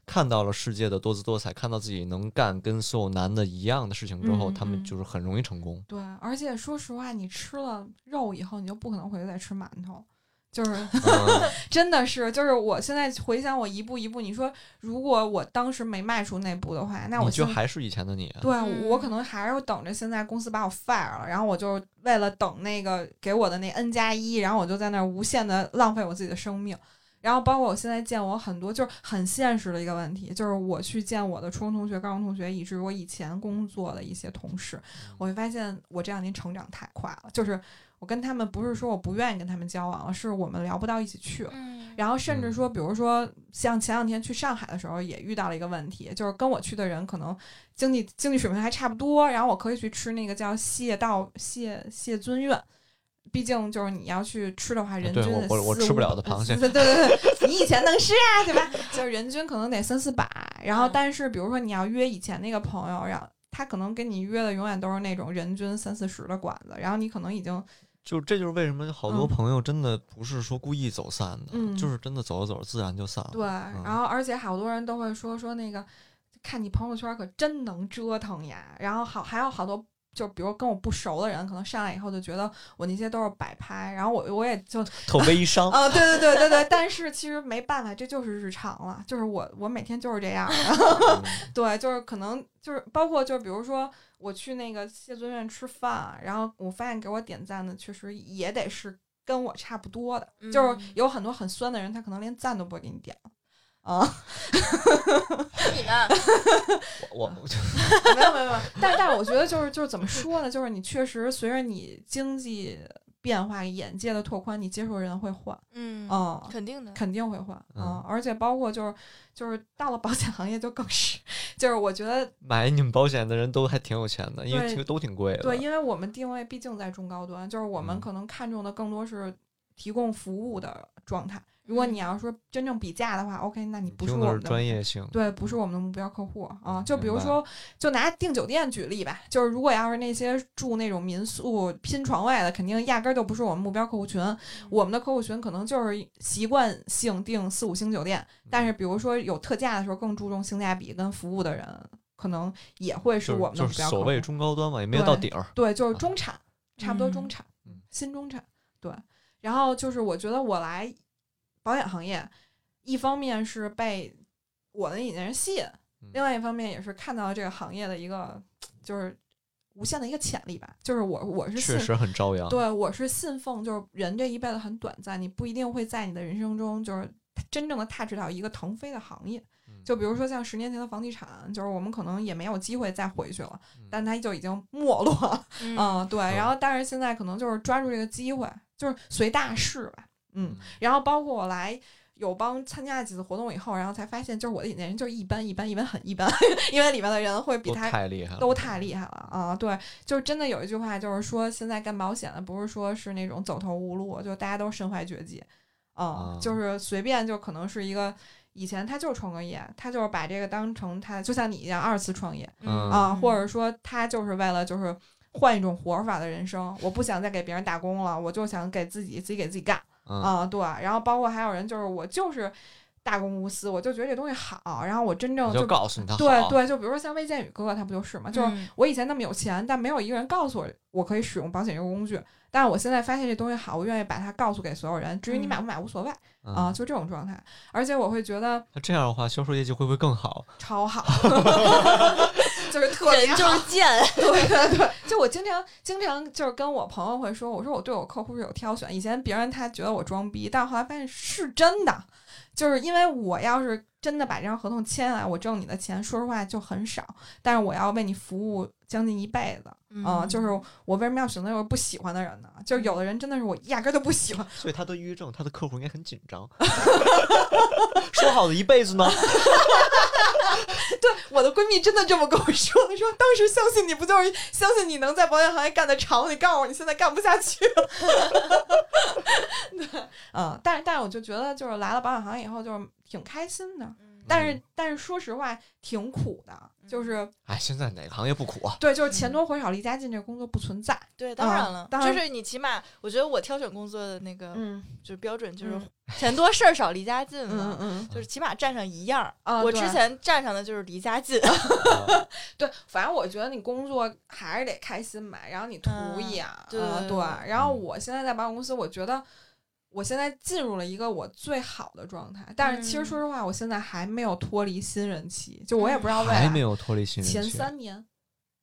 [SPEAKER 5] 看到了世界的多姿多彩，看到自己能干跟所有男的一样的事情之后，
[SPEAKER 3] 嗯
[SPEAKER 5] 他们
[SPEAKER 4] 嗯
[SPEAKER 5] 就是很容易成 功。
[SPEAKER 3] 对，而且说实话，你吃了肉以后，你就不可能回去再吃馒头。就是
[SPEAKER 5] 嗯
[SPEAKER 3] 真的是，就是我现在回想我一步一步，你说如果我当时没迈出那步的话，那我
[SPEAKER 5] 你就
[SPEAKER 3] 现
[SPEAKER 5] 还是以前的你啊，
[SPEAKER 3] 对、我
[SPEAKER 4] 嗯
[SPEAKER 3] 可能还是等着现在公司把我 fire 了，然后我就为了等那个给我的那 n 加一，然后我就在那儿无限的浪费我自己的生命。然后包括我现在见我很多就是很现实的一个问题，就是我去见我的初中同学、高中同学，以至于我以前工作的一些同事，我会发现我这两年成长太快了。就是我跟他们不是说我不愿意跟他们交往了，是我们聊不到一起去了。
[SPEAKER 4] 嗯，
[SPEAKER 3] 然后甚至说，比如说像前两天去上海的时候，也遇到了一个问题，就是跟我去的人可能经济经济水平还差不多，然后我可以去吃那个叫蟹道蟹蟹尊苑。毕竟就是你要去吃的话，人均
[SPEAKER 5] 啊嗯对我我
[SPEAKER 3] 得
[SPEAKER 5] 我
[SPEAKER 3] 四
[SPEAKER 5] 吃不
[SPEAKER 3] 五
[SPEAKER 5] 了的螃蟹
[SPEAKER 3] 对对对对，你以前能吃啊，对吧？就是人均可能得三四百，然后
[SPEAKER 4] 嗯
[SPEAKER 3] 但是比如说你要约以前那个朋友，然后他可能跟你约的永远都是那种人均三四十的馆子，然后你可能已经
[SPEAKER 5] 就这就是为什么好多
[SPEAKER 3] 嗯
[SPEAKER 5] 朋友真的不是说故意走散的，
[SPEAKER 3] 嗯
[SPEAKER 5] 就是真的走着走着自然就散了。
[SPEAKER 3] 对，然后而且好多人都会说说那个，看你朋友圈可真能折腾呀。然后好还有好多。就比如跟我不熟的人，可能上来以后就觉得我那些都是摆拍，然后我我也就
[SPEAKER 2] 哦
[SPEAKER 5] 特微商，
[SPEAKER 3] 啊、对对对对对，但是其实没办法，这就是日常了，就是我我每天就是这样，
[SPEAKER 5] 嗯
[SPEAKER 3] 对，就是可能就是包括就是比如说我去那个谢尊院吃饭，然后我发现给我点赞的确实也得是跟我差不多的，就是
[SPEAKER 4] 嗯
[SPEAKER 3] 有很多很酸的人，他可能连赞都不会给你点了啊。
[SPEAKER 4] 你 呢？
[SPEAKER 5] 我我
[SPEAKER 3] 没有没有没有，但但我觉得就是就是怎么说呢，就是你确实随着你经济变化、眼界的拓宽，你接触的人会换，
[SPEAKER 4] 嗯，
[SPEAKER 3] 嗯，
[SPEAKER 4] 肯定的，
[SPEAKER 3] 肯定会换，
[SPEAKER 5] 嗯
[SPEAKER 3] 嗯，而且包括就是就是到了保险行业就更是，就是我觉得
[SPEAKER 5] 买你们保险的人都还挺有钱的，因为
[SPEAKER 3] 对
[SPEAKER 5] 挺都挺贵的。
[SPEAKER 3] 对，因为我们定位毕竟在中高端，就是我们
[SPEAKER 5] 嗯
[SPEAKER 3] 可能看重的更多是提供服务的状态。如果你要说真正比价的话，OK，那你不是
[SPEAKER 5] 听
[SPEAKER 3] 我
[SPEAKER 5] 的是
[SPEAKER 3] 们的
[SPEAKER 5] 专业性，
[SPEAKER 3] 对，不是我们的目标客户啊。就
[SPEAKER 5] 嗯
[SPEAKER 3] 比
[SPEAKER 5] 明
[SPEAKER 3] 如
[SPEAKER 5] 白
[SPEAKER 3] 说，就拿订酒店举例吧，就是如果要是那些住那种民宿拼床位的，肯定压根儿就不是我们目标客户群。
[SPEAKER 5] 嗯
[SPEAKER 3] 我们的客户群可能就是习惯性订四五星酒店，
[SPEAKER 5] 嗯
[SPEAKER 3] 但是比如说有特价的时候，更注重性价比跟服务的人，可能也会是
[SPEAKER 5] 就
[SPEAKER 3] 我
[SPEAKER 5] 是
[SPEAKER 3] 们
[SPEAKER 5] 就
[SPEAKER 3] 的目
[SPEAKER 5] 是
[SPEAKER 3] 标客
[SPEAKER 5] 所
[SPEAKER 3] 户。
[SPEAKER 5] 谓中高端嘛，也没有
[SPEAKER 3] 对
[SPEAKER 5] 到顶儿。
[SPEAKER 3] 对，就是中产，差不多中
[SPEAKER 4] 嗯
[SPEAKER 3] 产，
[SPEAKER 5] 嗯
[SPEAKER 3] 新中产。对，然后就是我觉得我来保险行业，一方面是被我的引荐人吸引，
[SPEAKER 5] 嗯
[SPEAKER 3] 另外一方面也是看到了这个行业的一个就是无限的一个潜力吧。就是我我是
[SPEAKER 5] 确
[SPEAKER 3] 信
[SPEAKER 5] 实啊很朝阳。
[SPEAKER 3] 对，我是信奉，就是人这一辈子很短暂，你不一定会在你的人生中就是真正的踏实到一个腾飞的行业。
[SPEAKER 5] 嗯
[SPEAKER 3] 就比如说像十年前的房地产，就是我们可能也没有机会再回去了，
[SPEAKER 5] 嗯
[SPEAKER 3] 但它就已经没落了。
[SPEAKER 4] 嗯
[SPEAKER 3] 嗯，对。然后但是现在可能就是抓住这个机会，就是随大势吧。嗯，然后包括我来。友邦参加了几次活动以后，然后才发现，就是我的引荐人就是一般一般一般很一般， 因为里面的人会比
[SPEAKER 5] 都
[SPEAKER 3] 他
[SPEAKER 5] 太厉害了，
[SPEAKER 3] 都太厉害了啊！对，就是真的有一句话，就是说现在干保险的不是说是那种走投无路，就大家都身怀绝技，啊
[SPEAKER 5] 啊，
[SPEAKER 3] 就是随便就可能是一个以前他就是创个业，他就是把这个当成他就像你一样二次创业
[SPEAKER 5] 嗯
[SPEAKER 3] 啊，或者说他就是为了就是换一种活法的人生，我不想再给别人打工了，我就想给自己自己给自己干
[SPEAKER 5] 嗯
[SPEAKER 3] 啊，对。然后包括还有人就是我就是大公无私，我就觉得这东西好，然后我真正
[SPEAKER 5] 我
[SPEAKER 3] 就
[SPEAKER 5] 就告诉你他
[SPEAKER 3] 对
[SPEAKER 5] 好，
[SPEAKER 3] 对，就比如说像魏建宇哥哥，他不就是嘛？就是
[SPEAKER 4] 嗯
[SPEAKER 3] 我以前那么有钱，但没有一个人告诉我我可以使用保险这个工具。但是我现在发现这东西好，我愿意把它告诉给所有人。至于你
[SPEAKER 4] 嗯
[SPEAKER 3] 买不买无所谓
[SPEAKER 5] 嗯
[SPEAKER 3] 啊，就这种状态。而且我会觉得
[SPEAKER 5] 那这样的话，销售业绩会不会更好？
[SPEAKER 3] 超好， 就是特别
[SPEAKER 4] 人就是贱，
[SPEAKER 3] 对对对，就我经常经常就是跟我朋友会说，我说我对我客户是有挑选，以前别人他觉得我装逼，但后来发现是真的，就是因为我要是真的把这张合同签下来，我挣你的钱，说实话就很少，但是我要为你服务将近一辈子， 嗯、就是我为什么要选择我不喜欢的人呢？就是有的人真的是我压根儿就不喜欢，
[SPEAKER 5] 所以他得抑郁症，他的客户应该很紧 张。说好的一辈子呢？
[SPEAKER 3] 对，我的闺蜜真的这么跟我说，说当时相信你不就是相信你能在保险行业干得长？你告诉我你现在干不下去了。 对，嗯，但是但是我就觉得就是来了保险行业以后就是挺开心的，嗯
[SPEAKER 4] 嗯
[SPEAKER 3] 但是但是说实话挺苦的，就是
[SPEAKER 5] 哎，现在哪个行业不苦啊？
[SPEAKER 3] 对，就是钱多活少、离家近这工作不存在。
[SPEAKER 4] 对，当然了，
[SPEAKER 3] 嗯当
[SPEAKER 4] 就
[SPEAKER 3] 然
[SPEAKER 4] 是你起码，我觉得我挑选工作的那个
[SPEAKER 3] 嗯
[SPEAKER 4] 就是标准就是
[SPEAKER 3] 嗯
[SPEAKER 4] 钱多事儿少，离家近
[SPEAKER 3] 嗯
[SPEAKER 4] 嘛，
[SPEAKER 3] 嗯
[SPEAKER 4] 就是起码占上一样儿。
[SPEAKER 3] 啊！
[SPEAKER 4] 我
[SPEAKER 3] 对
[SPEAKER 4] 之前占上的就是离家 近，
[SPEAKER 3] 对，反正我觉得你工作还是得开心嘛，然后你图一样，
[SPEAKER 4] 嗯对
[SPEAKER 3] 呃
[SPEAKER 4] 对
[SPEAKER 3] 对
[SPEAKER 4] 对。嗯
[SPEAKER 3] 然后我现在在保险公司，我觉得我现在进入了一个我最好的状态，但是其实
[SPEAKER 4] 嗯
[SPEAKER 3] 说实话，我现在还没有脱离新人期，就我也不知
[SPEAKER 4] 嗯
[SPEAKER 3] 道未
[SPEAKER 5] 还
[SPEAKER 3] 来
[SPEAKER 5] 没有脱离新人
[SPEAKER 3] 前
[SPEAKER 5] 期，哦
[SPEAKER 3] 三年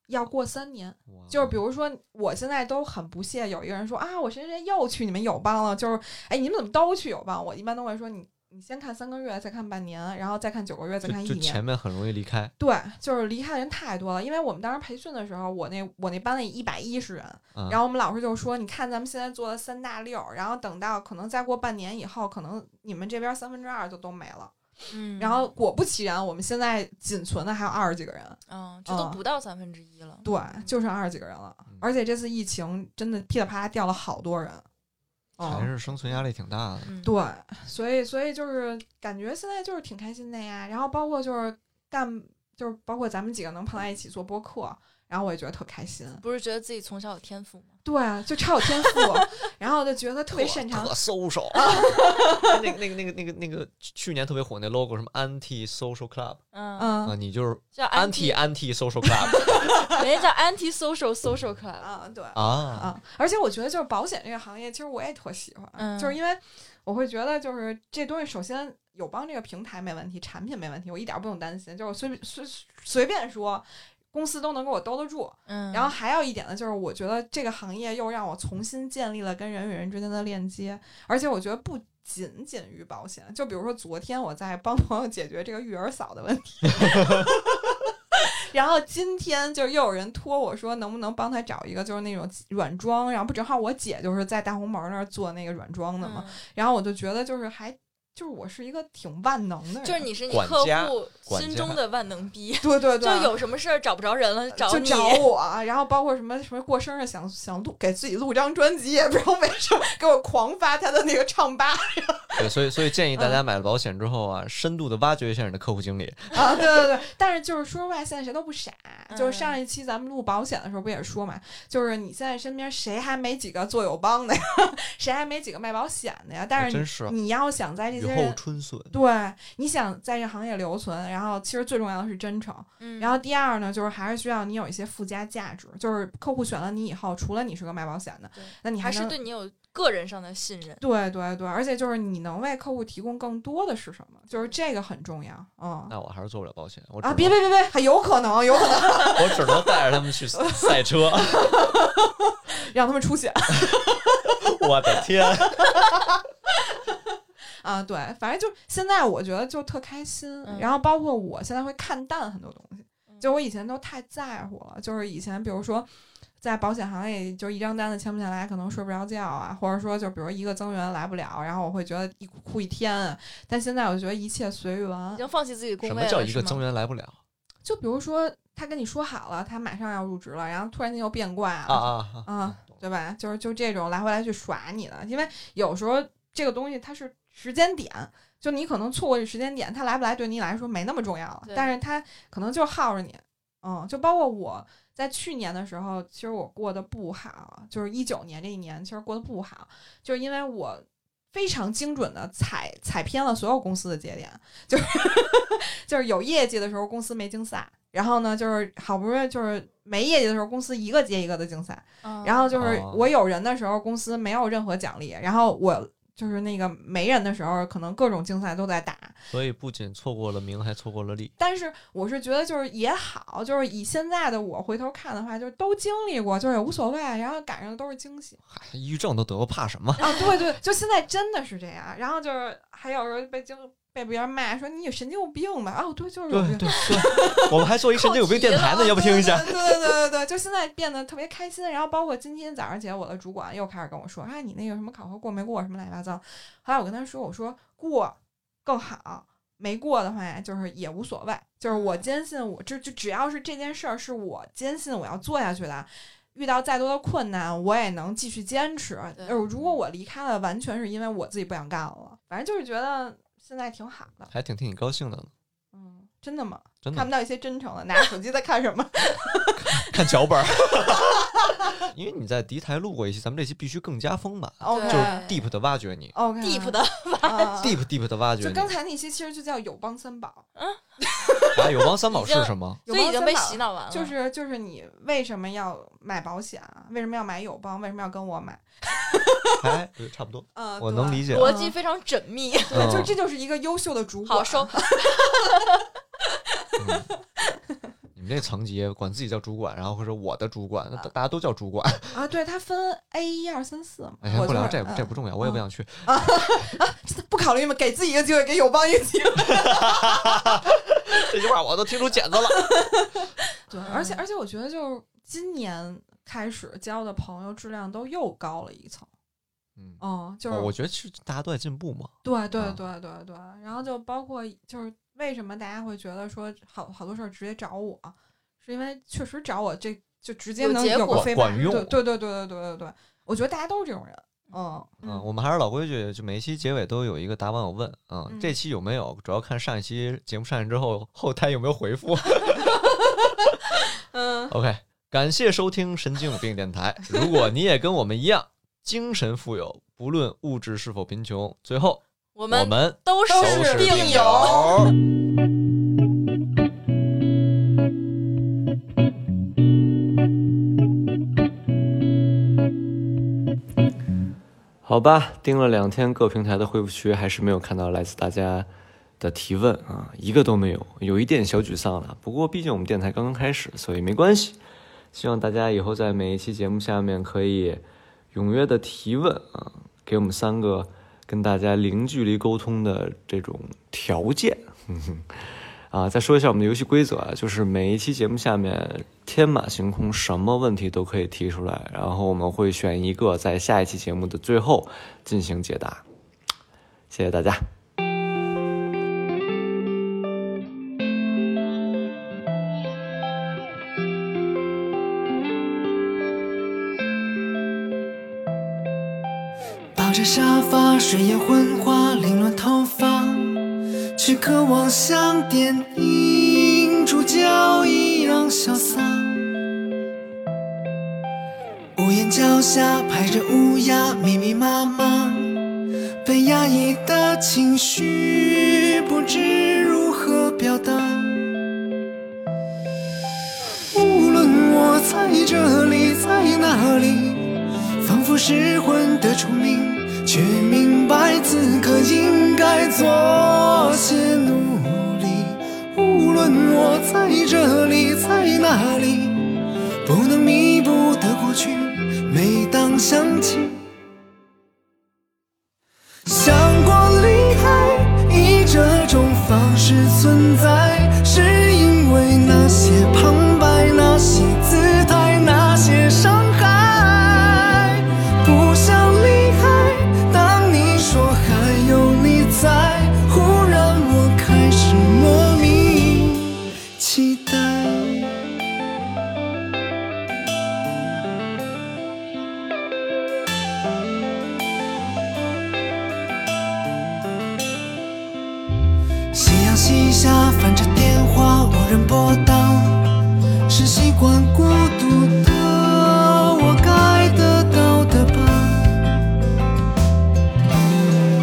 [SPEAKER 3] 要过三年，
[SPEAKER 5] 哇
[SPEAKER 3] 就是比如说，我现在都很不屑有一个人说啊，我谁谁谁又去你们友邦了，就是哎，你们怎么都去友邦？我一般都会说你。你先看三个月，再看半年，然后再看九个月，再看一
[SPEAKER 5] 就就
[SPEAKER 3] 年。
[SPEAKER 5] 前面很容易离开
[SPEAKER 3] 对，就是离开的人太多了。因为我们当时培训的时候，我那我那班里一百一十人，
[SPEAKER 5] 嗯
[SPEAKER 3] 然后我们老师就说：“你看咱们现在做的三大六，然后等到可能再过半年以后，可能你们这边三分之二就都没了。”
[SPEAKER 4] 嗯
[SPEAKER 3] 然后果不其然，我们现在仅存的还有二十几个人，
[SPEAKER 4] 嗯，这都
[SPEAKER 3] 嗯
[SPEAKER 4] 不到三分之一了。嗯
[SPEAKER 3] 对，就剩二十几个人了。而且这次疫情真的噼里啪啦掉了好多人，
[SPEAKER 5] 还
[SPEAKER 3] 嗯，
[SPEAKER 5] 是生存压力挺大的。
[SPEAKER 4] 嗯，
[SPEAKER 3] 对，所以所以就是感觉现在就是挺开心的呀。然后包括就是干，就是包括咱们几个能碰在一起做播客，然后我也觉得特开心。
[SPEAKER 4] 不是觉得自己从小有天赋吗？
[SPEAKER 3] 对，啊就超有天赋，然后就觉得特别擅长
[SPEAKER 5] 特。收 手，啊 那个那个那个那个那个去年特别火那 logo 什么 anti social club
[SPEAKER 4] 嗯，
[SPEAKER 5] 啊，
[SPEAKER 3] 嗯
[SPEAKER 5] 你就是
[SPEAKER 4] 叫
[SPEAKER 2] 啊
[SPEAKER 5] anti anti social club
[SPEAKER 4] 人家叫 anti social social club。
[SPEAKER 3] 啊，对
[SPEAKER 5] 啊，
[SPEAKER 3] 啊，而且我觉得就是保险这个行业，其实我也特喜欢，
[SPEAKER 4] 嗯
[SPEAKER 3] 就是因为我会觉得就是这东西，首先友邦这个平台没问题，产品没问题，我一点儿不用担心，就是我随便随随便说。公司都能给我兜得住，
[SPEAKER 4] 嗯，
[SPEAKER 3] 然后还有一点呢，就是我觉得这个行业又让我重新建立了跟人与人之间的链接，而且我觉得不仅仅于保险，就比如说昨天我在帮朋友解决这个育儿嫂的问 题，然后今天就又有人托我说能不能帮他找一个就是那种软装，然后不正好我姐就是在大红门那儿做那个软装的嘛，
[SPEAKER 4] 嗯
[SPEAKER 3] 然后我就觉得就是还就是我是一个挺万能的人，
[SPEAKER 4] 嗯 就是你是你
[SPEAKER 5] 管
[SPEAKER 4] 客
[SPEAKER 5] 家
[SPEAKER 4] 户
[SPEAKER 5] 管
[SPEAKER 4] 心
[SPEAKER 5] 家
[SPEAKER 4] 中的万能逼，
[SPEAKER 3] 对对
[SPEAKER 4] 就
[SPEAKER 3] 对，
[SPEAKER 4] 有什么事儿找不着人了找
[SPEAKER 3] 就
[SPEAKER 4] 你。
[SPEAKER 3] 找我，啊然后包括什么什么过生日想想录给自己录张专辑，也不知道为什么给我狂发他的那个唱吧
[SPEAKER 5] 对，所以所以建议大家买了保险之后啊，深度的挖掘一下你的客户经理，
[SPEAKER 3] 啊，对对对。但是就是说实话，现在谁都不傻，就
[SPEAKER 4] 嗯
[SPEAKER 3] 是上一期咱们录保险的时候不也说嘛，就是你现在身边谁还没几个做友邦的呀， 谁还没几个卖保险的呀？但
[SPEAKER 5] 哎
[SPEAKER 3] 是
[SPEAKER 5] 真
[SPEAKER 3] 你
[SPEAKER 5] 是
[SPEAKER 3] 你要想在这
[SPEAKER 5] 雨
[SPEAKER 3] 些
[SPEAKER 5] 后
[SPEAKER 3] 人。
[SPEAKER 5] 春笋。
[SPEAKER 3] 对，你想在这行业留存，然后其实最重要的是真诚，
[SPEAKER 4] 嗯，
[SPEAKER 3] 然后第二呢，就是还是需要你有一些附加价值，就是客户选了你以后，除了你是个卖保险的
[SPEAKER 4] 对，
[SPEAKER 3] 那你
[SPEAKER 4] 还是
[SPEAKER 3] 能
[SPEAKER 4] 对你有个人上的信任。
[SPEAKER 3] 对对对，而且就是你能为客户提供更多的是什么，就是这个很重要。嗯
[SPEAKER 5] 那我还是做不了保险，我只
[SPEAKER 3] 啊，
[SPEAKER 5] 能
[SPEAKER 3] 别别别别，还有可能，有可能
[SPEAKER 5] 我只能带着他们去赛车。
[SPEAKER 3] 让他们出血
[SPEAKER 5] 我的天，
[SPEAKER 3] 啊！对，反正就现在我觉得就特开心，
[SPEAKER 4] 嗯
[SPEAKER 3] 然后包括我现在会看淡很多东西，
[SPEAKER 4] 嗯
[SPEAKER 3] 就我以前都太在乎了，就是以前比如说。在保险行业，就是一张单子签不下来，可能睡不着觉啊，或者说就比如一个增员来不了，然后我会觉得一哭哭一天啊。但现在我觉得一切随缘
[SPEAKER 4] 已，经放弃自己的工
[SPEAKER 5] 什
[SPEAKER 4] 位
[SPEAKER 5] 么
[SPEAKER 4] 了
[SPEAKER 5] 叫一个
[SPEAKER 4] 是吗
[SPEAKER 5] 增援来不了
[SPEAKER 3] 就比如说他跟你说好了，他马上要入职了，然后突然间又变卦
[SPEAKER 5] 啊
[SPEAKER 3] 了
[SPEAKER 5] 啊啊！
[SPEAKER 3] 啊，对吧？就是就这种来回来去耍你的，因为有时候这个东西它是时间点，就你可能错过这时间点，它来不来对你来说没那么重要了
[SPEAKER 4] 对，
[SPEAKER 3] 但是它可能就耗着你，嗯，就包括我在去年的时候，其实我过得不好，就是一九年这一年其实过得不好，就是因为我。非常精准的踩踩偏了所有公司的节点，就是 就是有业绩的时候公司没竞赛，然后呢就是好不容易就是没业绩的时候公司一个接一个的竞赛，
[SPEAKER 4] 嗯
[SPEAKER 3] 然后就是
[SPEAKER 5] 哦
[SPEAKER 3] 我有人的时候，公司没有任何奖励；然后我就是那个没人的时候，可能各种竞赛都在打。
[SPEAKER 5] 所以不仅错过了名，还错过了利。
[SPEAKER 3] 但是我是觉得就是也好，就是以现在的我回头看的话，就是都经历过，就是也无所谓。然后赶上的都是惊喜
[SPEAKER 5] 嗨，哎抑郁症都得过，怕什么？
[SPEAKER 3] 啊！对对，就现在真的是这样。然后就是还有时候被经被别人骂说你有神经有病吧？哦，对，就是有病。
[SPEAKER 5] 对，我 们还做一神经有病电台呢，要不听一下？
[SPEAKER 3] 啊对对对对对，就现在变得特别开心。然后包括今天早上起来，我的主管又开始跟我说：“哎，你那个什么考核过没过，什么乱七八糟。”后来我跟他说：“我说过更好，没过的话就是也无所谓。就是我坚信我这就只要是这件事儿是我坚信我要做下去的。”遇到再多的困难，我也能继续坚持。
[SPEAKER 4] 对
[SPEAKER 3] 就是如果我离开了，完全是因为我自己不想干了。反正就是觉得现在挺好的。
[SPEAKER 5] 还挺替你高兴的呢。
[SPEAKER 3] 嗯，真的吗？
[SPEAKER 7] 真的
[SPEAKER 3] 看不到一些真诚的，拿着手机在看什么？
[SPEAKER 2] 看 脚本儿，因为你在敌台录过一期，咱们这期必须更加丰满，
[SPEAKER 3] OK
[SPEAKER 2] 就是 deep 的挖掘你
[SPEAKER 3] OK
[SPEAKER 4] deep 的，
[SPEAKER 3] 啊
[SPEAKER 2] ，deep deep 的挖掘
[SPEAKER 3] 就
[SPEAKER 2] 你。
[SPEAKER 3] 刚才那期其实就叫友邦三宝，
[SPEAKER 2] 啊，友邦三宝
[SPEAKER 4] 已
[SPEAKER 2] 是
[SPEAKER 4] 经
[SPEAKER 2] 什 么？
[SPEAKER 3] 友
[SPEAKER 4] 所以已
[SPEAKER 3] 邦
[SPEAKER 4] 经
[SPEAKER 3] 三
[SPEAKER 4] 被
[SPEAKER 3] 宝
[SPEAKER 4] 洗脑完了。
[SPEAKER 3] 就是就是你为什么要买保险啊？为什么要买友邦？为什么要跟我买？
[SPEAKER 2] 哎，对差不多，
[SPEAKER 3] 呃，
[SPEAKER 2] 我
[SPEAKER 3] 对
[SPEAKER 2] 能理解。
[SPEAKER 4] 逻辑非常缜密。
[SPEAKER 3] 对，啊就
[SPEAKER 2] 嗯
[SPEAKER 3] 这就是一个优秀的主管。
[SPEAKER 4] 好，收
[SPEAKER 2] 嗯你们这层级管自己叫主管，然后或者我的主管，那大大家都叫主管。
[SPEAKER 3] 啊，对，它分 A 一二三四嘛。
[SPEAKER 2] 哎呀，
[SPEAKER 3] 我
[SPEAKER 2] 不
[SPEAKER 3] 就
[SPEAKER 2] 聊
[SPEAKER 3] 是
[SPEAKER 2] 这
[SPEAKER 3] 嗯
[SPEAKER 2] 这不重要，我也不想去。
[SPEAKER 3] 不考虑吗？给自己一个机会，给友邦一个机会。
[SPEAKER 2] 这句话我都听出茧子了。
[SPEAKER 3] 对，而且而且我觉得就是今年开始交的朋友质量都又高了一层。
[SPEAKER 2] 嗯，
[SPEAKER 3] 嗯，就是
[SPEAKER 2] 我我觉得其实大家都在进步嘛。
[SPEAKER 3] 对对
[SPEAKER 2] 啊
[SPEAKER 3] 对对对，然后就包括就是为什么大家会觉得说好好多事儿直接找我，是因为确实找我这就直接
[SPEAKER 4] 有
[SPEAKER 3] 能
[SPEAKER 4] 结
[SPEAKER 3] 有个
[SPEAKER 2] 果
[SPEAKER 3] 飞
[SPEAKER 2] 管
[SPEAKER 3] 马
[SPEAKER 2] 用
[SPEAKER 3] 对对对对对对对，我觉得大家都是这种人，嗯
[SPEAKER 2] 嗯，我们还是老规矩，就每一期结尾都有一个答网友问啊、
[SPEAKER 3] 嗯
[SPEAKER 2] 这期有没有？主要看上一期节目上线之后后台有没有回复。
[SPEAKER 3] 嗯，
[SPEAKER 2] OK，感谢收听神经有病电台。如果你也跟我们一样精神富有，不论物质是否贫穷，最后
[SPEAKER 4] 我
[SPEAKER 2] 我
[SPEAKER 4] 们
[SPEAKER 2] 们
[SPEAKER 4] 都是
[SPEAKER 3] 都
[SPEAKER 2] 都是
[SPEAKER 3] 病
[SPEAKER 2] 病
[SPEAKER 3] 友
[SPEAKER 2] 友。好吧，盯了两天各平台的恢复区，还是没有看到来自大家的提问啊，一个都没有，有一点小沮丧了。不过毕竟我们电台刚刚开始，所以没关系。希望大家以后在每一期节目下面可以踊跃的提问啊，给我们三个跟大家零距离沟通的这种条件。 啊，再说一下我们的游戏规则啊，就是每一期节目下面天马行空，什么问题都可以提出来，然后我们会选一个在下一期节目的最后进行解答。谢谢大家。
[SPEAKER 8] 抱着沙发，睡眼昏花，凌乱头发，去渴望像电影主角一样潇洒。屋檐脚下排着乌鸦，密密麻麻，被压抑的情绪不知如何表达。无论我在这里，在哪里。仿佛失魂的虫鸣，却明白此刻应该做些努力。无论我在这里，在哪里，不能弥补的过去，每当想起，想过离开，以这种方式存在，是因为那些旁白，那些姿态，那些伤害。不想离开，当你说还有你在，忽然我开始莫名期待。夕阳西下，翻着电话，无人拨打，是习惯孤独的我该得到的吧？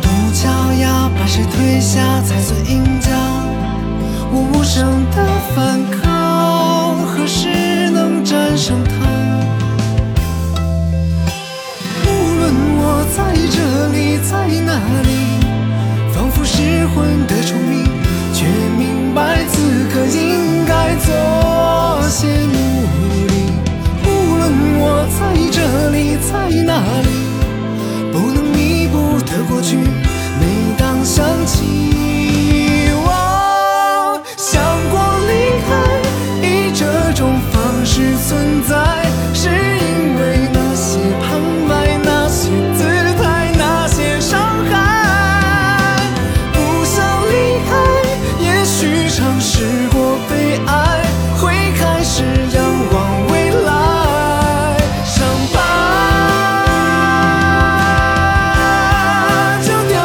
[SPEAKER 8] 独木桥呀，把谁推下才算赢家？我无声的反抗，何时能战胜它？无论我在这里，在哪里。仿佛失魂的虫鸣，却明白此刻应该做些努力。无论我在这里，在哪里，不能弥补的过去，每当想起。哦想过离开，以这种方式存在，是因为那些旁白、那些姿态、那些伤害。不想离开，也许尝试过被爱，会开始仰望未来。伤疤就掉啊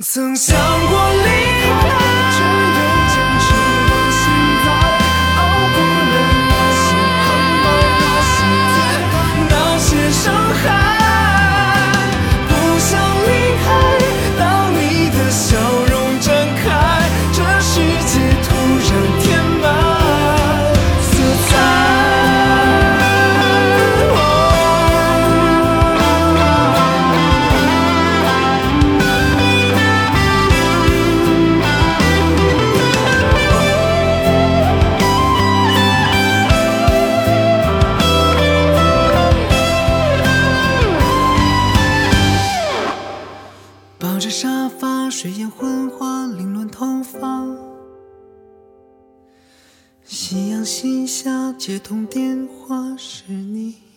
[SPEAKER 8] 曾想过离开，却又坚持了现在，熬过了那些澎湃，那些自卑，那些伤害。不想离开，当你的笑容绽开，这世界突然填满色彩。抱着沙发，水烟昏花，凌乱头发。夕阳西下，接通电话是你。